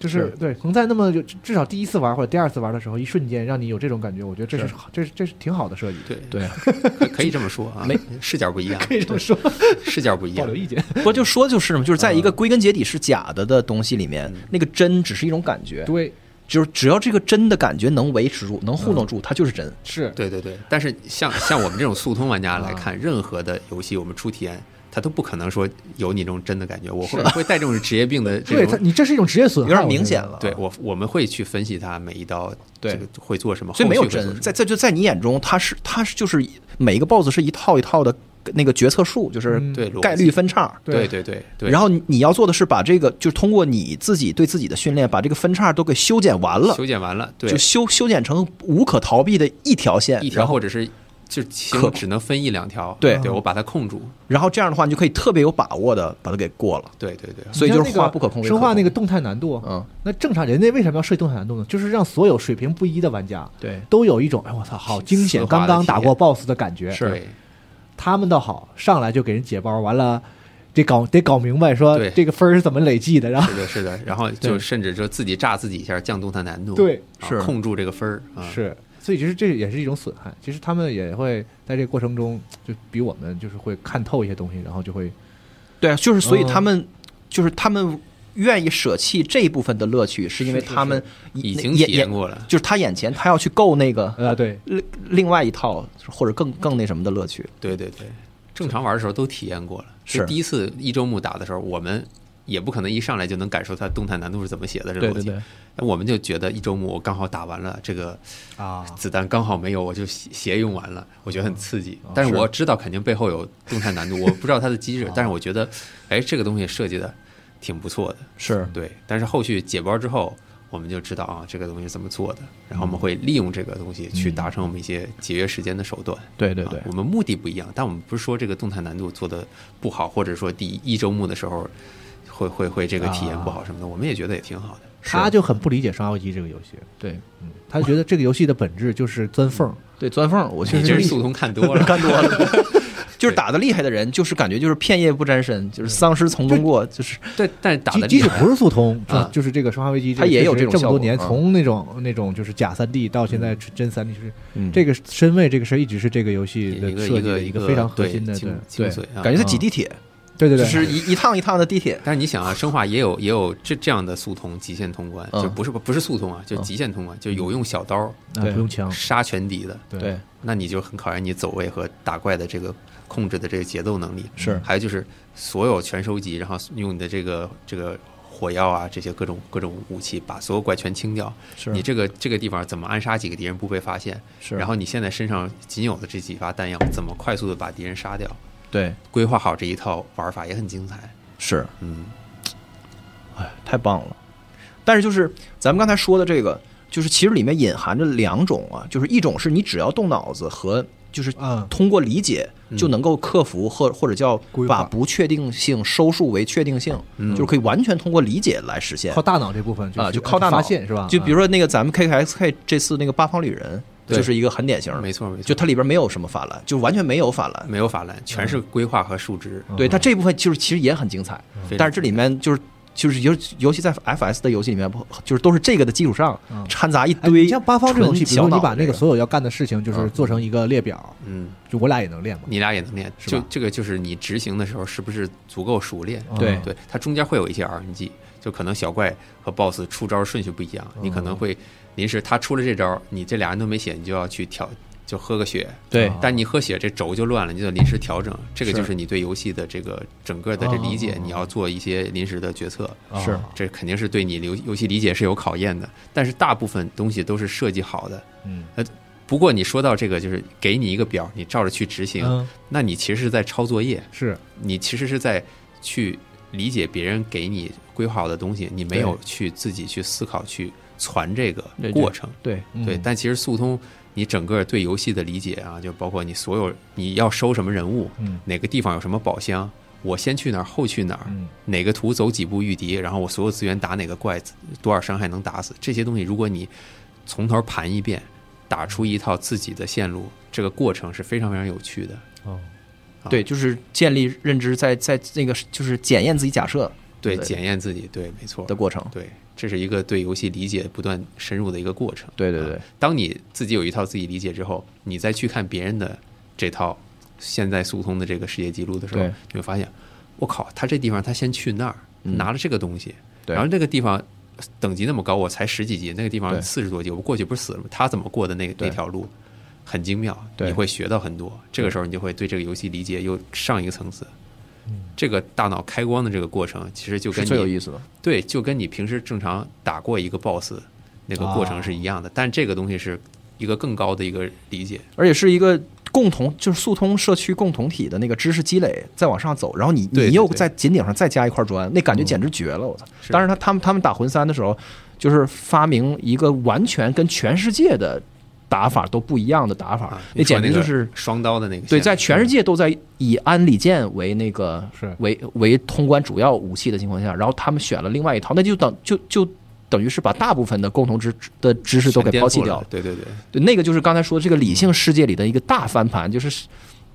[SPEAKER 1] 就是
[SPEAKER 2] 是
[SPEAKER 1] 对，可能在那么就至少第一次玩或者第二次玩的时候，一瞬间让你有这种感觉，我觉得这是
[SPEAKER 2] 是
[SPEAKER 1] 好这是这是挺好的设计，
[SPEAKER 3] 对
[SPEAKER 2] 对。
[SPEAKER 3] 可可以这么说啊，没视角不一样，
[SPEAKER 1] 可以这么说，
[SPEAKER 3] 视角不一
[SPEAKER 1] 保
[SPEAKER 3] 样
[SPEAKER 1] 留。意见。
[SPEAKER 2] 不就说就是嘛，就是在一个归根结底是假的的东西里面，那个真只是一种感觉，
[SPEAKER 1] 对，
[SPEAKER 2] 就是只要这个真的感觉能维持住，能糊弄住，它就是真。
[SPEAKER 1] 是
[SPEAKER 3] 对对对，但是像像我们这种速通玩家来看，任何的游戏我们初体验，它都不可能说有你这种真的感觉。我会会带这种职业病的这
[SPEAKER 1] 对，他
[SPEAKER 3] 种，
[SPEAKER 1] 你这是一种职业损
[SPEAKER 2] 有
[SPEAKER 1] 害，我
[SPEAKER 2] 点
[SPEAKER 1] 觉得
[SPEAKER 2] 明显了
[SPEAKER 3] 对我我们会去分析它每一刀
[SPEAKER 2] 对
[SPEAKER 3] 这个会做什么，
[SPEAKER 2] 所以没有
[SPEAKER 3] 后续会做
[SPEAKER 2] 真，
[SPEAKER 3] 什么
[SPEAKER 2] 在在就在你眼中，它是它是就是每一个 BOSS 是一套一套的那个决策术，就是
[SPEAKER 1] 嗯
[SPEAKER 3] 对逻辑
[SPEAKER 2] 概率分叉。
[SPEAKER 3] 对对对对，
[SPEAKER 2] 然
[SPEAKER 3] 后
[SPEAKER 2] 后你你要做的是把这个，就是通过你自己对自己的训练，把这个分叉都给修剪完了，
[SPEAKER 3] 修剪完了，对
[SPEAKER 2] 就，修修剪成无可逃避的一条线，
[SPEAKER 3] 一条
[SPEAKER 2] 然后
[SPEAKER 3] 或者是就其实
[SPEAKER 2] 可
[SPEAKER 3] 只能分一两条，
[SPEAKER 2] 对
[SPEAKER 3] 对我把它控住，
[SPEAKER 2] 然后这样的话，你就可以特别有把握的把它给过了。
[SPEAKER 3] 对对对，
[SPEAKER 2] 所以
[SPEAKER 1] 你像
[SPEAKER 2] 就是
[SPEAKER 1] 那个
[SPEAKER 2] 化不可控为可
[SPEAKER 1] 生化
[SPEAKER 2] 控
[SPEAKER 1] 那个动态难度，
[SPEAKER 2] 嗯，
[SPEAKER 1] 那正常人类为什么要设计动态难度呢？就是让所有水平不一的玩家
[SPEAKER 2] 对，
[SPEAKER 1] 都有一种哎我操好惊险，
[SPEAKER 3] 丝滑
[SPEAKER 1] 刚
[SPEAKER 3] 的
[SPEAKER 1] 刚打
[SPEAKER 3] 体
[SPEAKER 1] 过
[SPEAKER 3] 验
[SPEAKER 1] BOSS 的感觉。
[SPEAKER 2] 是
[SPEAKER 3] 对
[SPEAKER 1] 他们倒好，上来就给人解包，完了得搞得搞明白说
[SPEAKER 3] 对
[SPEAKER 1] 这个分儿是怎么累计的，然后
[SPEAKER 3] 是的，是的，然后就甚至就自己炸自己一下，降动它难度，
[SPEAKER 1] 对
[SPEAKER 3] 啊
[SPEAKER 2] 是
[SPEAKER 3] 控住这个分儿啊，
[SPEAKER 1] 是，所以其实这也是一种损害。其实他们也会在这个过程中，就比我们就是会看透一些东西，然后就会
[SPEAKER 2] 对啊，就是所以
[SPEAKER 1] 嗯
[SPEAKER 2] 他们、就是他们愿意舍弃这一部分的乐趣，是因为
[SPEAKER 1] 是是
[SPEAKER 2] 他们
[SPEAKER 3] 已经
[SPEAKER 2] 眼
[SPEAKER 3] 体验
[SPEAKER 2] 眼
[SPEAKER 3] 过嗯了。
[SPEAKER 2] 就是他眼前他要去够那个
[SPEAKER 1] 呃对，
[SPEAKER 2] 另另外一套或者更更那什么的乐趣。
[SPEAKER 3] 对对对，正常玩的时候都体验过了。
[SPEAKER 2] 是
[SPEAKER 3] 就第一次一周目打的时候，我们也不可能一上来就能感受它动态难度是怎么写的这个逻辑。，那我们就觉得一周目我刚好打完了，这个
[SPEAKER 1] 啊，
[SPEAKER 3] 子弹刚好没有，我就斜斜用完了，我觉得很刺激。但哦是我哦知道肯定背后有动态 [LAUGHS] 难度，我不知道它的机制，但是我觉得，哎，这个东西设计的挺不错的。
[SPEAKER 2] 是
[SPEAKER 3] 对，但是后续解包之后，我们就知道啊，这个东西是怎么做的，然后我们会利用这个东西去达成我们一些节约时间的手段。
[SPEAKER 2] 对对
[SPEAKER 3] 啊
[SPEAKER 2] 对
[SPEAKER 3] 我们目的不一样，但我们不是说这个动态难度做的不好，或者说第一一周目的时候会会会这个体验不好什么的，我们也觉得也挺好的。
[SPEAKER 1] 他就很不理解《生化危机》这个游戏，
[SPEAKER 2] 对
[SPEAKER 1] 嗯，他觉得这个游戏的本质就是钻缝儿，
[SPEAKER 2] 对，钻缝儿，我确
[SPEAKER 3] 你
[SPEAKER 2] 实
[SPEAKER 3] 这是速通看多了， [LAUGHS] 看多了。
[SPEAKER 2] 就是打的厉害的人，就是感觉就是片叶不沾身，就是丧尸从中过，就是
[SPEAKER 3] 对，但是打
[SPEAKER 1] 即
[SPEAKER 3] 的
[SPEAKER 1] 即使不
[SPEAKER 3] 是
[SPEAKER 1] 是速通，就
[SPEAKER 3] 啊
[SPEAKER 1] 就是这个《生化危机》，
[SPEAKER 2] 它也有
[SPEAKER 1] 这
[SPEAKER 2] 这
[SPEAKER 1] 个
[SPEAKER 2] 种
[SPEAKER 1] 确实这么多
[SPEAKER 2] 效果
[SPEAKER 1] 年，
[SPEAKER 2] 啊嗯
[SPEAKER 1] 从那种那种就是假三 D 到现在真三 D，就是这
[SPEAKER 2] 个
[SPEAKER 1] 个身位这个事儿一直是这个游戏
[SPEAKER 3] 一
[SPEAKER 1] 的
[SPEAKER 3] 个
[SPEAKER 1] 设
[SPEAKER 3] 一
[SPEAKER 1] 计的
[SPEAKER 3] 个
[SPEAKER 1] 一
[SPEAKER 3] 个
[SPEAKER 1] 非常核
[SPEAKER 3] 对
[SPEAKER 1] 心的对
[SPEAKER 3] 精精
[SPEAKER 2] 对
[SPEAKER 3] 髓啊，
[SPEAKER 2] 感觉他挤地铁，
[SPEAKER 1] 对对
[SPEAKER 2] 就
[SPEAKER 1] 对，
[SPEAKER 2] 是一一趟一趟的地铁。
[SPEAKER 3] 但是你想啊，生化也有也有这这样的速通极限通关，
[SPEAKER 2] 嗯
[SPEAKER 3] 就不是不是速通啊，就极限通关，就有用小刀
[SPEAKER 1] 那
[SPEAKER 2] 对
[SPEAKER 1] 啊不用枪，
[SPEAKER 3] 杀全敌的，
[SPEAKER 1] 嗯对
[SPEAKER 2] 对，
[SPEAKER 3] 那你就很考验你走位和打怪的这个控制的这个节奏能力。
[SPEAKER 2] 是
[SPEAKER 3] 还有就是所有全收集，然后用你的这个这个火药啊，这些各种各种武器，把所有怪全清掉。
[SPEAKER 2] 是
[SPEAKER 3] 你这个这个地方怎么暗杀几个敌人不被发现？
[SPEAKER 2] 是
[SPEAKER 3] 然后你现在身上仅有的这几发弹药，怎么快速的把敌人杀掉？
[SPEAKER 2] 对
[SPEAKER 3] 规划好这一套玩法也很精彩。
[SPEAKER 2] 是，
[SPEAKER 3] 嗯，
[SPEAKER 2] 哎，太棒了！但是就是咱们刚才说的这个，就是其实里面隐含着两种啊，就是一种是你只要动脑子和就是
[SPEAKER 3] 啊
[SPEAKER 1] 嗯
[SPEAKER 2] 通过理解就能够克服或或者叫
[SPEAKER 1] 规划
[SPEAKER 2] 把不确定性收束为确定性，
[SPEAKER 3] 嗯
[SPEAKER 2] 就是可以完全通过理解来实现
[SPEAKER 1] 靠大脑这部分
[SPEAKER 2] 啊，
[SPEAKER 1] 就
[SPEAKER 2] 就靠大脑
[SPEAKER 1] 发现是吧？啊
[SPEAKER 2] 就比如说那个咱们 KKXK 这次那个八方旅人，
[SPEAKER 3] 对
[SPEAKER 2] 就是一个很典型的
[SPEAKER 3] 没，错没错，
[SPEAKER 2] 就它里边没有什么法兰，就完全没有法兰。
[SPEAKER 3] 没有法兰，全是规划和数值。
[SPEAKER 1] 嗯
[SPEAKER 2] 对，它这部分就是其实也很精彩，
[SPEAKER 3] 非常
[SPEAKER 2] 但是这里面就是就是尤尤其在 FS 的游戏里面，不就是都是这个的基础上
[SPEAKER 1] 嗯
[SPEAKER 2] 掺杂一
[SPEAKER 1] 哎
[SPEAKER 2] 堆
[SPEAKER 1] 你像八方这种游戏，比
[SPEAKER 2] 纯
[SPEAKER 1] 如说
[SPEAKER 2] 小脑
[SPEAKER 1] 你把
[SPEAKER 2] 的
[SPEAKER 1] 那个
[SPEAKER 2] 这
[SPEAKER 1] 所有要干的事情，就是
[SPEAKER 2] 嗯
[SPEAKER 1] 做成一个列表，
[SPEAKER 3] 嗯，
[SPEAKER 1] 就我俩也能练嘛。
[SPEAKER 3] 你俩也能练，
[SPEAKER 1] 是吧
[SPEAKER 3] 就这个就是你执行的时候是不是足够熟练？
[SPEAKER 2] 对
[SPEAKER 3] 对，它中间会有一些 RNG，就可能小怪和 BOSS 出招顺序不一样，你可能会临时他出了这招，你这俩人都没血，你就要去调，就喝个血。
[SPEAKER 4] 对
[SPEAKER 1] 啊
[SPEAKER 3] 但你喝血，这轴就乱了，你就得临时调整。这个
[SPEAKER 2] 哦是
[SPEAKER 3] 就是你对游戏的这个整个的这理解
[SPEAKER 1] 哦，
[SPEAKER 3] 你要做一些临时的决策，
[SPEAKER 2] 是
[SPEAKER 1] 啊
[SPEAKER 3] 这肯定是对你游游戏理解是有考验的。但是大部分东西都是设计好的。
[SPEAKER 1] 嗯，
[SPEAKER 3] 不过你说到这个，就是给你一个表，你照着去执
[SPEAKER 1] 嗯
[SPEAKER 3] 行，那你其实是在抄作业。
[SPEAKER 1] 是
[SPEAKER 3] 你其实是在去理解别人给你规划好的东西，你没有去自己去思考去传这个
[SPEAKER 4] 对对
[SPEAKER 3] 过程。
[SPEAKER 4] 对，
[SPEAKER 1] 嗯
[SPEAKER 3] 对，但其实速通你整个对游戏的理解啊，就包括你所有你要收什么人物，
[SPEAKER 1] 嗯
[SPEAKER 3] 哪个地方有什么宝箱，我先去哪儿，后去哪儿，
[SPEAKER 1] 嗯
[SPEAKER 3] 哪个图走几步御敌，然后我所有资源打哪个怪，多少伤害能打死，这些东西如果你从头盘一遍，打出一套自己的线路，这个过程是非常非常有趣的。
[SPEAKER 1] 哦
[SPEAKER 3] 啊
[SPEAKER 2] 对，就是建立认知在，在那个就是检验自己假设
[SPEAKER 3] 对，
[SPEAKER 2] 对
[SPEAKER 3] 检验自己，对，没错
[SPEAKER 2] 的过程。
[SPEAKER 3] 对，这是一个对游戏理解不断深入的一个过程。
[SPEAKER 4] 对对对，
[SPEAKER 1] 啊
[SPEAKER 3] 当你自己有一套自己理解之后，你再去看别人的这套现在速通的这个世界纪录的时候，
[SPEAKER 4] 对
[SPEAKER 3] 你会发现，我靠，他这地方他先去那儿、
[SPEAKER 4] 嗯
[SPEAKER 3] 拿了这个东西，
[SPEAKER 4] 对
[SPEAKER 3] 然后那个地方等级那么高，我才十几级，那个地方
[SPEAKER 4] 对
[SPEAKER 3] 四十多级，我过去不是死了吗？他怎么过的那
[SPEAKER 4] 对
[SPEAKER 3] 那条路？很精妙，
[SPEAKER 4] 对
[SPEAKER 3] 你会学到很多。这个时候，你就会对这个游戏理解又上一个层次。这个大脑开光的这个过程，其实就跟
[SPEAKER 4] 嗯是
[SPEAKER 3] 你
[SPEAKER 4] 最有意思的。
[SPEAKER 3] 对，就跟你平时正常打过一个 BOSS 那个过程是一样
[SPEAKER 2] 啊
[SPEAKER 3] 的，但这个东西是一个更高的一个理解。
[SPEAKER 2] 而且是一个共同，就是速通社区共同体的那个知识积累再往上走，然后你
[SPEAKER 3] 对
[SPEAKER 2] 你又
[SPEAKER 3] 对嗯
[SPEAKER 2] 在顶顶上再加一块砖，那感觉简直绝了！我操！
[SPEAKER 3] 是
[SPEAKER 2] 当然他他们他们打魂三的时候，就是发明一个完全跟全世界的打法都不一样的打法
[SPEAKER 3] 啊，，
[SPEAKER 2] 那
[SPEAKER 3] 你说
[SPEAKER 2] 简直
[SPEAKER 3] 个嗯
[SPEAKER 2] 就是
[SPEAKER 3] 双刀的那个线。
[SPEAKER 2] 对，在全世界都在以安礼剑为那个
[SPEAKER 1] 是
[SPEAKER 2] 为为通关主要武器的情况下，然后他们选了另外一套，那就等就就等于是把大部分的共同知的知识都
[SPEAKER 3] 全
[SPEAKER 2] 给
[SPEAKER 3] 颠
[SPEAKER 2] 抛弃
[SPEAKER 3] 覆
[SPEAKER 2] 掉
[SPEAKER 3] 了。。对对对，
[SPEAKER 2] 对，那个就是刚才说这个理性世界里的一个大翻盘，就是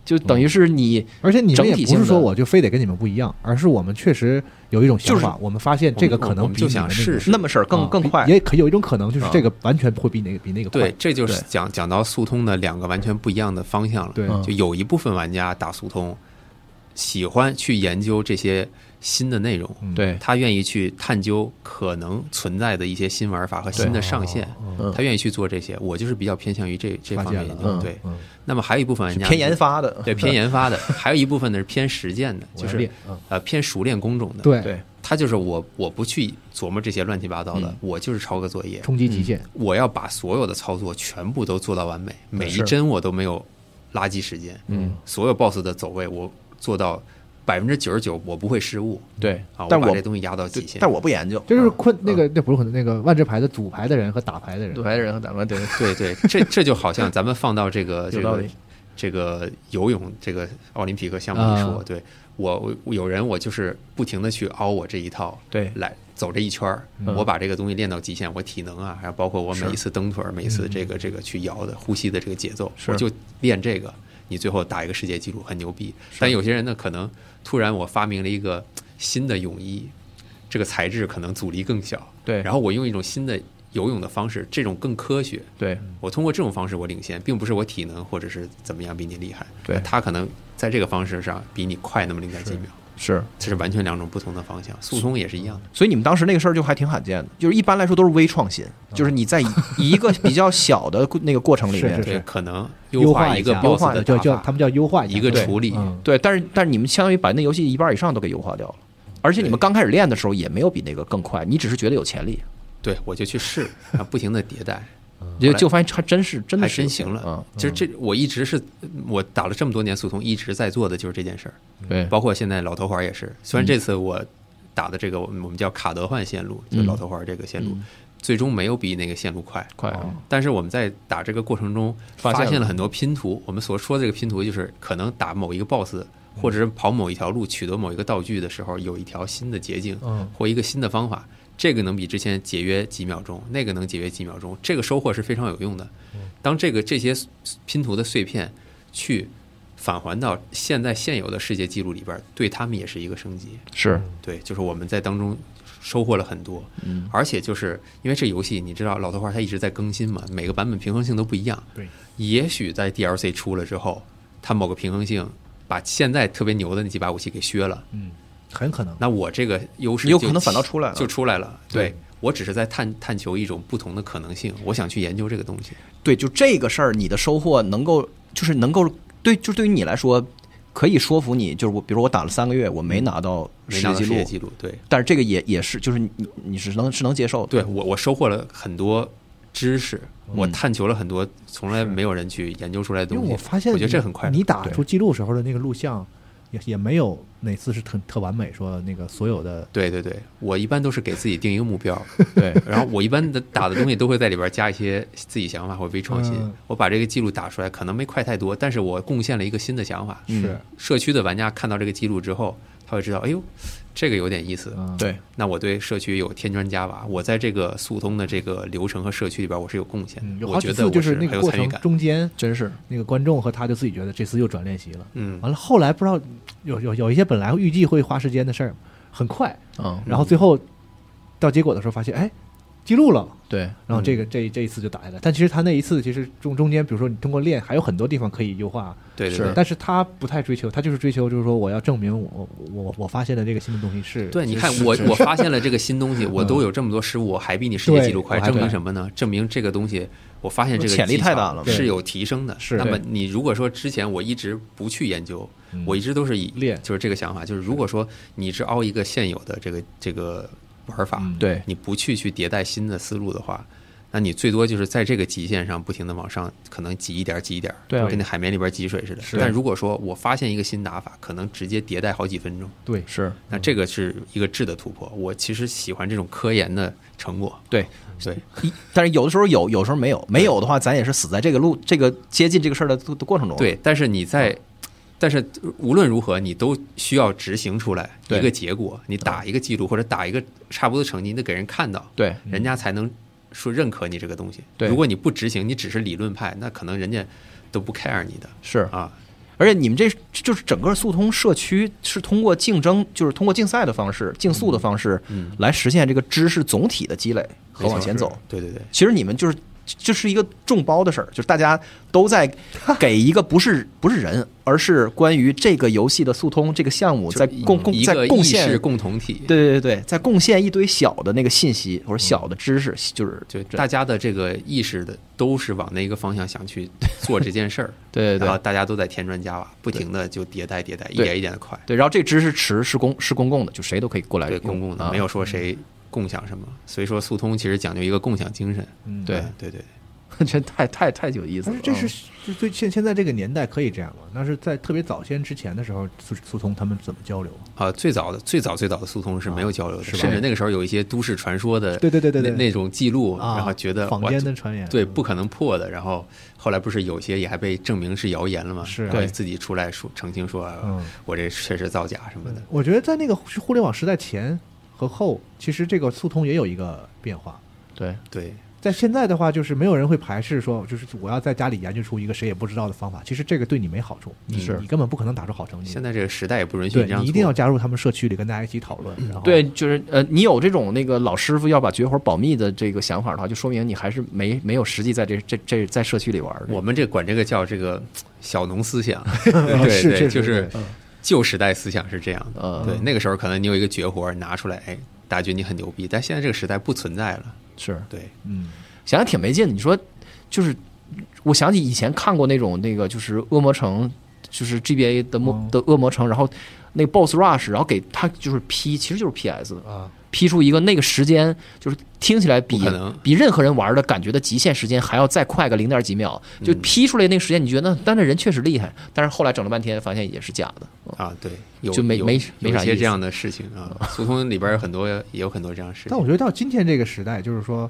[SPEAKER 2] 就等于是你
[SPEAKER 1] 而且你们
[SPEAKER 2] 整
[SPEAKER 1] 也
[SPEAKER 2] 体
[SPEAKER 1] 不
[SPEAKER 2] 性
[SPEAKER 1] 是
[SPEAKER 2] 的
[SPEAKER 1] 说我就非得跟你们不一样，而是我们确实有一种想法，我们发现这个
[SPEAKER 3] 我们
[SPEAKER 1] 可
[SPEAKER 3] 我
[SPEAKER 1] 能
[SPEAKER 3] 们
[SPEAKER 1] 比
[SPEAKER 3] 就
[SPEAKER 1] 你
[SPEAKER 3] 想
[SPEAKER 1] 们那
[SPEAKER 3] 试
[SPEAKER 1] 个
[SPEAKER 3] 试。
[SPEAKER 2] 那么事儿更
[SPEAKER 1] 啊
[SPEAKER 2] 更
[SPEAKER 1] 比
[SPEAKER 2] 快。
[SPEAKER 1] 也可有一种可能就是
[SPEAKER 2] 啊
[SPEAKER 1] 这个完全会比那个比那个快
[SPEAKER 3] 对，，这就是
[SPEAKER 2] 对
[SPEAKER 3] 讲讲到速通的两个完全不一样的方向了。
[SPEAKER 1] 对
[SPEAKER 2] 嗯
[SPEAKER 3] 就有一部分玩家打速通，喜欢去研究这些新的内容，
[SPEAKER 1] 嗯
[SPEAKER 4] 对
[SPEAKER 3] 他愿意去探究可能存在的一些新玩法和新的上限，
[SPEAKER 1] 哦
[SPEAKER 2] 嗯
[SPEAKER 3] 他愿意去做这些。我就是比较偏向于这这
[SPEAKER 1] 发
[SPEAKER 3] 方
[SPEAKER 1] 现
[SPEAKER 3] 面
[SPEAKER 1] 了
[SPEAKER 3] 的，
[SPEAKER 1] 嗯
[SPEAKER 3] 对。
[SPEAKER 1] 嗯，
[SPEAKER 3] 那么还有一部分玩家
[SPEAKER 2] 偏研发 [LAUGHS] 的，
[SPEAKER 3] 对偏研发的， [LAUGHS] 还有一部分呢是偏实践
[SPEAKER 2] [LAUGHS]
[SPEAKER 3] 的，
[SPEAKER 1] 我
[SPEAKER 3] 就
[SPEAKER 1] 要
[SPEAKER 3] 是
[SPEAKER 1] 练嗯
[SPEAKER 3] 呃偏熟练工种的。，
[SPEAKER 1] 对
[SPEAKER 4] 对
[SPEAKER 3] 他就是我我不去琢磨这些乱七八糟的
[SPEAKER 2] 嗯，
[SPEAKER 3] 我就是抄个作业，
[SPEAKER 1] 冲击极限，
[SPEAKER 3] 我要把所有的操作全部都做到完美，每一
[SPEAKER 2] 是
[SPEAKER 3] 帧我都没有垃圾时间，
[SPEAKER 4] 嗯，
[SPEAKER 3] 所有 BOSS 的走位我做到百分之九十九，我不会失误
[SPEAKER 4] 对
[SPEAKER 3] 啊，
[SPEAKER 2] 但
[SPEAKER 3] 把
[SPEAKER 2] 我
[SPEAKER 3] 这东西压到极限。
[SPEAKER 2] 但我不研究，啊
[SPEAKER 1] 这就是困那个那不是困那个万智牌的组牌的人和打牌的人
[SPEAKER 2] 对，白人和咱 [LAUGHS] 们对
[SPEAKER 3] 对对，这这就好像咱们放到这个这
[SPEAKER 2] [LAUGHS] 有道
[SPEAKER 3] 个
[SPEAKER 2] 理
[SPEAKER 3] 这个游泳这个奥林匹克项目里说，
[SPEAKER 1] 啊
[SPEAKER 3] 对我我有人我就是不停的去凹我这一套，
[SPEAKER 2] 对
[SPEAKER 3] 来走这一圈儿，
[SPEAKER 4] 嗯
[SPEAKER 3] 我把这个东西练到极限，我体能啊，还有包括我每一次蹬腿儿，每一
[SPEAKER 4] 嗯
[SPEAKER 3] 次这个这个去摇的呼吸的这个节奏，
[SPEAKER 2] 是
[SPEAKER 3] 我就练这个，你最后打一个世界纪录很牛逼。但有些人呢，可能突然我发明了一个新的泳衣，这个材质可能阻力更小，
[SPEAKER 4] 对
[SPEAKER 3] 然后我用一种新的游泳的方式，这种更科学，
[SPEAKER 4] 对
[SPEAKER 3] 我通过这种方式我领先，并不是我体能或者是怎么样比你厉害，
[SPEAKER 4] 对
[SPEAKER 3] 他可能在这个方式上比你快那么零点几秒，
[SPEAKER 4] 是，
[SPEAKER 3] 这是完全两种不同的方向。速通也是一样的，
[SPEAKER 2] 所以你们当时那个事儿就还挺罕见的，就是一般来说都是微创新，就是你在一一个比较小的那个过程里面
[SPEAKER 1] 是，
[SPEAKER 3] 对，可能
[SPEAKER 1] 优
[SPEAKER 3] 化
[SPEAKER 1] 一
[SPEAKER 3] 个
[SPEAKER 1] 下，优
[SPEAKER 3] boss
[SPEAKER 1] 化
[SPEAKER 3] 的
[SPEAKER 1] 叫
[SPEAKER 3] 打
[SPEAKER 1] 叫
[SPEAKER 3] 法
[SPEAKER 1] 他，们叫优化
[SPEAKER 3] 一个
[SPEAKER 1] 对
[SPEAKER 3] 处理，
[SPEAKER 1] 嗯
[SPEAKER 2] 对，但是但是你们相当于把那游戏一半以上都给优化掉了，而且你们
[SPEAKER 3] 对
[SPEAKER 2] 刚开始练的时候也没有比那个更快，你只是觉得有潜力，
[SPEAKER 3] 对我就去试，然后不停的迭代，
[SPEAKER 2] 就就发现还真是真的
[SPEAKER 3] 还
[SPEAKER 2] 是啊
[SPEAKER 3] 真
[SPEAKER 2] 有
[SPEAKER 3] 行
[SPEAKER 2] 潜力
[SPEAKER 3] 了。其实这我一直是我打了这么多年速通，一直在做的就是这件事儿。
[SPEAKER 4] 对
[SPEAKER 3] 包括现在老头环也是，虽然这次我打的这个我们我们叫卡德换线路，就
[SPEAKER 4] 嗯
[SPEAKER 3] 老头环这个线路
[SPEAKER 2] 嗯，
[SPEAKER 3] 最终没有比那个线路快。
[SPEAKER 4] 快啊，
[SPEAKER 3] 但是我们在打这个过程中
[SPEAKER 4] 发
[SPEAKER 3] 发
[SPEAKER 4] 现了
[SPEAKER 3] 现了很多拼图。我们所说的这个拼图，就是可能打某一个 BOSS，或者是跑某一条路取得某一个道具的时候，有一条新的捷径
[SPEAKER 1] 嗯，
[SPEAKER 3] 或一个新的方法。这个能比之前节约几秒钟，那个能节约几秒钟，这个收获是非常有用的。当这个这些拼图的碎片去返还到现在现有的世界纪录里边儿，对他们也是一个升级。
[SPEAKER 4] 是
[SPEAKER 2] 嗯
[SPEAKER 3] 对，就是我们在当中收获了很多，
[SPEAKER 4] 嗯，
[SPEAKER 3] 而且就是因为这游戏，你知道老头花它一直在更新嘛，每个版本平衡性都不一样。
[SPEAKER 1] 对，
[SPEAKER 3] 也许在 DLC 出了之后，它某个平衡性把现在特别牛的那几把武器给削了，
[SPEAKER 1] 嗯，很可能
[SPEAKER 3] 那我这个优势
[SPEAKER 2] 有
[SPEAKER 3] 就
[SPEAKER 2] 可能反倒出来了
[SPEAKER 3] 就出来了。对
[SPEAKER 1] 对
[SPEAKER 3] 我只是在探探求一种不同的可能性，我想去研究这个东西。
[SPEAKER 2] 对，就这个事儿，你的收获能够就是能够对，就是对于你来说，可以说服你，就是我，比如我打了三个月，我没拿到
[SPEAKER 3] 没
[SPEAKER 2] 世
[SPEAKER 3] 拿
[SPEAKER 2] 界
[SPEAKER 3] 到
[SPEAKER 2] 纪
[SPEAKER 3] 世
[SPEAKER 2] 录
[SPEAKER 3] 界，纪录，对，
[SPEAKER 2] 但是这个也也是，就是你你你是能是能接受的，
[SPEAKER 3] 对我我收获了很多知识，我探求了很多从来没有人去研究出来的
[SPEAKER 1] 因
[SPEAKER 3] 东
[SPEAKER 1] 为
[SPEAKER 3] 西。
[SPEAKER 1] 我发现，
[SPEAKER 3] 我觉得这很快乐。
[SPEAKER 1] 你打
[SPEAKER 3] 对
[SPEAKER 1] 出记录时候的那个录像，也也没有哪次是特特完美，说那个所有的
[SPEAKER 3] 对对对，我一般都是给自己定一个目标，
[SPEAKER 2] 对
[SPEAKER 3] 然后我一般的打的东西都会在里边加一些自己想法或微创新
[SPEAKER 1] 嗯。
[SPEAKER 3] 我把这个记录打出来，可能没快太多，但是我贡献了一个新的想法。
[SPEAKER 1] 是，
[SPEAKER 3] 社区的玩家看到这个记录之后，他会知道，哎呦，这个有点意思。
[SPEAKER 1] 嗯，
[SPEAKER 2] 对，
[SPEAKER 3] 那我对社区有添砖加瓦，我在这个速通的这个流程和社区里边，我是有贡献
[SPEAKER 1] 嗯
[SPEAKER 3] 的。
[SPEAKER 1] 有
[SPEAKER 3] 我
[SPEAKER 1] 好几
[SPEAKER 3] 觉得
[SPEAKER 1] 次
[SPEAKER 3] 我
[SPEAKER 1] 就是那
[SPEAKER 3] 很
[SPEAKER 1] 个
[SPEAKER 3] 有
[SPEAKER 1] 过
[SPEAKER 3] 参与
[SPEAKER 1] 程
[SPEAKER 3] 感。
[SPEAKER 1] 中间，
[SPEAKER 2] 真是
[SPEAKER 1] 那个观众和他就自己觉得这次又转练习了，
[SPEAKER 3] 嗯，
[SPEAKER 1] 完了后来不知道有有有一些本来预计会花时间的事儿，很快，
[SPEAKER 2] 嗯，
[SPEAKER 1] 然后最后到结果的时候发现，哎，记录了。
[SPEAKER 2] 对，
[SPEAKER 1] 然后这个
[SPEAKER 3] 嗯
[SPEAKER 1] 这这一次就打下来，但其实他那一次其实中中间，比如说你通过练，还有很多地方可以优化，
[SPEAKER 3] 对对
[SPEAKER 2] 是
[SPEAKER 3] 对。
[SPEAKER 1] 但是他不太追求，他就是追求就是说我要证明我我我我发现的这个新的东西是嗯
[SPEAKER 3] 对，你
[SPEAKER 2] 是
[SPEAKER 3] 看
[SPEAKER 2] 是
[SPEAKER 3] 我
[SPEAKER 2] 是
[SPEAKER 3] 我发现了这个新东
[SPEAKER 1] [LAUGHS]
[SPEAKER 3] 西，我都有这么多失误，我还比你世界纪录快，
[SPEAKER 1] 对我还
[SPEAKER 3] 证明
[SPEAKER 1] 对
[SPEAKER 3] 什么呢？证明这个东西，我发现这个
[SPEAKER 2] 潜力
[SPEAKER 3] 技巧
[SPEAKER 2] 太大了嘛
[SPEAKER 3] 是有提升的。
[SPEAKER 1] 是
[SPEAKER 3] 那
[SPEAKER 1] 对
[SPEAKER 3] 么你如果说之前我一直不去研究
[SPEAKER 1] 嗯，
[SPEAKER 3] 我一直都是以
[SPEAKER 1] 练
[SPEAKER 3] 就是这个想法，就是如果说你是凹一个现有的这个这个玩法，
[SPEAKER 1] 嗯
[SPEAKER 2] 对
[SPEAKER 3] 你不去去迭代新的思路的话。那你最多就是在这个极限上不停的往上，可能挤一点儿挤一点儿，
[SPEAKER 2] 对啊
[SPEAKER 3] 跟那海绵里边挤水似的。
[SPEAKER 1] 是
[SPEAKER 3] 但如果说我发现一个新打法，可能直接迭代好几分
[SPEAKER 2] 嗯
[SPEAKER 3] 钟，
[SPEAKER 1] 对
[SPEAKER 2] 是
[SPEAKER 3] 那这个是一个质的突破。我其实喜欢这种科研的成果。
[SPEAKER 2] 对。
[SPEAKER 3] 对，
[SPEAKER 2] 一但是有的时候有，有时候没有，没有的话，咱也是死在这个路、这个接近这个事儿的的过程中。
[SPEAKER 3] 对，但是你
[SPEAKER 2] 哦
[SPEAKER 3] 在，但是无论如何，你都需要执行出来
[SPEAKER 2] 对嗯
[SPEAKER 3] 一个结果。你打一个记录或者打一个差不多的成绩，你得给人看到，
[SPEAKER 2] 对
[SPEAKER 3] 人家才能说认可你这个东西。
[SPEAKER 2] 对
[SPEAKER 3] 如果你不执行，你只是理论派，那可能人家都不 care 你的
[SPEAKER 2] 是，
[SPEAKER 3] 啊。
[SPEAKER 2] 而且你们这就是整个速通社区是通过竞争，就是通过竞赛的方式、竞速的方式
[SPEAKER 3] 嗯，
[SPEAKER 2] 来实现这个知识总体的积累和
[SPEAKER 3] 没错
[SPEAKER 2] 往前走。。
[SPEAKER 3] 对对对，
[SPEAKER 2] 其实你们就是这是一个众包的事儿，就是大家都
[SPEAKER 3] [LAUGHS]
[SPEAKER 2] 在给一个不是不是人，而是关于这个游戏的速通这个项目
[SPEAKER 3] 就
[SPEAKER 2] 在
[SPEAKER 3] 一
[SPEAKER 2] 贡贡
[SPEAKER 3] 一
[SPEAKER 2] 在
[SPEAKER 3] 个
[SPEAKER 2] 贡
[SPEAKER 3] 意识
[SPEAKER 2] 献。
[SPEAKER 3] 共同体。
[SPEAKER 2] 对对对对，在贡献一堆小的那个信息
[SPEAKER 3] 嗯
[SPEAKER 2] 或者小的知识，就是
[SPEAKER 3] 就
[SPEAKER 2] 这
[SPEAKER 3] 大家的这个意识的都是往那个方向想去做这件事儿，
[SPEAKER 2] [LAUGHS] 对对
[SPEAKER 3] 然后
[SPEAKER 2] 对
[SPEAKER 3] 大家都在添砖加瓦，不停的就迭代迭代，一
[SPEAKER 2] 对
[SPEAKER 3] 点一点的快，
[SPEAKER 2] 对，然后这知识池是公是公共的，就谁都可以过来
[SPEAKER 3] 对
[SPEAKER 2] 用
[SPEAKER 3] 公共的
[SPEAKER 2] 啊
[SPEAKER 3] 没有说谁共享什么，所以说速通其实讲究一个共享精神，
[SPEAKER 1] 嗯
[SPEAKER 2] 对
[SPEAKER 3] 嗯对对，
[SPEAKER 2] [LAUGHS] 这太太太有意思
[SPEAKER 1] 但
[SPEAKER 2] 了
[SPEAKER 1] 是。这
[SPEAKER 2] 嗯
[SPEAKER 1] 是就最现现在这个年代可以这样吗？那是在特别早先之前的时候，苏苏通他们怎么交流？
[SPEAKER 3] 啊，最早的最早最早的速通是没有交流的，
[SPEAKER 1] 啊是吧
[SPEAKER 3] 甚至那个时候有一些都市传说的
[SPEAKER 1] 对对对对对
[SPEAKER 3] 那那种记录，
[SPEAKER 1] 啊
[SPEAKER 3] 然后觉得
[SPEAKER 1] 坊
[SPEAKER 3] 哇
[SPEAKER 1] 间的传言嗯
[SPEAKER 3] 对不可能破的，然后后来不是有些也还被证明是谣言了吗？
[SPEAKER 1] 是啊
[SPEAKER 3] 然后
[SPEAKER 1] 对
[SPEAKER 3] 自己出来说澄清说，啊
[SPEAKER 1] 嗯
[SPEAKER 3] 我这确实造假什么的，
[SPEAKER 1] 我觉得在那个互互联网时代前和后，其实这个速通也有一个变化。
[SPEAKER 2] 对
[SPEAKER 3] 对。
[SPEAKER 1] 在现在的话，就是没有人会排斥说，就是我要在家里研究出一个谁也不知道的方法。其实这个对你没好处，你
[SPEAKER 2] 是
[SPEAKER 1] 你根本不可能打出好成绩。
[SPEAKER 3] 现在这个时代也不允许
[SPEAKER 1] 对
[SPEAKER 3] 你这样
[SPEAKER 1] 你一定要加入他们社区里，跟大家一起讨论。
[SPEAKER 3] 嗯
[SPEAKER 1] 然后
[SPEAKER 2] 对，
[SPEAKER 3] 哦
[SPEAKER 2] 就是呃，你有这种那个老师傅要把绝活保密的这个想法的话，就说明你还是没没有实际在这这这在社区里玩儿的。
[SPEAKER 3] 我们这管这个叫这个小农思
[SPEAKER 1] [LAUGHS]
[SPEAKER 3] 想，
[SPEAKER 1] 是
[SPEAKER 3] 对
[SPEAKER 1] 确实嗯
[SPEAKER 3] 对，就是嗯
[SPEAKER 1] 对
[SPEAKER 3] 旧时代思想是这样的
[SPEAKER 2] 嗯。
[SPEAKER 3] 对，那个时候可能你有一个绝活儿拿出来，哎，大家觉得你很牛逼，但现在这个时代不存在了。
[SPEAKER 2] 是
[SPEAKER 3] 对，
[SPEAKER 1] 嗯，
[SPEAKER 2] 想想挺没劲的。你说，就是我想起以前看过那种那个就是恶魔城，就是 GBA 的魔
[SPEAKER 1] 嗯
[SPEAKER 2] 的恶魔城，然后那个 Boss Rush，然后给他就是 P，其实就是 PS 的
[SPEAKER 1] 啊，
[SPEAKER 2] P 出一个那个时间，就是听起来比
[SPEAKER 3] 不可能
[SPEAKER 2] 比任何人玩的感觉的极限时间还要再快个零点几秒，就 P 出来那个时间，你觉得，但是人确实厉害，但是后来整了半天发现也是假的。
[SPEAKER 3] 啊，对，有
[SPEAKER 2] 哦就没
[SPEAKER 3] 有
[SPEAKER 2] 没没
[SPEAKER 3] 有
[SPEAKER 2] 啥
[SPEAKER 3] 一些
[SPEAKER 2] 意思哦
[SPEAKER 3] 这样的事情啊。速通里边有很多，也有很多这样的事
[SPEAKER 1] 但我
[SPEAKER 3] 情。
[SPEAKER 1] 觉得到今天这个时代，就是说，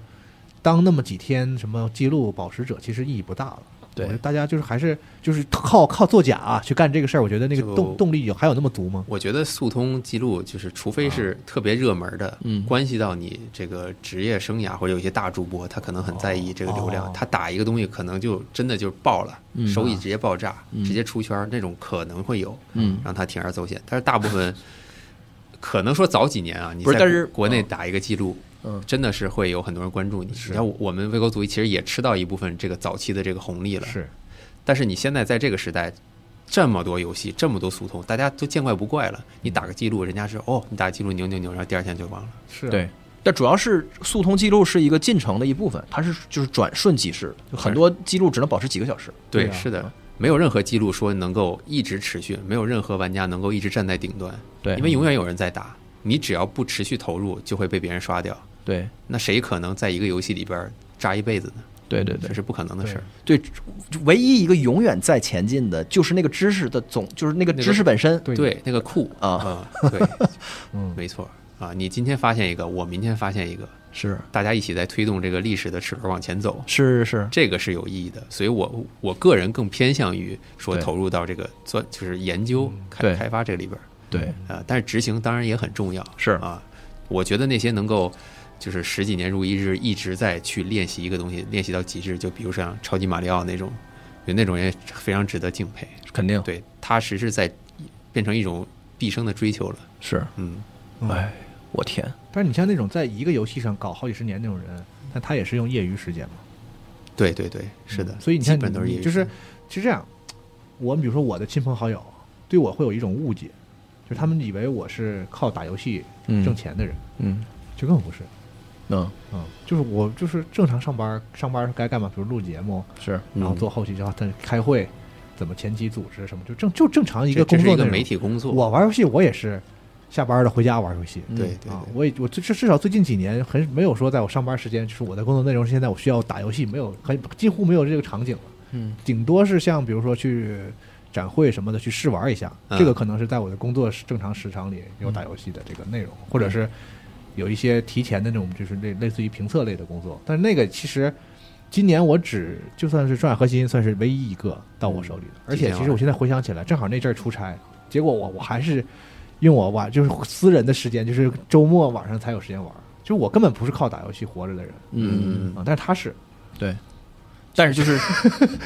[SPEAKER 1] 当那么几天什么记录保持者，其实意义不大了。
[SPEAKER 2] 对
[SPEAKER 1] 我觉得大家就是还是就是靠靠作假、啊去干这个事儿，我觉得那个
[SPEAKER 3] 就
[SPEAKER 1] 动动力有还有那么足吗？
[SPEAKER 3] 我觉得速通记录就是，除非是特别热门的，
[SPEAKER 2] 啊嗯
[SPEAKER 3] 关系到你这个职业生涯，或者有一些大主播，他可能很在意这个流量，
[SPEAKER 1] 哦
[SPEAKER 3] 他打一个东西可能就真的就爆了，
[SPEAKER 2] 嗯
[SPEAKER 3] 收益直接爆炸，
[SPEAKER 2] 嗯
[SPEAKER 3] 直接出圈儿那种可能会有，
[SPEAKER 2] 嗯
[SPEAKER 3] 让他铤而走险。但是大部分可能说早几年啊，你
[SPEAKER 2] 不是
[SPEAKER 3] 在
[SPEAKER 2] 但是
[SPEAKER 3] 国内打一个记录。
[SPEAKER 2] 嗯
[SPEAKER 3] 真的是会有很多人关注你。你看，我们微狗组其实也吃到一部分这个早期的这个红利了。
[SPEAKER 1] 是，
[SPEAKER 3] 但是你现在在这个时代，这么多游戏，这么多速通，大家都见怪不怪了。你打个记录，人家是哦，你打记录牛牛牛，然后第二天就忘了。
[SPEAKER 1] 是，啊
[SPEAKER 2] 对，但主要是速通记录是一个进程的一部分，它是就是转瞬即逝，就很多记录只能保持几个小时。
[SPEAKER 3] 对，
[SPEAKER 1] 对啊
[SPEAKER 3] 是
[SPEAKER 2] 嗯
[SPEAKER 3] 的，没有任何记录说能够一直持续，没有任何玩家能够一直站在顶端，
[SPEAKER 2] 对嗯
[SPEAKER 3] 因为永远有人在打，你只要不持续投入，就会被别人刷掉。
[SPEAKER 2] 对
[SPEAKER 3] 那谁可能在一个游戏里边扎一辈子呢？
[SPEAKER 2] 对对
[SPEAKER 3] 这是不可能的事儿。
[SPEAKER 2] 对，唯一一个永远在前进的就是那个知识的总，就是那个知识本身。
[SPEAKER 1] 对
[SPEAKER 3] 对，那个酷
[SPEAKER 2] 啊
[SPEAKER 3] 嗯对，
[SPEAKER 2] [LAUGHS]
[SPEAKER 1] 嗯
[SPEAKER 3] 没错啊，你今天发现一个，我明天发现一个，
[SPEAKER 2] 是
[SPEAKER 3] 大家一起在推动这个历史的齿轮往前走，
[SPEAKER 2] 是
[SPEAKER 1] 嗯
[SPEAKER 2] 是，
[SPEAKER 3] 这个是有意义的。所以我我个人更偏向于说
[SPEAKER 2] 对嗯
[SPEAKER 3] 投入到这个钻，就是研究开
[SPEAKER 2] 对
[SPEAKER 3] 开发这里边儿
[SPEAKER 2] 对
[SPEAKER 3] 啊、但是执行当然也很重要，
[SPEAKER 2] 是
[SPEAKER 3] 啊，我觉得那些能够。就是十几年如一日，一直在去练习一个东西，练习到极致。就比如像超级马里奥那种，就那种也非常值得敬佩。
[SPEAKER 2] 肯定
[SPEAKER 3] 对，踏实是在变成一种毕生的追求了。
[SPEAKER 2] 是。
[SPEAKER 3] 嗯，
[SPEAKER 2] 哎，我天，
[SPEAKER 1] 但是你像那种在一个游戏上搞好几十年那种人，那他也是用业余时间嘛。
[SPEAKER 3] 对对对，是的，
[SPEAKER 1] 嗯所以你
[SPEAKER 3] 基
[SPEAKER 1] 看，
[SPEAKER 3] 本都是
[SPEAKER 1] 你
[SPEAKER 3] 业余
[SPEAKER 1] 就是
[SPEAKER 3] 生
[SPEAKER 1] 是这样。我们比如说我的亲朋好友对我会有一种误解，就是他们以为我是靠打游戏
[SPEAKER 2] 嗯
[SPEAKER 1] 挣钱的人，
[SPEAKER 2] 嗯
[SPEAKER 1] 就更不是。
[SPEAKER 2] 嗯，
[SPEAKER 1] 嗯，就是我就是正常上班，上班该干嘛？比如录节目，
[SPEAKER 2] 是
[SPEAKER 1] 然后
[SPEAKER 3] 嗯
[SPEAKER 1] 做后期，然后但开会，怎么前期组织什么，就正就正常一
[SPEAKER 3] 这
[SPEAKER 1] 个
[SPEAKER 3] 这
[SPEAKER 1] 工
[SPEAKER 3] 是
[SPEAKER 1] 作
[SPEAKER 3] 一个
[SPEAKER 1] 内容
[SPEAKER 3] 媒体工作。
[SPEAKER 1] 我玩游戏，我也是下班了回家玩游戏。
[SPEAKER 2] 嗯
[SPEAKER 3] 对对对
[SPEAKER 1] 啊，我也我至至少最近几年很没有说在我上班时间，就是我的工作内容是现在我需要打游戏，没有很几乎没有这个场景了。
[SPEAKER 2] 嗯，
[SPEAKER 1] 顶多是像比如说去展会什么的去试玩一下，
[SPEAKER 3] 嗯
[SPEAKER 1] 这个可能是在我的工作时正常时长里有打游戏的这个内容，或者是有一些提前的那种就是类类似于评测类的工作，但是那个其实。今年我只就算是《转海核心》算是唯一一个到我手里的，
[SPEAKER 3] 嗯
[SPEAKER 1] 而且其实我现在回想起来，正好那阵儿出差，结果我我还是用我晚就是私人的时间，就是周末晚上才有时间玩，就我根本不是靠打游戏活着的人，
[SPEAKER 3] 嗯，
[SPEAKER 1] 啊，但是他是，
[SPEAKER 2] 对。但是 [LAUGHS] 就是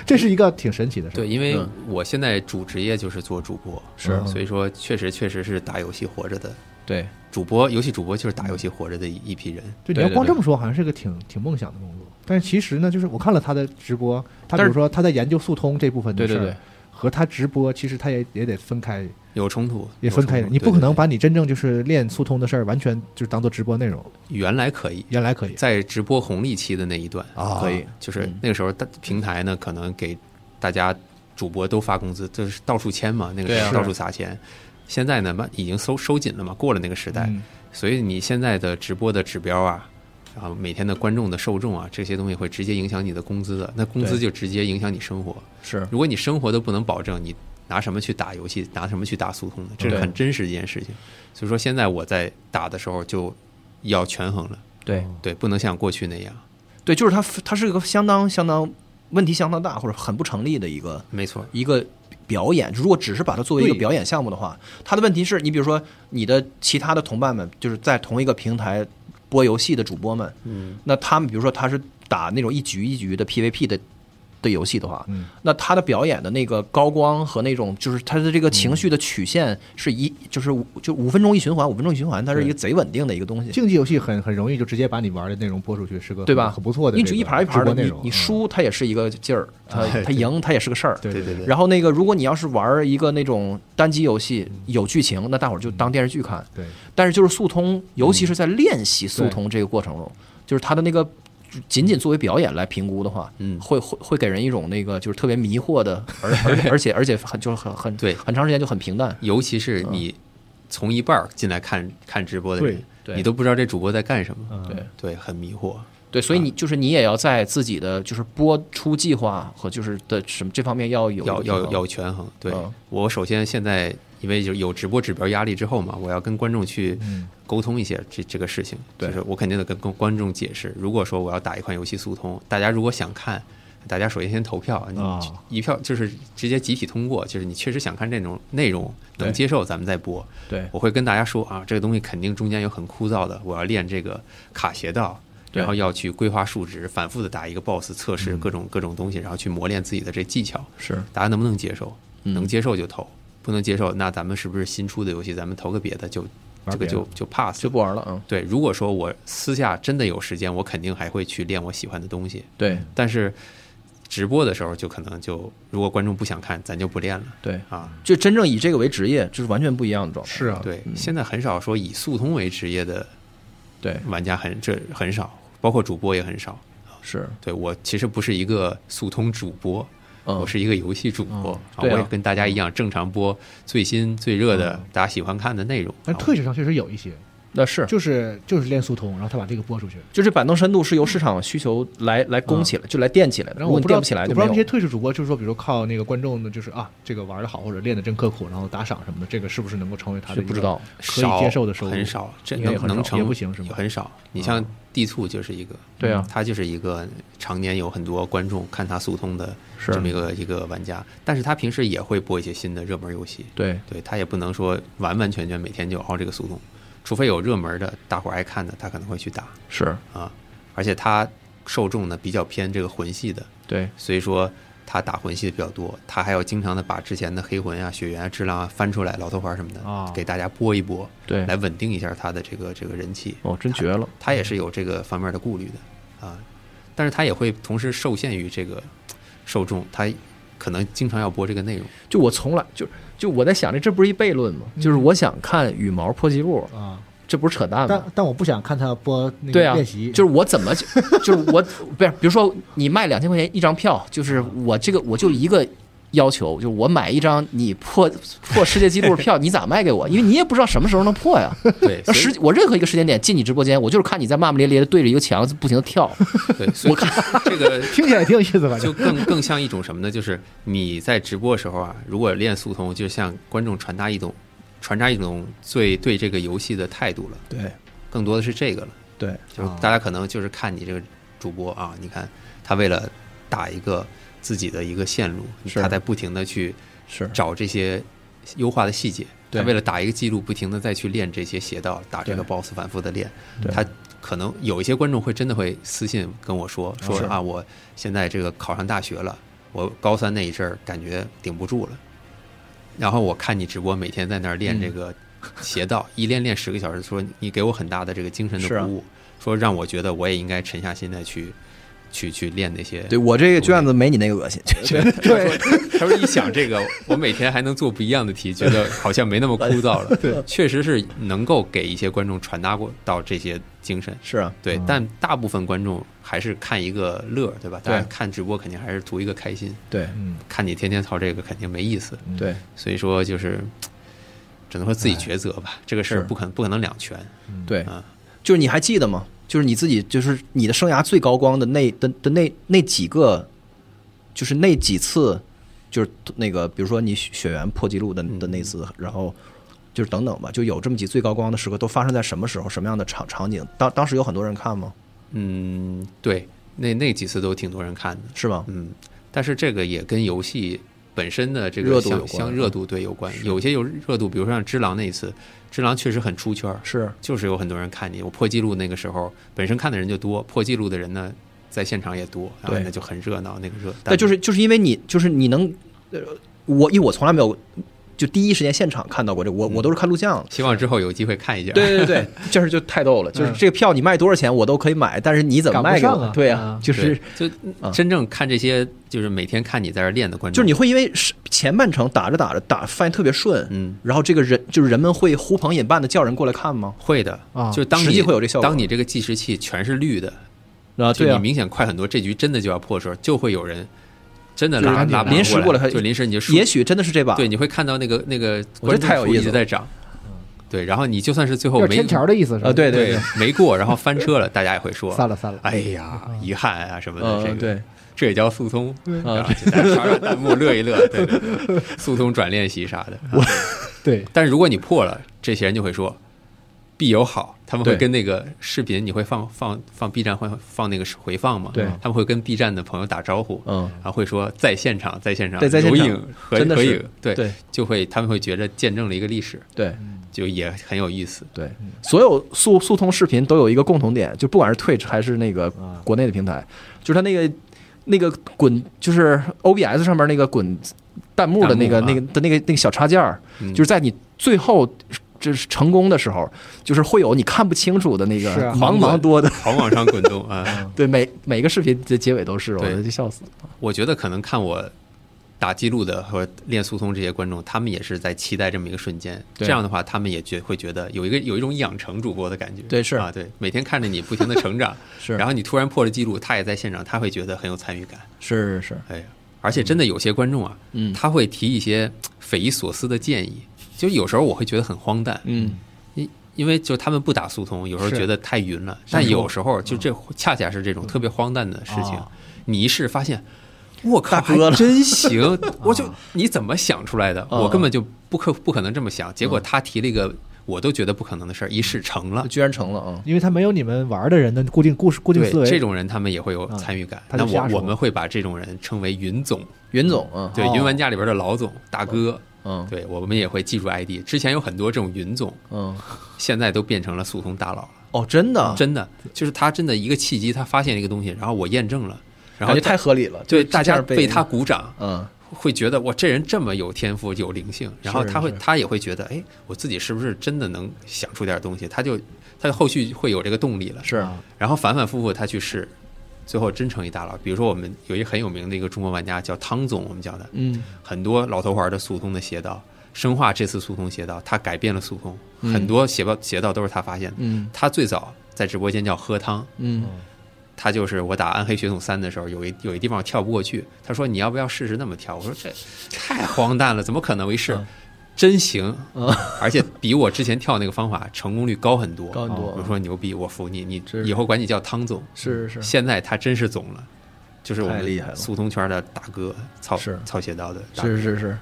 [SPEAKER 1] 这是一个挺神奇的事儿，
[SPEAKER 3] 对，因为
[SPEAKER 2] 嗯
[SPEAKER 3] 我现在主职业就是做主播，
[SPEAKER 2] 是
[SPEAKER 3] 嗯所以说确实确实是打游戏活着的
[SPEAKER 2] 对
[SPEAKER 3] 主播，游戏主播就是打游戏活着的一一批人。
[SPEAKER 1] 对，你
[SPEAKER 2] 对
[SPEAKER 1] 要
[SPEAKER 2] 对
[SPEAKER 1] 光
[SPEAKER 2] 对
[SPEAKER 1] 这么说，好像是个挺挺梦想的工作。但是其实呢，就是我看了他的直播，他比
[SPEAKER 3] 但
[SPEAKER 1] 如
[SPEAKER 3] 是
[SPEAKER 1] 说他在研究速通这部分
[SPEAKER 2] 对
[SPEAKER 1] 的事
[SPEAKER 2] 对
[SPEAKER 1] 儿，
[SPEAKER 2] 对，
[SPEAKER 1] 和他直播其实他也也得分开，
[SPEAKER 3] 有冲突，
[SPEAKER 1] 也
[SPEAKER 3] 有
[SPEAKER 1] 分开
[SPEAKER 3] 冲
[SPEAKER 1] 的。
[SPEAKER 3] 突
[SPEAKER 1] 你
[SPEAKER 3] 对
[SPEAKER 1] 不可
[SPEAKER 3] 对
[SPEAKER 1] 能
[SPEAKER 3] 对
[SPEAKER 1] 把你真正就是练速通的事儿完全就是当做直播内容，
[SPEAKER 3] 原来可以，
[SPEAKER 1] 原来可以
[SPEAKER 3] 在直播红利期的那一段
[SPEAKER 1] 啊
[SPEAKER 2] 可以
[SPEAKER 3] 就是
[SPEAKER 2] 嗯
[SPEAKER 3] 那个时候大平台呢，可能给大家主播都发工资，就是到处签嘛，那个
[SPEAKER 2] 对
[SPEAKER 3] 时
[SPEAKER 2] 啊
[SPEAKER 3] 候到处撒钱。现在呢，慢已经收收紧了嘛，过了那个时代，
[SPEAKER 1] 嗯
[SPEAKER 3] 所以你现在的直播的指标啊，然后每天的观众的受众啊，这些东西会直接影响你的工资的，那工资
[SPEAKER 2] 对
[SPEAKER 3] 就直接影响你生活。
[SPEAKER 2] 是
[SPEAKER 3] 如果你生活都不能保证，你拿什么去打游戏，拿什么去打速通呢？这是很真实的一件事情。所以说，现在我在打的时候就要权衡了，
[SPEAKER 2] 对
[SPEAKER 3] 对，不能像过去那样。
[SPEAKER 2] 对，就是它它是一个相当相当问题相当大或者很不成立的一个
[SPEAKER 3] 没错，
[SPEAKER 2] 一个表演，如果只是把它作为一个
[SPEAKER 1] 对
[SPEAKER 2] 表演项目的话，它的问题是你比如说你的其他的同伴们，就是在同一个平台播游戏的主播们，
[SPEAKER 3] 嗯，
[SPEAKER 2] 那他们比如说他是打那种一局一局的 PVP 的的游戏的话，
[SPEAKER 1] 嗯
[SPEAKER 2] 那他的表演的那个高光和那种就是他的这个情绪的曲线是一、就是五就五分钟一循环，五分钟一循环，它是一个贼稳定的一个东西。
[SPEAKER 1] 竞技游戏很很容易就直接把你玩的内容播出去，是个
[SPEAKER 2] 对吧？
[SPEAKER 1] 很不错的这
[SPEAKER 2] 你
[SPEAKER 1] 个
[SPEAKER 2] 只
[SPEAKER 1] 直播内容，
[SPEAKER 2] 一盘一盘的，你你
[SPEAKER 1] 嗯
[SPEAKER 2] 输它也是一个劲
[SPEAKER 1] [LAUGHS]
[SPEAKER 2] 儿，它它赢它也是个事儿。
[SPEAKER 1] 对对
[SPEAKER 3] 对对
[SPEAKER 2] 然后那个，如果你要是玩一个那种单机游戏有剧情，那大伙儿就当电视剧看。
[SPEAKER 1] 对，
[SPEAKER 2] 但是就是速通，尤
[SPEAKER 1] 嗯
[SPEAKER 2] 其是在练习速通这个过程中，就是它的那个仅仅作为表演来评估的话，
[SPEAKER 3] 嗯
[SPEAKER 2] 会会会给人一种那个就是特别迷惑的，而而而且而且很就是很很
[SPEAKER 3] 对
[SPEAKER 2] 很长时间就很平
[SPEAKER 1] 嗯
[SPEAKER 2] 淡。
[SPEAKER 3] 尤其是你从一半儿进来看看直播的人，
[SPEAKER 2] 对对
[SPEAKER 3] 你都不知道这主播在干什么，
[SPEAKER 1] 嗯
[SPEAKER 2] 对
[SPEAKER 3] 对，很迷惑。
[SPEAKER 2] 对，所以你
[SPEAKER 1] 啊
[SPEAKER 2] 就是你也要在自己的就是播出计划和就是的什么这方面要有
[SPEAKER 3] 要
[SPEAKER 2] 一个平
[SPEAKER 3] 要
[SPEAKER 2] 衡
[SPEAKER 3] 要权衡。对、
[SPEAKER 2] 嗯
[SPEAKER 3] 我首先现在因为有有直播指标压力之后嘛，我要跟观众去
[SPEAKER 1] 嗯
[SPEAKER 3] 沟通一些这这个事情，
[SPEAKER 2] 对
[SPEAKER 3] 就是我肯定得跟跟观众解释，如果说我要打一款游戏速通，大家如果想看。大家首先先投票，你
[SPEAKER 1] 啊
[SPEAKER 2] 哦
[SPEAKER 3] 一票就是直接集体通过，就是你确实想看这种内容能
[SPEAKER 2] 对
[SPEAKER 3] 接受，咱们再播。
[SPEAKER 2] 对
[SPEAKER 3] 我会跟大家说啊，这个东西肯定中间有很枯燥的，我要练这个卡斜道，
[SPEAKER 2] 对嗯
[SPEAKER 3] 然后要去规划数值，反复的打一个 BOSS 测试各种各种东西，然后去磨练自己的这技巧。
[SPEAKER 2] 是
[SPEAKER 3] 大家能不能接受？
[SPEAKER 2] 嗯
[SPEAKER 3] 能接受就投，不能接受，那咱们是不是新出的游戏，咱们投个别的就这
[SPEAKER 1] 玩
[SPEAKER 3] 个
[SPEAKER 1] 别的
[SPEAKER 3] 就就 pass
[SPEAKER 2] 就
[SPEAKER 3] 了。
[SPEAKER 2] 不玩了啊。嗯
[SPEAKER 3] 对，如果说我私下真的有时间，我肯定还会去练我喜欢的东西。
[SPEAKER 2] 对
[SPEAKER 3] 但是直播的时候，就可能就如果观众不想看，咱就不练了
[SPEAKER 2] 对，
[SPEAKER 3] 啊。
[SPEAKER 2] 就真正以这个为职业，就是完全不一样的状态。
[SPEAKER 1] 是啊，
[SPEAKER 3] 对，现在很少说以速通为职业的
[SPEAKER 2] 对，
[SPEAKER 3] 玩家很这很少，包括主播也很少。
[SPEAKER 2] 是，
[SPEAKER 3] 对我其实不是一个速通主播，
[SPEAKER 2] 嗯
[SPEAKER 3] 我，是一个游戏主
[SPEAKER 1] 嗯
[SPEAKER 3] 播，啊我
[SPEAKER 2] 对啊
[SPEAKER 3] 也跟大家一样正常播最新最热的、大家喜欢看的内容。
[SPEAKER 1] 但嗯
[SPEAKER 3] 啊
[SPEAKER 1] 特性上确实有一些，
[SPEAKER 2] 那是
[SPEAKER 1] 就是就是练速通，然后他把这个播出去，
[SPEAKER 2] 就这板凳深度是由市场需求来来供起来，就来垫起来的。
[SPEAKER 1] 嗯然
[SPEAKER 2] 如
[SPEAKER 1] 后我
[SPEAKER 2] 果你
[SPEAKER 1] 不知
[SPEAKER 2] 垫
[SPEAKER 1] 道，
[SPEAKER 2] 不起来，
[SPEAKER 1] 我
[SPEAKER 2] 就
[SPEAKER 1] 不知
[SPEAKER 2] 没
[SPEAKER 1] 道那些
[SPEAKER 2] 有。
[SPEAKER 1] 退市主播，就是说，比如靠那个观众的，就是啊，这个玩的好或者练的真刻苦，然后打赏什么的，这个是不是能够成为他的
[SPEAKER 2] 是不知道
[SPEAKER 1] 可以接受的收入？
[SPEAKER 3] 很少，这
[SPEAKER 1] 应该也
[SPEAKER 3] 能
[SPEAKER 1] 很少
[SPEAKER 3] 能成
[SPEAKER 1] 也不行是吗嗯
[SPEAKER 3] 很少。你像地兔就是一个，
[SPEAKER 2] 对啊
[SPEAKER 3] 嗯他就是一个常年有很多观众看他速通的
[SPEAKER 2] 是
[SPEAKER 3] 这么一个一个玩家，但是他平时也会播一些新的热门游戏，
[SPEAKER 2] 对，
[SPEAKER 3] 对他也不能说完完全全每天就熬这个速通，除非有热门的大伙儿爱看的，他可能会去打
[SPEAKER 2] 是，
[SPEAKER 3] 啊。而且他受众呢比较偏这个魂系的，
[SPEAKER 2] 对，
[SPEAKER 3] 所以说他打魂系的比较多，他还要经常的把之前的黑魂啊、血缘啊、智狼啊翻出来、老头环什么的、
[SPEAKER 1] 啊
[SPEAKER 3] 给大家播一播，
[SPEAKER 2] 对
[SPEAKER 3] 来稳定一下他的这个这个人气。
[SPEAKER 2] 哦，真绝了。
[SPEAKER 3] 他也是有这个方面的顾虑的啊，但是他也会同时受限于这个受众，他可能经常要播这个内容。
[SPEAKER 2] 就我从来就就我在想，这这不是一悖论吗？就是
[SPEAKER 1] 嗯
[SPEAKER 2] 我想看羽毛破纪录，
[SPEAKER 1] 啊。
[SPEAKER 2] 这不是扯淡吗
[SPEAKER 1] 但？但我不想看他播那
[SPEAKER 2] 对
[SPEAKER 1] 个
[SPEAKER 2] 啊，
[SPEAKER 1] 练习，
[SPEAKER 2] 就是我怎么 [LAUGHS] 就就是我不是，比如说你卖两千块钱一张票，就是我这个我就一个要求，就是我买一张你破破世界纪录的票，你咋卖给我？因为你也不知道什么时候能破呀。
[SPEAKER 3] 对，
[SPEAKER 2] 那
[SPEAKER 3] 所
[SPEAKER 2] 时
[SPEAKER 3] 以
[SPEAKER 2] 我任何一个时间点进你直播间，我就是看你在骂骂咧咧的对着一个墙不停的跳，
[SPEAKER 3] 对，所以这个
[SPEAKER 1] [LAUGHS] 听起来挺有意思，反
[SPEAKER 3] 就
[SPEAKER 1] 正
[SPEAKER 3] 更更像一种什么呢？就是你在直播的时候啊，如果练速通，就向观众传达一种传达一种最对这个游戏的态度了，
[SPEAKER 1] 对
[SPEAKER 3] 更多的是这个了。
[SPEAKER 1] 对，
[SPEAKER 3] 就是
[SPEAKER 1] 啊
[SPEAKER 3] 大家可能就是看你这个主播啊，你看他为了打一个自己的一个线路，
[SPEAKER 2] 是
[SPEAKER 3] 他在不停的去
[SPEAKER 2] 是
[SPEAKER 3] 找这些优化的细节。他
[SPEAKER 2] 对
[SPEAKER 3] 为了打一个记录，不停的再去练这些邪道，打这个 BOSS 反复的练。他可能有一些观众会真的会私信跟我说说
[SPEAKER 1] 是
[SPEAKER 3] 啊，我现在这个考上大学了，我高三那一阵儿感觉顶不住了，然后我看你直播每天在那儿练这个邪道，一练练十个小时，说你给我很大的这个精神的
[SPEAKER 2] 是啊
[SPEAKER 3] 鼓舞，说让我觉得我也应该沉下心来去去去练那些。
[SPEAKER 4] 对我这个卷子没你那个恶心，
[SPEAKER 3] 对，他说一想这个，我每天还能做不一样的题，觉得好像没那么枯燥了。对，确实是能够给一些观众传达过到这些精神。
[SPEAKER 4] 是啊，
[SPEAKER 3] 对，但大部分观众还是看一个乐儿，对吧？
[SPEAKER 4] 对
[SPEAKER 3] 大家看直播肯定还是图一个开心，
[SPEAKER 4] 对
[SPEAKER 1] 嗯
[SPEAKER 3] 看你天天操这个肯定没意思。
[SPEAKER 4] 对，
[SPEAKER 3] 所以说就是，只能说自己抉择吧。这个事
[SPEAKER 4] 是
[SPEAKER 3] 儿不可能不可能两全。
[SPEAKER 4] 对
[SPEAKER 3] 嗯，
[SPEAKER 4] 啊就是你还记得吗？就是你自己，就是你的生涯最高光的那的的那那几个，就是那几次，就是那个，比如说你血缘破纪录的的那次，然后就是等等吧，就有这么几最高光的时刻，都发生在什么时候、什么样的场场景？当当时有很多人看吗？
[SPEAKER 3] 嗯，对，那那几次都挺多人看的。
[SPEAKER 4] 是吗？
[SPEAKER 3] 嗯，但是这个也跟游戏本身的这
[SPEAKER 4] 热
[SPEAKER 3] 个
[SPEAKER 4] 度有
[SPEAKER 3] 相
[SPEAKER 4] 关
[SPEAKER 3] 相热度对有关，有些有热度，比如说像《只狼》那一次，《只狼》确实很出圈儿，
[SPEAKER 4] 是
[SPEAKER 3] 就是有很多人看你。我破纪录那个时候，本身看的人就多，破纪录的人呢，在现场也多，然后
[SPEAKER 4] 对
[SPEAKER 3] 那就很热闹，那个热。
[SPEAKER 4] 但就是就是因为你就是你能，呃，我因为我从来没有就第一时间现场看到过这个，我我都是看录像的。
[SPEAKER 3] 希望之后有机会看一下。
[SPEAKER 4] 对对对，就是就太逗了，就是
[SPEAKER 1] 嗯
[SPEAKER 4] 这个票你卖多少钱我都可以买，但是你怎么卖给
[SPEAKER 1] 赶不
[SPEAKER 4] 我？
[SPEAKER 1] 上啊
[SPEAKER 4] 对
[SPEAKER 1] 啊
[SPEAKER 4] [LAUGHS] 就是
[SPEAKER 3] 对，
[SPEAKER 4] 啊
[SPEAKER 3] 就真正看这些，就是每天看你在这儿练的观
[SPEAKER 4] 就
[SPEAKER 3] 众，
[SPEAKER 4] 是你会因为是前半程打着打着打发现特别顺，
[SPEAKER 3] 嗯
[SPEAKER 4] 然后这个人就是人们会呼朋引伴的叫人过来看吗？
[SPEAKER 3] 会的
[SPEAKER 1] 啊
[SPEAKER 3] 就是当你
[SPEAKER 4] 实际会有这效果
[SPEAKER 3] 当你这个计时器全是绿的，
[SPEAKER 4] 啊
[SPEAKER 3] 就你明显快很多，这局真的就要破的时候，就会有人真的拉
[SPEAKER 1] 就是
[SPEAKER 3] 拉
[SPEAKER 4] 临时
[SPEAKER 3] 过
[SPEAKER 4] 过来
[SPEAKER 3] 就临时你就输
[SPEAKER 4] 也许真的是这把，
[SPEAKER 3] 对，你会看到那个那个
[SPEAKER 4] 我觉
[SPEAKER 3] 观
[SPEAKER 4] 得太有
[SPEAKER 3] 众数
[SPEAKER 4] 意
[SPEAKER 3] 一
[SPEAKER 4] 思
[SPEAKER 3] 直
[SPEAKER 4] 了
[SPEAKER 3] 在涨，对，然后你就算是最后
[SPEAKER 1] 要
[SPEAKER 3] 没
[SPEAKER 1] 天桥的意思是吧？
[SPEAKER 4] 啊对
[SPEAKER 3] 对没过，然后翻车了，大家也会说
[SPEAKER 1] 散了散了
[SPEAKER 3] 哎呀，遗憾啊什么的，
[SPEAKER 4] 嗯
[SPEAKER 3] 这个
[SPEAKER 4] 对，
[SPEAKER 3] 这也叫速通
[SPEAKER 4] 啊
[SPEAKER 3] 啊，大家刷刷弹幕乐一
[SPEAKER 4] [LAUGHS]
[SPEAKER 3] 乐，对对对，速通转练习啥的。啊
[SPEAKER 1] 对，
[SPEAKER 3] 但是如果你破了，这些人就会说必有好，他们会
[SPEAKER 4] 对
[SPEAKER 3] 跟那个视频，你会放放放 B 站会放那个回放嘛？
[SPEAKER 4] 对
[SPEAKER 3] 他们会跟 B 站的朋友打招呼，
[SPEAKER 4] 嗯
[SPEAKER 3] 然后会说在现场，在现场，
[SPEAKER 4] 对在现场
[SPEAKER 3] 有影合
[SPEAKER 4] 真的
[SPEAKER 3] 合
[SPEAKER 4] 是
[SPEAKER 3] 影，对
[SPEAKER 4] 对
[SPEAKER 3] 就会他们会觉得见证了一个历史，
[SPEAKER 4] 对
[SPEAKER 3] 就也很有意思。
[SPEAKER 4] 对，所有速速通视频都有一个共同点，就不管是 Twitch 还是那个
[SPEAKER 1] 啊
[SPEAKER 4] 国内的平台，就是它那个那个滚，就是 OBS 上面那个滚弹幕的那个
[SPEAKER 3] 弹幕啊
[SPEAKER 4] 那个的那个那个小插件儿，
[SPEAKER 3] 嗯
[SPEAKER 4] 就是在你最后。就是成功的时候，就是会有你看不清楚的那个
[SPEAKER 1] 是啊
[SPEAKER 4] 茫茫多的， [LAUGHS]
[SPEAKER 3] 好往上滚动啊！
[SPEAKER 4] 对每每个视频的结尾都是，我哦
[SPEAKER 3] 对
[SPEAKER 4] 就笑死。
[SPEAKER 3] 我觉得可能看我打记录的和练速通这些观众，他们也是在期待这么一个瞬间。
[SPEAKER 4] 对
[SPEAKER 3] 这样的话，他们也觉会觉得有一个有一种养成主播的感觉。
[SPEAKER 4] 对是
[SPEAKER 3] 啊，对，每天看着你不停的成长，
[SPEAKER 4] [LAUGHS] 是
[SPEAKER 3] 然后你突然破了记录，他也在现场，他会觉得很有参与感。
[SPEAKER 4] 是是，
[SPEAKER 3] 哎呀，而且真的有些观众啊，
[SPEAKER 4] 嗯
[SPEAKER 3] 他会提一些匪夷所思的建议，就有时候我会觉得很荒诞，
[SPEAKER 4] 嗯，
[SPEAKER 3] 因因为就他们不打速通，有时候
[SPEAKER 1] 是嗯
[SPEAKER 3] 觉得太晕了，但有时候就这恰恰是这种特别荒诞的事情
[SPEAKER 1] 啊，
[SPEAKER 3] 你一试发现。我靠，
[SPEAKER 4] 大哥
[SPEAKER 3] 还
[SPEAKER 4] 了
[SPEAKER 1] [LAUGHS]
[SPEAKER 3] 真行！
[SPEAKER 1] 哦
[SPEAKER 3] 我就你怎么想出来的？我根本就不可不可能这么想。结果
[SPEAKER 1] 嗯
[SPEAKER 3] 他提了一个我都觉得不可能的事儿，一试成了。
[SPEAKER 4] 居然成了啊！
[SPEAKER 1] 因为他没有你们玩的人的固定故事、固定
[SPEAKER 3] 对
[SPEAKER 1] 思维，嗯
[SPEAKER 3] 这种人，他们也会有参与感。
[SPEAKER 1] 他
[SPEAKER 3] 那
[SPEAKER 1] 就瞎
[SPEAKER 3] 我
[SPEAKER 1] 说
[SPEAKER 3] 我们会把这种人称为“云总”，
[SPEAKER 4] 云总啊，
[SPEAKER 3] 对
[SPEAKER 1] 哦
[SPEAKER 3] 云玩家里边的老总大哥。
[SPEAKER 4] 嗯
[SPEAKER 3] 对，我们也会记住 ID。之前有很多这种云总，
[SPEAKER 4] 嗯，
[SPEAKER 3] 现在都变成了速通大佬了。
[SPEAKER 4] 哦，真的，
[SPEAKER 3] 真的，就是他真的一个契机，他发现了一个东西，然后我验证了，然
[SPEAKER 4] 感
[SPEAKER 3] 后
[SPEAKER 4] 觉太合理了，
[SPEAKER 3] 对
[SPEAKER 4] 就
[SPEAKER 3] 大
[SPEAKER 4] 这
[SPEAKER 3] 家
[SPEAKER 4] 样被
[SPEAKER 3] 为他鼓掌，
[SPEAKER 4] 嗯
[SPEAKER 3] 会觉得哇，这人这么有天赋、有灵性，然后他会
[SPEAKER 4] 是
[SPEAKER 3] 他也会觉得，哎，我自己是不是真的能想出点东西？他就他就后续会有这个动力了。
[SPEAKER 4] 是
[SPEAKER 3] 然后反反复复他去试，最后真成一大佬。比如说我们有一个很有名的一个中国玩家叫汤总，我们叫他，
[SPEAKER 4] 嗯
[SPEAKER 3] 很多老头环的速通的邪道，生化这次速通邪道，他改变了速通，很多邪道邪道都是他发现的。
[SPEAKER 4] 嗯
[SPEAKER 3] 他最早在直播间叫喝汤，
[SPEAKER 4] 嗯
[SPEAKER 3] 他就是我打暗黑血统三的时候，有一有一地方我跳不过去，他说你要不要试试那么跳？我说这太荒诞了，怎么可能？我一试。
[SPEAKER 4] 嗯
[SPEAKER 3] 真行，而且比我之前跳那个方法成功率高很多。
[SPEAKER 4] 高很多
[SPEAKER 3] 我说牛逼，我服你，你
[SPEAKER 4] 是
[SPEAKER 3] 以后管你叫汤总。
[SPEAKER 4] 是是是
[SPEAKER 3] 现在他真是总了，就是我
[SPEAKER 4] 太厉害
[SPEAKER 3] 们
[SPEAKER 4] 了
[SPEAKER 3] 速通圈的大哥，操
[SPEAKER 4] 是
[SPEAKER 3] 操邪道的大哥。
[SPEAKER 4] 是是是，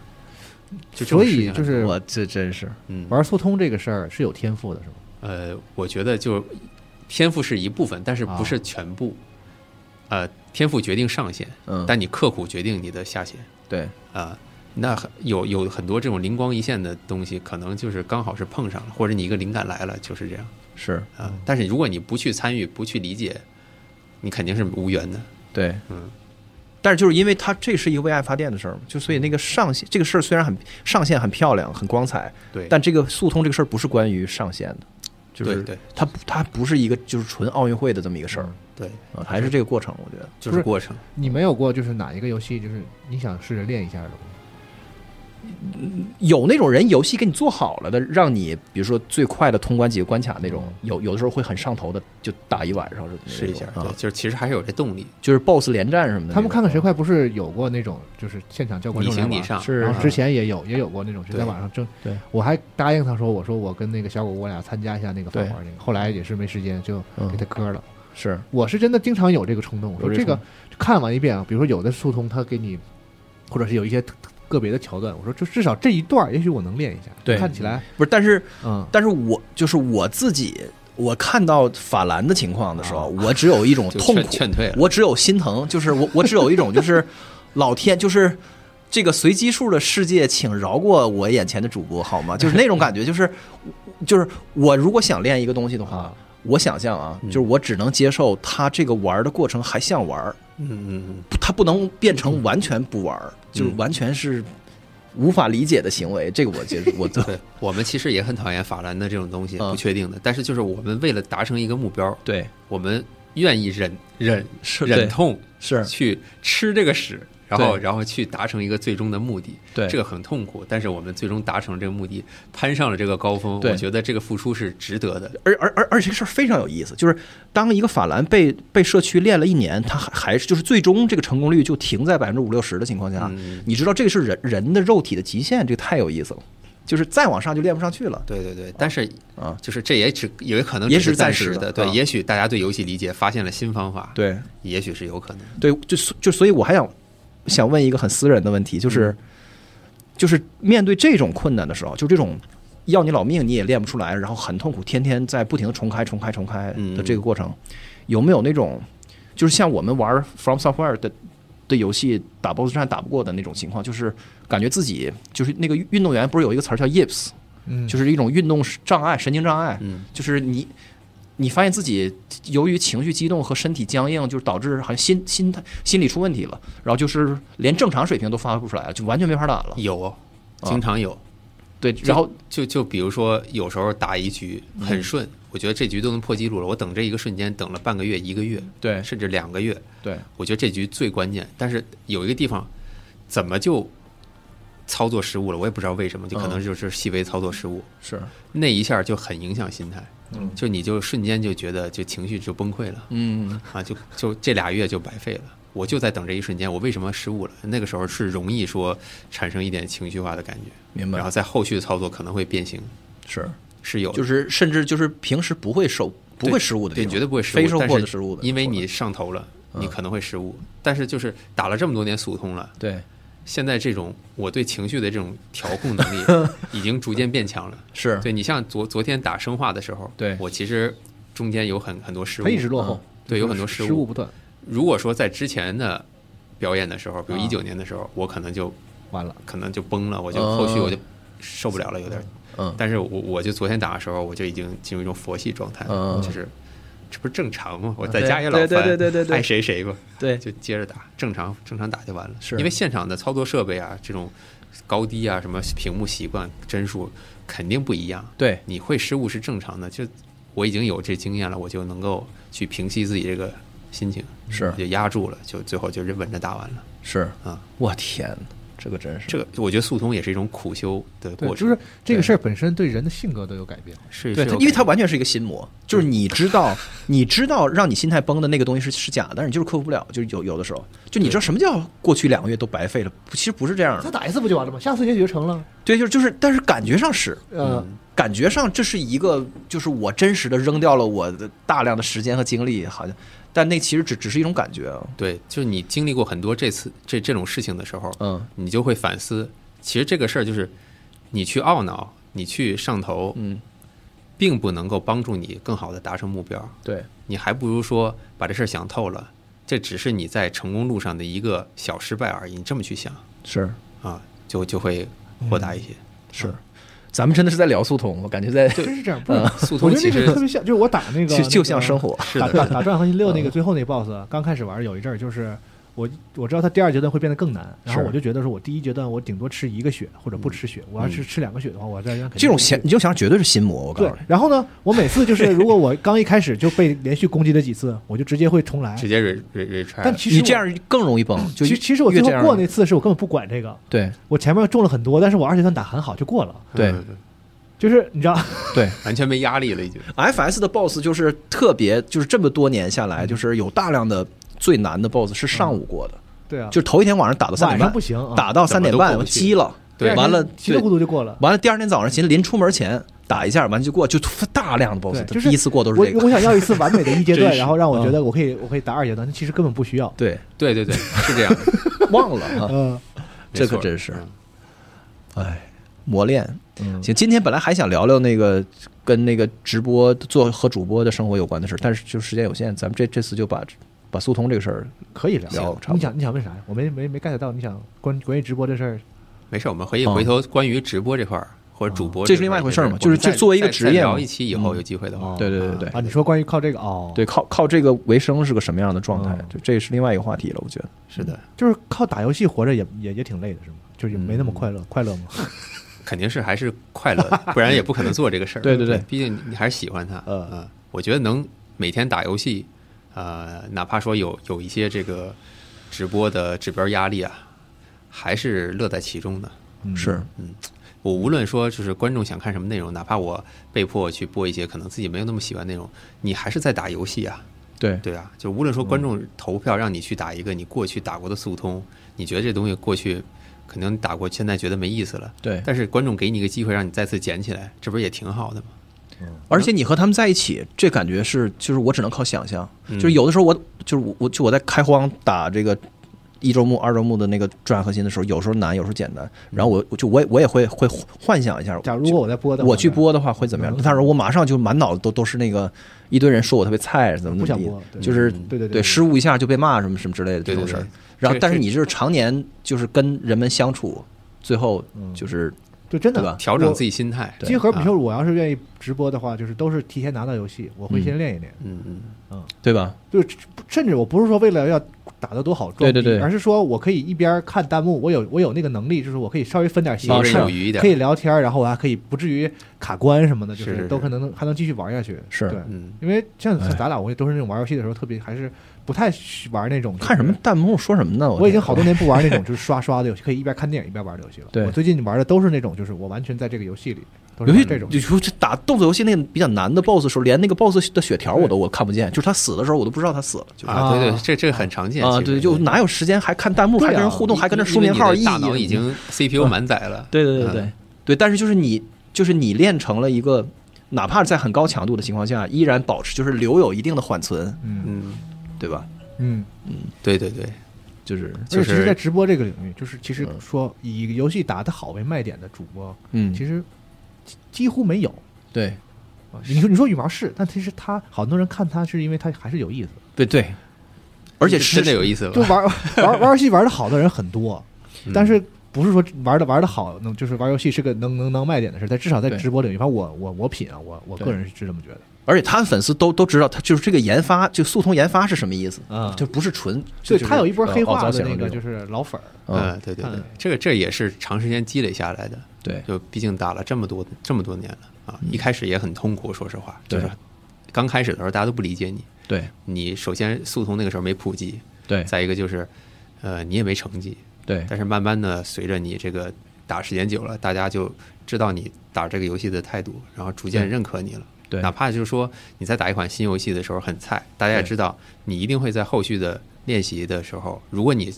[SPEAKER 3] 就这种
[SPEAKER 1] 所
[SPEAKER 3] 事
[SPEAKER 1] 以
[SPEAKER 3] 情啊
[SPEAKER 1] 就是
[SPEAKER 4] 嗯我这真是
[SPEAKER 3] 嗯，
[SPEAKER 1] 玩速通这个事儿是有天赋的，是吗？
[SPEAKER 3] 呃，我觉得就天赋是一部分，但
[SPEAKER 4] 啊
[SPEAKER 3] 是不是全部。呃，天赋决定上限，
[SPEAKER 4] 嗯
[SPEAKER 3] 但你刻苦决定你的下限
[SPEAKER 4] 对，
[SPEAKER 3] 啊、那很有有很多这种灵光一现的东西，可能就是刚好是碰上了，或者你一个灵感来了，就是这样
[SPEAKER 4] 是
[SPEAKER 3] 啊、但是如果你不去参与，不去理解，你肯定是无缘的。
[SPEAKER 4] 对，
[SPEAKER 3] 嗯，
[SPEAKER 4] 但是就是因为它这是一个为爱发电的事儿嘛，就所以那个上限这个事儿虽然很上限很漂亮很光彩，
[SPEAKER 3] 对
[SPEAKER 4] 但这个速通这个事儿不是关于上限的，就是
[SPEAKER 3] 对对
[SPEAKER 4] 它不它不是一个就是纯奥运会的这么一个事儿，
[SPEAKER 3] 对，
[SPEAKER 4] 啊，还是这个过程，我觉得
[SPEAKER 3] 就
[SPEAKER 1] 不
[SPEAKER 3] 是
[SPEAKER 1] 是
[SPEAKER 3] 过程。
[SPEAKER 1] 你没有过就是哪一个游戏就是你想试着练一下的吗？
[SPEAKER 4] 有那种人游戏给你做好了的，让你比如说最快的通关几个关卡那种，有有的时候会很上头的，就打嗯一晚上是那种
[SPEAKER 3] 试一下，
[SPEAKER 4] 啊
[SPEAKER 3] 对，，就是其实还是有这动力，
[SPEAKER 4] 就是 BOSS 连战什么的那种。
[SPEAKER 1] 他们看看谁快不是有过那种就是现场叫观
[SPEAKER 3] 你
[SPEAKER 1] 众来
[SPEAKER 3] 行
[SPEAKER 1] 玩
[SPEAKER 3] 你上，
[SPEAKER 4] 啊是
[SPEAKER 1] 然后之前也有也有过那种，就在
[SPEAKER 3] 对
[SPEAKER 1] 网上争。
[SPEAKER 4] 嗯对，
[SPEAKER 1] 我还答应他说，我说我跟那个小狗我俩参加一下那个饭
[SPEAKER 4] 对
[SPEAKER 1] 馆那个，后来也是没时间，就
[SPEAKER 4] 嗯
[SPEAKER 1] 给他割了。
[SPEAKER 4] 是
[SPEAKER 1] 我是真的经常有这个冲动，说
[SPEAKER 4] 有这
[SPEAKER 1] 这个
[SPEAKER 4] 冲
[SPEAKER 1] 看完一遍啊，比如说有的速通他给你，或者是有一些特特个别的桥段，我说就至少这一段儿也许我能练一下，
[SPEAKER 4] 对
[SPEAKER 1] 看起来
[SPEAKER 4] 不是？但是
[SPEAKER 1] 嗯
[SPEAKER 4] 但是我就是我自己，我看到法兰的情况的时候，我只有一种
[SPEAKER 3] 啊就
[SPEAKER 4] 痛
[SPEAKER 3] 劝
[SPEAKER 4] 苦，
[SPEAKER 3] 劝退了。
[SPEAKER 4] 我只有心疼，就是我 [LAUGHS] 我只有一种就是老天就是。这个随机数的世界，请饶过我眼前的主播好吗？就是那种
[SPEAKER 3] [LAUGHS]
[SPEAKER 4] 感觉，就是就是我如果想练一个东西的话
[SPEAKER 1] 啊，
[SPEAKER 4] 我想象啊，
[SPEAKER 3] 嗯
[SPEAKER 4] 就是我只能接受它这个玩儿的过程还像玩儿，
[SPEAKER 3] 嗯
[SPEAKER 4] [LAUGHS]
[SPEAKER 3] 嗯嗯，
[SPEAKER 4] 不它不能变成完全不玩儿，就是
[SPEAKER 3] 嗯
[SPEAKER 4] 完全是无法理解的行为。这个我接受，我
[SPEAKER 3] [LAUGHS]
[SPEAKER 4] 都
[SPEAKER 3] 对，我们其实也很讨厌法兰的这种东西，
[SPEAKER 4] 嗯
[SPEAKER 3] 不确定的。但是就是我们为了达成一个目标，
[SPEAKER 4] 对
[SPEAKER 3] 我们愿意忍忍
[SPEAKER 4] 是对
[SPEAKER 3] 忍痛
[SPEAKER 4] 是
[SPEAKER 3] 去吃这个屎，然后
[SPEAKER 4] 对
[SPEAKER 3] 然后去达成一个最终的目的。
[SPEAKER 4] 对
[SPEAKER 3] 这个很痛苦，但是我们最终达成了这个目的，攀上了这个高峰。
[SPEAKER 4] 对
[SPEAKER 3] 我觉得这个付出是值得的。
[SPEAKER 4] 而而而而这个事儿非常有意思，就是当一个法兰被被社区练了一年，他还还是就是最终这个成功率就停在百分之五六十的情况下，
[SPEAKER 3] 嗯
[SPEAKER 4] 你知道这个是人人的肉体的极限，这个太有意思了，就是再往上就练不上去了。
[SPEAKER 3] 对对对，但是
[SPEAKER 4] 啊
[SPEAKER 3] 就是这也只也可能
[SPEAKER 4] 也
[SPEAKER 3] 只是
[SPEAKER 4] 是暂
[SPEAKER 3] 暂
[SPEAKER 4] 时
[SPEAKER 3] 时
[SPEAKER 4] 的
[SPEAKER 3] 的。对，
[SPEAKER 4] 啊
[SPEAKER 3] 也许大家对游戏理解发现了新方法，，
[SPEAKER 4] 对
[SPEAKER 3] 也许是有可能。
[SPEAKER 4] 对，就所就所以我还想想问一个很私人的问题，
[SPEAKER 3] 嗯
[SPEAKER 4] 就是、就是面对这种困难的时候，就这种要你老命你也练不出来，然后很痛苦，天天在不停的重开、重开、重开的
[SPEAKER 3] 嗯
[SPEAKER 4] 这个过程，有没有那种就是像我们玩 From Software 的的游戏打 BOSS 战打不过的那种情况，就是感觉自己就是那个运动员不是有一个词儿叫 yips，
[SPEAKER 1] 嗯，
[SPEAKER 4] 就是一种运动障碍、神经障碍，
[SPEAKER 3] 嗯
[SPEAKER 4] 就是你你发现自己由于情绪激动和身体僵硬，就是导致好像心心态心理出问题了，然后就是连正常水平都发挥不出来了，就完全没法打了。
[SPEAKER 3] 有，哦经常有。
[SPEAKER 4] 对，然后
[SPEAKER 3] 就就比如说，有时候打一局
[SPEAKER 4] 嗯
[SPEAKER 3] 很顺，我觉得这局都能破纪录了。我等这一个瞬间等了半个月、一个月，
[SPEAKER 4] 对
[SPEAKER 3] 甚至两个月，
[SPEAKER 4] 对
[SPEAKER 3] 我觉得这局最关键。但是有一个地方，怎么就操作失误了？我也不知道为什么，就可
[SPEAKER 4] 嗯
[SPEAKER 3] 能就是细微操作失误，
[SPEAKER 4] 是，
[SPEAKER 3] 那一下就很影响心态。
[SPEAKER 1] 嗯
[SPEAKER 3] 就你就瞬间就觉得就情绪就崩溃
[SPEAKER 4] [LAUGHS]
[SPEAKER 3] 了
[SPEAKER 4] 嗯，
[SPEAKER 3] 啊，就就这俩月就白费了。我就在等这一瞬间，我为什么失误了？那个时候是容易说产生一点情绪化的感觉，
[SPEAKER 4] 明
[SPEAKER 3] 然后
[SPEAKER 4] 白，
[SPEAKER 3] 在后续的操作可能会变形，
[SPEAKER 4] 是，
[SPEAKER 3] 是有的
[SPEAKER 4] 就是甚至就是平时不会受不
[SPEAKER 3] 对
[SPEAKER 4] 会失误的地
[SPEAKER 3] 对，
[SPEAKER 4] 方
[SPEAKER 3] 绝对不会失误，
[SPEAKER 4] 非受
[SPEAKER 3] 但
[SPEAKER 4] 过
[SPEAKER 3] 是
[SPEAKER 4] 的失误的，
[SPEAKER 3] 因为你上头了，你
[SPEAKER 4] 嗯
[SPEAKER 3] 可能会失误。但是就是打了这么多年速通了，
[SPEAKER 4] 对
[SPEAKER 3] 现在这种我对情绪的这种调控能力已经逐渐变强了。
[SPEAKER 4] [LAUGHS] 是，
[SPEAKER 3] [LAUGHS] 对你像昨昨天打生化的时候，
[SPEAKER 4] 对
[SPEAKER 3] 我其实中间有很很多失误
[SPEAKER 1] 他，一直落后，
[SPEAKER 3] 嗯对，有很多
[SPEAKER 1] 失
[SPEAKER 3] 失误
[SPEAKER 1] 不断，
[SPEAKER 3] 如果说在之前的表演的时候，比
[SPEAKER 4] 嗯
[SPEAKER 3] 如
[SPEAKER 1] 啊
[SPEAKER 3] 一九年的时候，我可能就
[SPEAKER 1] 完了，
[SPEAKER 3] 可能就崩了，我就
[SPEAKER 4] 嗯
[SPEAKER 3] 后续我就受不了了，有点。
[SPEAKER 4] 嗯
[SPEAKER 3] 但是我我就昨天打的时候，我就已经进入一种佛系状态了，
[SPEAKER 4] 嗯
[SPEAKER 3] 就是这不是正常吗？我
[SPEAKER 4] 嗯
[SPEAKER 3] 在
[SPEAKER 4] 对
[SPEAKER 3] 家也老
[SPEAKER 4] 对
[SPEAKER 3] 烦，
[SPEAKER 4] 对对对对对
[SPEAKER 3] 爱谁谁吧，
[SPEAKER 4] 对
[SPEAKER 3] 就接着打，正常正常打就完了。
[SPEAKER 4] 是
[SPEAKER 3] 因为现场的操作设备啊，这种高低啊，什么屏幕习惯、帧数肯定不一样，
[SPEAKER 4] 对
[SPEAKER 3] 你会失误是正常的。就我已经有这经验了，我就能够去平息自己这个心情，
[SPEAKER 4] 是
[SPEAKER 3] 就压住了，就最后就是稳着打完了。
[SPEAKER 4] 是
[SPEAKER 3] 啊，
[SPEAKER 4] 我天，这个真是
[SPEAKER 3] 这个我觉得速通也是一种苦修的
[SPEAKER 1] 对，
[SPEAKER 3] 过
[SPEAKER 1] 就
[SPEAKER 3] 程，
[SPEAKER 1] 是这个事儿本身对人的性格都有改变，
[SPEAKER 2] 嗯
[SPEAKER 3] 是
[SPEAKER 4] 对，
[SPEAKER 3] 是
[SPEAKER 4] 它
[SPEAKER 3] 有
[SPEAKER 4] 因为它
[SPEAKER 3] 感
[SPEAKER 4] 完全是一个心魔，就是你知道，你知道让你心态崩的那个东西是是假的，但是你就是克服不了，就是有有的时候，就你知道什么叫过去两个月都白费了，不其实不是这样
[SPEAKER 1] 再
[SPEAKER 4] 的，
[SPEAKER 1] 打一次不就完了吗？下次也许就成了。
[SPEAKER 4] 对，就是就是，但是感觉上是，
[SPEAKER 1] 呃，
[SPEAKER 4] 感觉上这是一个，就是我真实的扔掉了我的大量的时间和精力，好像，但那其实只只是一种感觉啊，
[SPEAKER 3] 对，就是你经历过很多这次这这种事情的时候，
[SPEAKER 4] 嗯，
[SPEAKER 3] 你就会反思，其实这个事儿就是你去懊恼，你去上头，
[SPEAKER 4] 嗯，
[SPEAKER 3] 并不能够帮助你更好的达成目标，
[SPEAKER 4] 对，
[SPEAKER 3] 你还不如说把这事儿想透了，这只是你在成功路上的一个小失败而已。你这么去想
[SPEAKER 4] 是
[SPEAKER 3] 啊，就就会豁达一些。
[SPEAKER 4] 是，咱们真的是在聊速通，我感觉在 [LAUGHS]
[SPEAKER 1] 真是这样，不
[SPEAKER 4] 嗯
[SPEAKER 1] 是？
[SPEAKER 3] 速
[SPEAKER 1] 嗯我
[SPEAKER 3] 通
[SPEAKER 1] 觉得
[SPEAKER 3] 其
[SPEAKER 1] 那个
[SPEAKER 3] 实
[SPEAKER 1] 特别像，就是我打那个，
[SPEAKER 4] 就就像生
[SPEAKER 1] 活。
[SPEAKER 4] 活，嗯
[SPEAKER 3] 是
[SPEAKER 1] 打
[SPEAKER 3] 的，
[SPEAKER 1] 打打转核心六那个最后那 BOSS，刚开始玩有一阵儿就是我我知道它第二阶段会变得更难，然后
[SPEAKER 4] 是嗯
[SPEAKER 1] 我就觉得说我第一阶段我顶多吃一个血或者不吃血，我要是吃两个血的话，我在这
[SPEAKER 4] 这种想你就想绝对是心魔，我告
[SPEAKER 1] 对
[SPEAKER 4] 诉你，。
[SPEAKER 1] 然后呢，我每次就是如果我刚一开始就被连续攻击了几次，我就直接会重来
[SPEAKER 3] 直。接 re re
[SPEAKER 1] 但
[SPEAKER 3] retry，
[SPEAKER 1] 其实
[SPEAKER 4] 哎你
[SPEAKER 1] 我嗯
[SPEAKER 4] 这样更容易崩，就
[SPEAKER 1] 其实其实我
[SPEAKER 4] 越
[SPEAKER 1] 最后
[SPEAKER 4] 这样
[SPEAKER 1] 过那次是我根本不管这个，
[SPEAKER 4] 对
[SPEAKER 1] 我前面中了很多，但是我二阶段打很好就过了，
[SPEAKER 4] 对
[SPEAKER 3] 嗯
[SPEAKER 1] 就是
[SPEAKER 4] [LAUGHS]
[SPEAKER 1] 你知道，
[SPEAKER 4] 对
[SPEAKER 3] 完全没压力了已经。
[SPEAKER 4] ，FS 的 BOSS 就是特别，就是这么多年下来，就是有大量的最难的 BOSS 是上午过的，
[SPEAKER 1] 对啊，
[SPEAKER 4] 就是头一嗯天晚上打到三
[SPEAKER 1] 晚
[SPEAKER 4] 点
[SPEAKER 1] 上
[SPEAKER 4] 半
[SPEAKER 1] 不，行啊，
[SPEAKER 4] 打到
[SPEAKER 3] 怎
[SPEAKER 4] 三
[SPEAKER 3] 么
[SPEAKER 4] 点
[SPEAKER 3] 都
[SPEAKER 4] 半
[SPEAKER 3] 过
[SPEAKER 4] 我
[SPEAKER 3] 不去
[SPEAKER 4] 急了，
[SPEAKER 1] 第二天
[SPEAKER 4] 完了
[SPEAKER 1] 稀里
[SPEAKER 4] 对
[SPEAKER 1] 糊涂就过了。
[SPEAKER 4] 完了第二天早上，其实临出门前打一下，完就过，就大量的 BOSS，
[SPEAKER 1] 对就是
[SPEAKER 4] 第一次过都是
[SPEAKER 1] 我
[SPEAKER 4] 这个，
[SPEAKER 1] 我想要一次完美的一阶
[SPEAKER 4] 真
[SPEAKER 1] 段，
[SPEAKER 4] 是啊
[SPEAKER 1] 然后让我觉得我可以我可以打二阶段，但其实根本不需要。
[SPEAKER 4] 对，
[SPEAKER 3] 对对对，是这样的。
[SPEAKER 4] 忘了啊，
[SPEAKER 1] 嗯，
[SPEAKER 4] 这可
[SPEAKER 3] 没错
[SPEAKER 4] 真是
[SPEAKER 3] 嗯
[SPEAKER 4] [LAUGHS] 哎，磨练。
[SPEAKER 1] 嗯
[SPEAKER 4] 行，今天本来还想聊聊那个跟那个直播做和主播的生活有关的事儿，但是就时间有限，咱们这这次就把把速通这个事儿
[SPEAKER 1] 可以聊。
[SPEAKER 4] 聊差不多
[SPEAKER 1] 你想你想问啥呀？我没没没 get 到你想关关于直播这事儿。
[SPEAKER 3] 没事，我们回
[SPEAKER 4] 嗯
[SPEAKER 3] 回头关于直播这块儿或者主播
[SPEAKER 4] 这是
[SPEAKER 3] 块
[SPEAKER 4] 另外一回事儿嘛
[SPEAKER 3] 我们
[SPEAKER 4] 就是
[SPEAKER 3] 再
[SPEAKER 4] 这作为一个
[SPEAKER 3] 再
[SPEAKER 4] 职
[SPEAKER 3] 再
[SPEAKER 4] 业嘛嗯
[SPEAKER 3] 聊一期以后有机会的话，
[SPEAKER 4] 对对对对
[SPEAKER 1] 啊，你说关于靠这个哦，，
[SPEAKER 4] 哦对靠靠这个为生是个什么样的状态
[SPEAKER 1] 嗯，
[SPEAKER 4] 就这是另外一个话题了，我觉得。
[SPEAKER 3] 是的，
[SPEAKER 1] 就是靠打游戏活着也也也挺累的，是吗？就是也没
[SPEAKER 4] 嗯
[SPEAKER 1] 那么快乐，快乐
[SPEAKER 4] [LAUGHS]
[SPEAKER 1] 吗？
[SPEAKER 3] 肯定是还是快乐的，不然也不可能做这个事儿。
[SPEAKER 4] 对对对
[SPEAKER 3] 毕竟你还是喜欢它。
[SPEAKER 1] 嗯
[SPEAKER 3] 嗯，我觉得能每天打游戏，呃，哪怕说有有一些这个直播的指标压力啊，还是乐在其中的。
[SPEAKER 1] 嗯，
[SPEAKER 4] 是，
[SPEAKER 3] 我无论说就是观众想看什么内容，哪怕我被迫去播一些可能自己没有那么喜欢的内容，你还是在打游戏啊。
[SPEAKER 4] 对
[SPEAKER 3] 对啊，就无论说观众投票让你去打一个你过去打过的速通，你觉得这东西过去可能打过，现在觉得没意思了，
[SPEAKER 4] 对，
[SPEAKER 3] 但是观众给你一个机会让你再次捡起来，这不是也挺好的吗？
[SPEAKER 4] 而且你和他们在一起，这感觉是就是我只能靠想象，
[SPEAKER 3] 嗯
[SPEAKER 4] 就是有的时候我就是我我就我在开荒打这个。一周目、二周目的那个转核心的时候，有时候难，有时候简单。然后我我就我也我也会会幻想一下，
[SPEAKER 1] 假如如果我在播的话，
[SPEAKER 4] 嗯我去播的话会怎么样
[SPEAKER 1] 嗯？
[SPEAKER 4] 但是我马上就满脑子都都是那个一堆人说我特别菜，怎么
[SPEAKER 1] 不
[SPEAKER 4] 怎
[SPEAKER 1] 想
[SPEAKER 4] 么
[SPEAKER 1] 播
[SPEAKER 4] 地，
[SPEAKER 1] 对
[SPEAKER 4] 就是
[SPEAKER 1] 对对
[SPEAKER 4] 对失误一下就被骂什么什么之类的
[SPEAKER 3] 对
[SPEAKER 4] 这种
[SPEAKER 3] 对
[SPEAKER 4] 事
[SPEAKER 3] 对
[SPEAKER 4] 儿。，然后
[SPEAKER 3] 嗯这，
[SPEAKER 4] 但是
[SPEAKER 3] 这
[SPEAKER 4] 你就是常年就是跟人们相处，最后就是
[SPEAKER 1] 就嗯真的
[SPEAKER 4] 对吧
[SPEAKER 3] 调整自
[SPEAKER 1] 己。
[SPEAKER 3] 己心态，
[SPEAKER 1] 结合比如
[SPEAKER 3] 啊
[SPEAKER 1] 说，我要是愿意直播的话，就是都是
[SPEAKER 4] 嗯
[SPEAKER 1] 提前拿到游戏，我会先练一练。
[SPEAKER 3] 嗯嗯，
[SPEAKER 4] 对吧？
[SPEAKER 1] 就是甚至我不是说为了要打得多好装逼，
[SPEAKER 2] 对对对
[SPEAKER 1] 而是说我可以一边看弹幕，我有我有那个能力，就是我可以稍微分点心
[SPEAKER 3] 游刃
[SPEAKER 1] 看
[SPEAKER 3] 有余一点
[SPEAKER 1] 可以聊天，然后我还可以不至于卡关什么的，就是
[SPEAKER 3] 是是
[SPEAKER 1] 都可能还能继续玩下去。
[SPEAKER 4] 是
[SPEAKER 1] 对，
[SPEAKER 3] 嗯，
[SPEAKER 1] 因为像像咱俩，我也都是那种玩游戏的时候，特别还是不太喜欢玩那种
[SPEAKER 4] 看什么。弹幕说什么呢？
[SPEAKER 1] 我已经好多年不玩那种就是刷 [LAUGHS] 刷的游戏，可以一边看电影一边玩的游戏了。
[SPEAKER 4] 对
[SPEAKER 1] 我最近玩的都是那种，就是我完全在这个游戏里，都是
[SPEAKER 4] 游戏
[SPEAKER 1] 玩这种。
[SPEAKER 4] 啊就就打动作游戏那个比较难的 BOSS 的时候，连那个 BOSS 的血条我都我看不见，就是他死的时候我都不知道他死了，就是
[SPEAKER 3] 啊，对
[SPEAKER 1] 啊
[SPEAKER 3] 对，这这个很常见
[SPEAKER 4] 啊，
[SPEAKER 3] 其实
[SPEAKER 4] 对，就哪有时间还看弹幕，
[SPEAKER 1] 对啊
[SPEAKER 4] 还跟人互动，还跟那书名
[SPEAKER 3] 因
[SPEAKER 4] 号
[SPEAKER 3] 为你
[SPEAKER 4] 意
[SPEAKER 3] 的大脑
[SPEAKER 4] 义，
[SPEAKER 3] 已经 CPU 满载了，
[SPEAKER 4] 对对对对、
[SPEAKER 3] 嗯
[SPEAKER 4] 对，但是就是你就是你练成了一个，哪怕在很高强度的情况下，依然保持就是留有一定的缓存，
[SPEAKER 1] 嗯
[SPEAKER 3] 嗯，
[SPEAKER 4] 对吧？
[SPEAKER 1] 嗯，
[SPEAKER 3] 对对对，
[SPEAKER 4] 就是
[SPEAKER 1] 而且
[SPEAKER 3] 就
[SPEAKER 1] 其实，
[SPEAKER 3] 是
[SPEAKER 1] 在直播这个领域，就是其实
[SPEAKER 4] 嗯
[SPEAKER 1] 说以游戏打得好为卖点的主播，
[SPEAKER 4] 嗯，
[SPEAKER 1] 其实几几乎没有。
[SPEAKER 4] 对哦
[SPEAKER 1] 啊你说你说羽毛是，但其实他好多人看他是因为他还是有意思，
[SPEAKER 4] 对对，而且
[SPEAKER 3] 真的有意思
[SPEAKER 1] [LAUGHS] 就
[SPEAKER 3] 吧？
[SPEAKER 1] 玩玩玩游戏玩的好的人很多，
[SPEAKER 3] 嗯
[SPEAKER 1] 但是不是说玩的玩的好，能就是玩游戏是个能能能卖点的事，但至少在
[SPEAKER 4] 对
[SPEAKER 1] 直播领域，反正我我我品啊，我我
[SPEAKER 4] 对
[SPEAKER 1] 个人是这么觉得，
[SPEAKER 4] 而且他的粉丝都都知道，他就是这个研发，就速通研发是什么意思
[SPEAKER 1] 啊
[SPEAKER 4] 就不是纯，
[SPEAKER 1] 所以
[SPEAKER 4] 嗯就是
[SPEAKER 1] 他有一波黑
[SPEAKER 4] 哦
[SPEAKER 1] 化
[SPEAKER 4] 早
[SPEAKER 1] 的
[SPEAKER 4] 起了
[SPEAKER 1] 那个
[SPEAKER 4] 这
[SPEAKER 1] 就
[SPEAKER 4] 种
[SPEAKER 1] 是老粉儿，
[SPEAKER 4] 嗯，
[SPEAKER 3] 嗯，对对对
[SPEAKER 1] 嗯，
[SPEAKER 3] 这个这也是长时间积累下来的，
[SPEAKER 4] 对
[SPEAKER 3] 就毕竟打了这么多这么多年了啊，一开始也很痛苦，说实话，就
[SPEAKER 4] 嗯对
[SPEAKER 3] 是刚开始的时候大家都不理解你，
[SPEAKER 4] 对
[SPEAKER 3] 你首先速通那个时候没普及，
[SPEAKER 4] 对
[SPEAKER 3] 再一个就是，呃，你也没成绩，
[SPEAKER 4] 对
[SPEAKER 3] 但是慢慢的随着你这个打时间久了，大家就知道你打这个游戏的态度，然后逐渐
[SPEAKER 4] 对
[SPEAKER 3] 认可你了。
[SPEAKER 4] 对
[SPEAKER 3] 哪怕就是说你在打一款新游戏的时候很菜，大家也
[SPEAKER 4] 对
[SPEAKER 3] 知道你一定会在后续的练习的时候，如果你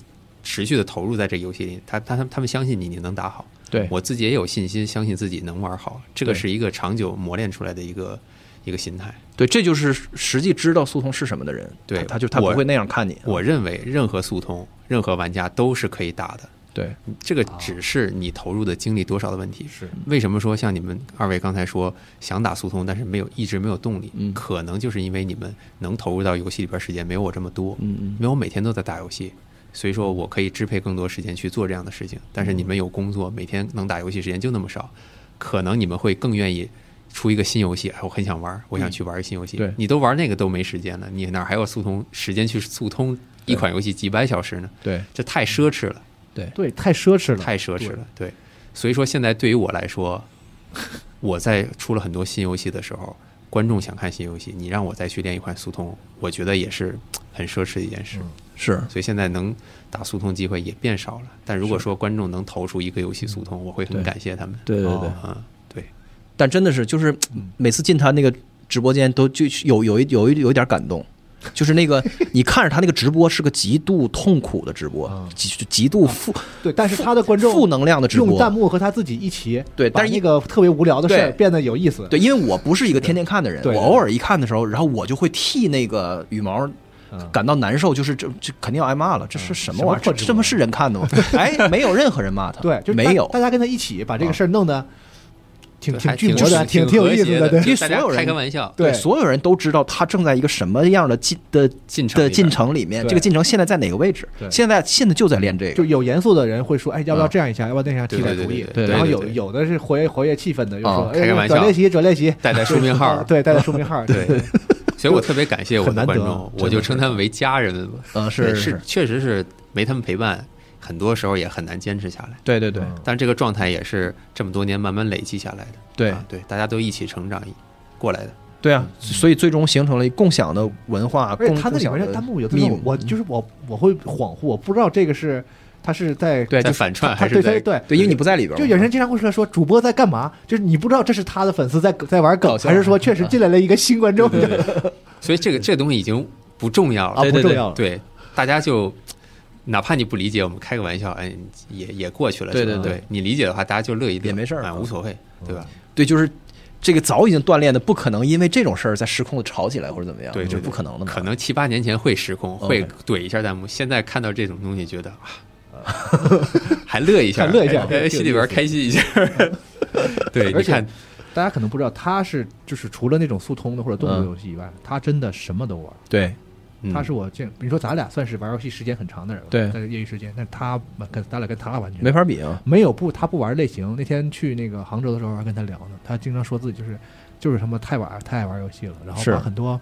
[SPEAKER 3] 持续的投入在这个游戏里，他他他们相信你，你能打好。
[SPEAKER 4] 对
[SPEAKER 3] 我自己也有信心，相信自己能玩好。这个
[SPEAKER 4] 对
[SPEAKER 3] 是一个长久磨练出来的一个一个心态。
[SPEAKER 4] 对，这就是实际知道速通是什么的人，
[SPEAKER 3] 对
[SPEAKER 4] 他他就他不
[SPEAKER 3] 我
[SPEAKER 4] 会那样看你，
[SPEAKER 3] 我认为任何速通，任何玩家都是可以打的。
[SPEAKER 4] 对
[SPEAKER 3] 这
[SPEAKER 4] 啊
[SPEAKER 3] 个只是你投入的精力多少的问题。
[SPEAKER 1] 是
[SPEAKER 3] 为什么说像你们二位刚才说想打速通，但是没有一直没有动力，
[SPEAKER 4] 嗯
[SPEAKER 3] 可能就是因为你们能投入到游戏里边时间没有我这么多，
[SPEAKER 4] 嗯嗯
[SPEAKER 3] 因为我每天都在打游戏，所以说我可以支配更多时间去做这样的事情。但是你们有工作，每天能打游戏时间就那么少，可能你们会更愿意。出一个新游戏，哎，我很想玩，我想去玩一
[SPEAKER 4] 嗯
[SPEAKER 3] 个新游戏。
[SPEAKER 4] 对
[SPEAKER 3] 你都玩那个都没时间了，你哪还有速通时间去速通一款游戏几百小时呢？
[SPEAKER 4] 对
[SPEAKER 3] 这太奢侈了。
[SPEAKER 4] 对
[SPEAKER 1] 对，太奢侈了，
[SPEAKER 3] 太奢侈了。对，所以说现在对于我来说， [LAUGHS] 我在出了很多新游戏的时候，观众想看新游戏，你让我再去练一款速通，我觉得也是很奢侈的一件
[SPEAKER 1] 嗯
[SPEAKER 3] 事。
[SPEAKER 4] 是
[SPEAKER 3] 所以现在能打速通机会也变少了。但如果说观众能投出一个游戏速
[SPEAKER 1] 嗯
[SPEAKER 3] 通，我会很
[SPEAKER 4] 对
[SPEAKER 3] 感谢他们。
[SPEAKER 4] 对对对
[SPEAKER 1] 哦
[SPEAKER 3] 啊，对，
[SPEAKER 4] 但真的是就是
[SPEAKER 1] 嗯
[SPEAKER 4] 每次进他那个直播间都就有有一有一有一点感动。就是
[SPEAKER 1] [LAUGHS]
[SPEAKER 4] 那个，你看着他那个直播是个极度痛苦的直播
[SPEAKER 1] 嗯，
[SPEAKER 4] 极极度负
[SPEAKER 1] 对，但是他的观众
[SPEAKER 4] 负能量的直播，
[SPEAKER 1] 用弹幕和他自己一起，
[SPEAKER 4] 对
[SPEAKER 1] 把
[SPEAKER 4] 但是
[SPEAKER 1] 那
[SPEAKER 4] 一
[SPEAKER 1] 个特别无聊的事儿
[SPEAKER 4] 对
[SPEAKER 1] 变得有意思，
[SPEAKER 4] 对，因为我不是一个天天看的人，
[SPEAKER 1] 对对
[SPEAKER 4] 我偶尔一看的时候，然后我就会替那个羽毛
[SPEAKER 1] 嗯
[SPEAKER 4] 感到难受，就是这这肯定要挨骂了，这是什么玩意
[SPEAKER 1] 什么破
[SPEAKER 4] 儿？
[SPEAKER 1] 直播
[SPEAKER 4] 这么是人看的
[SPEAKER 1] [LAUGHS]
[SPEAKER 4] 吗？哎，没有任何人骂他，
[SPEAKER 1] 对，就是大
[SPEAKER 4] 没有
[SPEAKER 1] 大。家跟他一起把这
[SPEAKER 3] 啊
[SPEAKER 1] 个事儿弄得挺
[SPEAKER 3] 还
[SPEAKER 1] 挺巨魔的，挺
[SPEAKER 3] 挺
[SPEAKER 1] 挺有
[SPEAKER 3] 和
[SPEAKER 1] 意
[SPEAKER 3] 谐
[SPEAKER 1] 思
[SPEAKER 3] 的，
[SPEAKER 1] 对
[SPEAKER 3] 就大
[SPEAKER 4] 因为所有
[SPEAKER 3] 家
[SPEAKER 4] 人
[SPEAKER 3] 开个玩笑。
[SPEAKER 1] 对
[SPEAKER 4] 所有人都知道他正在一个什么样的进的
[SPEAKER 3] 进程里
[SPEAKER 4] 的
[SPEAKER 3] 边
[SPEAKER 4] 进程里面，
[SPEAKER 1] 对
[SPEAKER 4] 这个进程现在在哪个位置
[SPEAKER 1] 对？
[SPEAKER 4] 现在现在就在练这
[SPEAKER 1] 就
[SPEAKER 4] 个，
[SPEAKER 1] 有严肃的人会说，哎，要不要这样一下？要不要那样？
[SPEAKER 3] 嗯对
[SPEAKER 1] 提点
[SPEAKER 3] 对
[SPEAKER 1] 主
[SPEAKER 3] 对
[SPEAKER 1] 意
[SPEAKER 3] 对。
[SPEAKER 4] 对
[SPEAKER 1] 然后
[SPEAKER 3] 对
[SPEAKER 1] 有
[SPEAKER 3] 对对
[SPEAKER 1] 有的是活跃活跃气氛的，就说
[SPEAKER 4] 啊
[SPEAKER 1] 哎
[SPEAKER 3] 开个玩笑
[SPEAKER 1] 转练习，转练习，
[SPEAKER 3] 带带书 [LAUGHS] 名号
[SPEAKER 1] 啊 [LAUGHS] 对，带带书名号，
[SPEAKER 3] 对， [LAUGHS] 所以我特别感谢我
[SPEAKER 1] 很
[SPEAKER 3] 的
[SPEAKER 1] 难
[SPEAKER 3] 观
[SPEAKER 1] 得啊
[SPEAKER 3] 众，
[SPEAKER 1] 真的
[SPEAKER 3] 我就是称他们为家人吧。
[SPEAKER 4] 嗯，
[SPEAKER 3] 对
[SPEAKER 4] 是
[SPEAKER 3] 是，，确实是没他们陪伴，很多时候也很难坚持下来。
[SPEAKER 4] 对对对
[SPEAKER 1] 嗯
[SPEAKER 3] 但这个状态也是这么多年慢慢累积下来的。
[SPEAKER 4] 对
[SPEAKER 3] 啊、对，大家都一起成长过来的。
[SPEAKER 4] 对啊，所以最终形成了一共享的文化，
[SPEAKER 1] 嗯而且
[SPEAKER 4] 共
[SPEAKER 1] 他那
[SPEAKER 4] 共
[SPEAKER 1] 里
[SPEAKER 4] 享
[SPEAKER 1] 面
[SPEAKER 4] 的
[SPEAKER 1] 的弹幕有的时
[SPEAKER 4] 秘
[SPEAKER 1] 候，我
[SPEAKER 3] 嗯
[SPEAKER 1] 就是我我会恍惚，我不知道这个是他是在
[SPEAKER 4] 对，
[SPEAKER 3] 在
[SPEAKER 4] 就是
[SPEAKER 3] 反串
[SPEAKER 1] 他
[SPEAKER 3] 还
[SPEAKER 1] 对
[SPEAKER 3] 是
[SPEAKER 1] 他
[SPEAKER 3] 在
[SPEAKER 1] 对
[SPEAKER 4] 对，因为你不在里边嘛，
[SPEAKER 1] 就有人经常会说说主播在干嘛，就是你不知道这是他的粉丝在在玩梗，
[SPEAKER 4] 搞笑
[SPEAKER 1] 还是说
[SPEAKER 3] [LAUGHS]
[SPEAKER 1] 确实进来了一个新观众， [LAUGHS]
[SPEAKER 3] 所以这个这东西已经不重要了。
[SPEAKER 1] 啊
[SPEAKER 4] 对
[SPEAKER 1] 不
[SPEAKER 4] 对
[SPEAKER 1] 重
[SPEAKER 4] 对
[SPEAKER 1] 要了，
[SPEAKER 3] 对，大家就哪怕你不理解，我们开个玩笑，哎，也也过去了。
[SPEAKER 4] 对
[SPEAKER 3] 是吧
[SPEAKER 4] 对对
[SPEAKER 3] 对，你理解的话，大家就乐一乐，
[SPEAKER 4] 也没事儿
[SPEAKER 3] 啊，
[SPEAKER 4] 嗯
[SPEAKER 3] 无所谓，对吧？
[SPEAKER 4] 对，就是这个早已经锻炼的，不可能因为这种事儿再失控的吵起来或者怎么样，
[SPEAKER 3] 对对
[SPEAKER 4] 这是
[SPEAKER 3] 对
[SPEAKER 4] 不可能的嘛。
[SPEAKER 3] 可能七八年前会失控，
[SPEAKER 4] OK
[SPEAKER 3] 会怼一下弹幕，现在看到这种东西，觉得啊， [LAUGHS] 还乐一下，
[SPEAKER 1] 还乐一下
[SPEAKER 3] 哎哎心里边开
[SPEAKER 1] [LAUGHS]
[SPEAKER 3] 心一下。对，
[SPEAKER 1] 而
[SPEAKER 3] 你
[SPEAKER 1] 且
[SPEAKER 3] 看，
[SPEAKER 1] 大家可能不知道，他是就是除了那种速通的或者动作
[SPEAKER 4] 嗯
[SPEAKER 1] 游戏以外，他真的什么都玩。
[SPEAKER 4] 对
[SPEAKER 3] 嗯
[SPEAKER 1] 他是我见，你说咱俩算是玩游戏时间很长的人了，
[SPEAKER 4] 对
[SPEAKER 1] 但是业余时间，但是他跟咱俩跟他完全
[SPEAKER 4] 没法比啊。
[SPEAKER 1] 没有不他不玩类型。那天去那个杭州的时候还跟他聊呢，他经常说自己就是就是他妈太玩太爱玩游戏了，然后
[SPEAKER 4] 是
[SPEAKER 1] 把很多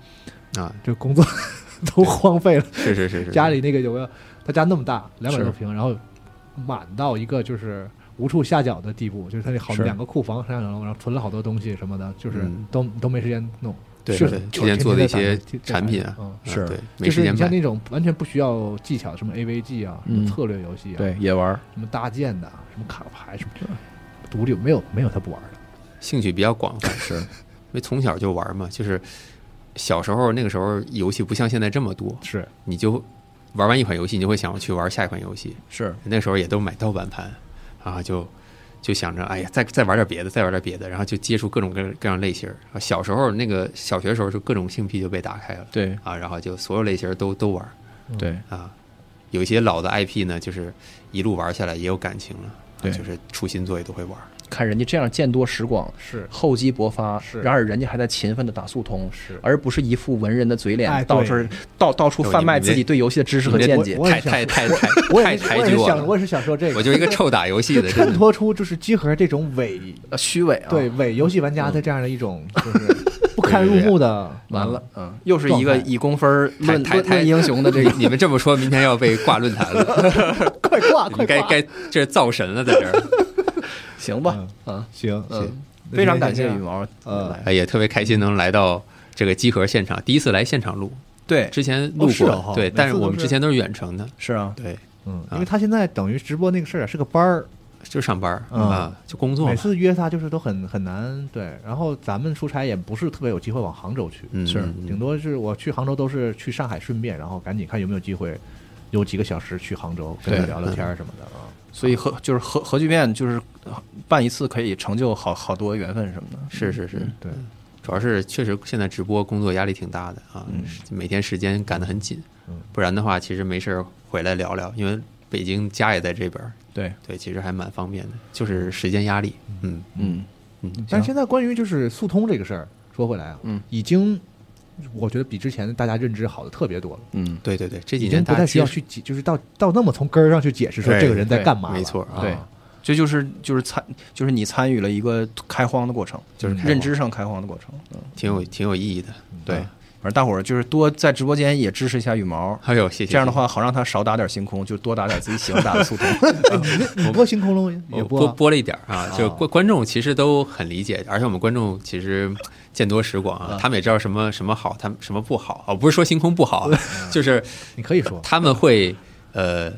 [SPEAKER 3] 啊，
[SPEAKER 1] 这工作 [LAUGHS] 都荒废了。
[SPEAKER 3] 是是是是，
[SPEAKER 1] 家里那个有个他家那么大，两百
[SPEAKER 2] 是
[SPEAKER 1] 多平，然后满到一个就是无处下脚的地步，就是他那好
[SPEAKER 2] 是
[SPEAKER 1] 两个库房上两楼，然后囤了好多东西什么的，就是
[SPEAKER 3] 嗯
[SPEAKER 1] 都都没时间弄。
[SPEAKER 3] 对
[SPEAKER 1] 是
[SPEAKER 3] 对
[SPEAKER 1] 就
[SPEAKER 3] 之前
[SPEAKER 1] 天
[SPEAKER 3] 做
[SPEAKER 1] 天
[SPEAKER 3] 的一
[SPEAKER 1] 在
[SPEAKER 3] 些
[SPEAKER 1] 打这
[SPEAKER 3] 产品啊
[SPEAKER 1] 嗯
[SPEAKER 2] 是是
[SPEAKER 3] 对，没
[SPEAKER 1] 就是
[SPEAKER 3] 时间
[SPEAKER 1] 你像
[SPEAKER 3] 卖。
[SPEAKER 1] 那种完全不需要技巧，什么 AVG 啊，什么
[SPEAKER 2] 嗯
[SPEAKER 1] 策略游戏啊，
[SPEAKER 2] 对，也玩儿，
[SPEAKER 1] 什么搭建的啊，什么卡牌，什么独立，没有没有他不玩的。
[SPEAKER 3] 兴趣比较广泛，
[SPEAKER 2] 是
[SPEAKER 3] 因为从小就玩嘛，就是小时候那个时候游戏不像现在这么多，
[SPEAKER 1] 是
[SPEAKER 3] 你就玩完一款游戏，你就会想要去玩下一款游戏。
[SPEAKER 2] 是，
[SPEAKER 3] 那时候也都买盗版盘，啊，就就想着，哎呀，再再玩点别的，再玩点别的，然后就接触各种各各样类型儿。啊小时候那个小学时候，就各种性癖就被打开了，
[SPEAKER 2] 对
[SPEAKER 3] 啊，然后就所有类型儿都都玩儿
[SPEAKER 2] 对
[SPEAKER 3] 啊。有一些老的 IP 呢，就是一路玩下来也有感情了，啊
[SPEAKER 2] 对
[SPEAKER 3] 就是出新作也都会玩儿。
[SPEAKER 2] 看人家这样见多识广，
[SPEAKER 1] 是
[SPEAKER 2] 厚积薄发，
[SPEAKER 1] 是
[SPEAKER 2] 然而人家还在勤奋的打速通，
[SPEAKER 1] 是，
[SPEAKER 2] 而不是一副文人的嘴脸，
[SPEAKER 1] 哎
[SPEAKER 2] 到
[SPEAKER 1] 对
[SPEAKER 2] 处到到处
[SPEAKER 3] 对
[SPEAKER 2] 贩
[SPEAKER 3] 你
[SPEAKER 2] 卖
[SPEAKER 3] 你
[SPEAKER 2] 自己
[SPEAKER 3] 这
[SPEAKER 2] 对游戏的知识和
[SPEAKER 3] 你这
[SPEAKER 2] 见
[SPEAKER 1] 我
[SPEAKER 2] 解。
[SPEAKER 1] 我也
[SPEAKER 3] 太
[SPEAKER 1] 想
[SPEAKER 3] 太太太
[SPEAKER 1] 我
[SPEAKER 3] 太
[SPEAKER 1] 也
[SPEAKER 3] 抬
[SPEAKER 1] 我
[SPEAKER 3] 举
[SPEAKER 1] 也是
[SPEAKER 3] 我了
[SPEAKER 1] 想，，我也是想说这个，
[SPEAKER 3] 我就是一个臭打游戏
[SPEAKER 1] 就
[SPEAKER 3] 的，真
[SPEAKER 1] 衬
[SPEAKER 3] 的。
[SPEAKER 1] 托出就是集合这种伪
[SPEAKER 2] 呃虚伪啊！
[SPEAKER 1] 对，伪游戏玩家的这样的一种就是不堪入目的，
[SPEAKER 2] 完了，嗯，又是一个
[SPEAKER 1] 状态
[SPEAKER 2] 以工分儿论
[SPEAKER 3] 太
[SPEAKER 2] 论
[SPEAKER 3] 太
[SPEAKER 2] 论英雄的这个
[SPEAKER 3] [LAUGHS] 你们这么说，明天要被挂论坛
[SPEAKER 1] [LAUGHS]
[SPEAKER 3] 了，
[SPEAKER 1] 快挂
[SPEAKER 3] 你
[SPEAKER 1] 快
[SPEAKER 3] 们该
[SPEAKER 1] 挂，
[SPEAKER 3] 该这造神了，在这儿。
[SPEAKER 2] [LAUGHS] 行吧？啊，
[SPEAKER 1] 行行
[SPEAKER 2] 嗯，，非常感谢嗯
[SPEAKER 1] 那
[SPEAKER 2] 羽
[SPEAKER 1] 今天
[SPEAKER 2] 毛
[SPEAKER 1] 这样呃
[SPEAKER 2] 来，
[SPEAKER 3] 哎，也特别开心能来到这个集合现场，第一次来现场录，
[SPEAKER 2] 对，
[SPEAKER 3] 之前录
[SPEAKER 1] 哦是
[SPEAKER 3] 过，
[SPEAKER 1] 哦哈每
[SPEAKER 3] 对，
[SPEAKER 1] 次
[SPEAKER 3] 但是
[SPEAKER 1] 都
[SPEAKER 3] 我们
[SPEAKER 1] 是
[SPEAKER 3] 之前都是远程的，
[SPEAKER 2] 是啊，
[SPEAKER 3] 对，
[SPEAKER 1] 嗯，
[SPEAKER 3] 啊
[SPEAKER 1] 因为他现在等于直播那个事儿啊是个班儿，
[SPEAKER 3] 就上班儿
[SPEAKER 1] 嗯
[SPEAKER 3] 啊，就工作嘛
[SPEAKER 1] 每，次约他就是都很很难对，然后咱们出差也不是特别有机会往杭州去，
[SPEAKER 3] 嗯，
[SPEAKER 2] 是
[SPEAKER 3] 嗯
[SPEAKER 1] 顶多是我去杭州都是去上海顺便，然后赶紧看有没有机会。有几个小时去杭州跟他
[SPEAKER 2] 对
[SPEAKER 1] 聊聊天儿什么的啊，
[SPEAKER 2] 所以核就是核核聚变就是呃办一次可以成就好好多缘分什么的。
[SPEAKER 3] 是是是，
[SPEAKER 1] 对，
[SPEAKER 3] 主要是确实现在直播工作压力挺大的啊，每天时间赶得很紧
[SPEAKER 1] 嗯，
[SPEAKER 3] 不然的话其实没事儿回来聊聊，因为北京家也在这边儿，
[SPEAKER 2] 对，
[SPEAKER 3] 对，其实还蛮方便的，就是时间压力，嗯，
[SPEAKER 2] 嗯，
[SPEAKER 1] 但是现在关于就是速通这个事儿，说回来啊，
[SPEAKER 2] 嗯，
[SPEAKER 1] 已经我觉得比之前大家认知好的特别多了，
[SPEAKER 2] 嗯，
[SPEAKER 3] 对对对，这几
[SPEAKER 1] 已
[SPEAKER 3] 年
[SPEAKER 1] 经不
[SPEAKER 3] 大
[SPEAKER 1] 太
[SPEAKER 3] 家
[SPEAKER 1] 需要
[SPEAKER 3] 接触
[SPEAKER 1] 去解，就是到到那么从根儿上去解释说
[SPEAKER 3] 对
[SPEAKER 1] 这个人在干嘛了，
[SPEAKER 3] 没错
[SPEAKER 1] 啊
[SPEAKER 2] 对，这就是就是参就是你参与了一个开荒的过程，
[SPEAKER 3] 就是开
[SPEAKER 2] 认
[SPEAKER 3] 荒
[SPEAKER 2] 知上开荒的过程。嗯，
[SPEAKER 3] 挺有挺有意义的，
[SPEAKER 2] 对
[SPEAKER 3] 啊，
[SPEAKER 2] 反正大伙儿就是多在直播间也支持一下羽毛，
[SPEAKER 3] 哎呦，谢谢，
[SPEAKER 2] 这样的
[SPEAKER 3] 谢谢
[SPEAKER 2] 话好让他少打点星空，就多打点自己喜欢打的速
[SPEAKER 3] [LAUGHS]
[SPEAKER 2] 通。
[SPEAKER 3] 嗯
[SPEAKER 1] 你播星空了吗也
[SPEAKER 3] 我
[SPEAKER 1] 播
[SPEAKER 3] 播
[SPEAKER 1] 啊
[SPEAKER 3] 播了一点儿啊
[SPEAKER 1] 啊，
[SPEAKER 3] 就观观众其实都很理解，而且我们观众其实见多识广
[SPEAKER 1] 嗯
[SPEAKER 3] 啊，他们也知道什么什么好，他们什么不好啊，不是说星空不好啊，
[SPEAKER 1] 嗯
[SPEAKER 3] [LAUGHS] 就是
[SPEAKER 1] 你可以说，
[SPEAKER 3] 他们会呃，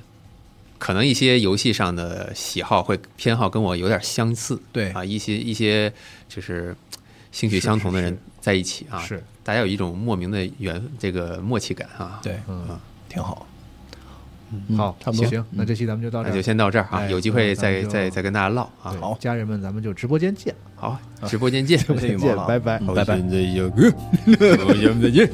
[SPEAKER 3] 可能一些游戏上的喜好会偏好跟我有点相似，
[SPEAKER 2] 对
[SPEAKER 3] 啊，一些一些就是兴趣
[SPEAKER 1] 是
[SPEAKER 3] 相同的
[SPEAKER 1] 是
[SPEAKER 3] 人在一起啊，
[SPEAKER 1] 是
[SPEAKER 3] 大家有一种莫名的缘这个默契感啊，，
[SPEAKER 2] 对，
[SPEAKER 1] 嗯，
[SPEAKER 2] 挺好。
[SPEAKER 3] 嗯
[SPEAKER 1] 好，
[SPEAKER 2] 差不多
[SPEAKER 1] 行，那这期咱们就到这
[SPEAKER 3] 那
[SPEAKER 1] 儿，
[SPEAKER 3] 就先到这儿啊，
[SPEAKER 1] 哎
[SPEAKER 3] 有机会
[SPEAKER 1] 那咱
[SPEAKER 3] 再
[SPEAKER 1] 们就
[SPEAKER 3] 再再跟大家唠啊
[SPEAKER 1] 对，
[SPEAKER 2] 好
[SPEAKER 1] 家人们，咱们就直播间见，
[SPEAKER 3] 好，直播间见。
[SPEAKER 2] 谢谢羽毛
[SPEAKER 1] 见
[SPEAKER 2] 了，
[SPEAKER 1] 拜拜
[SPEAKER 2] 嗯
[SPEAKER 1] 好
[SPEAKER 2] 拜拜。
[SPEAKER 5] 在有个，我们再见。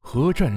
[SPEAKER 6] 核战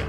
[SPEAKER 6] 样。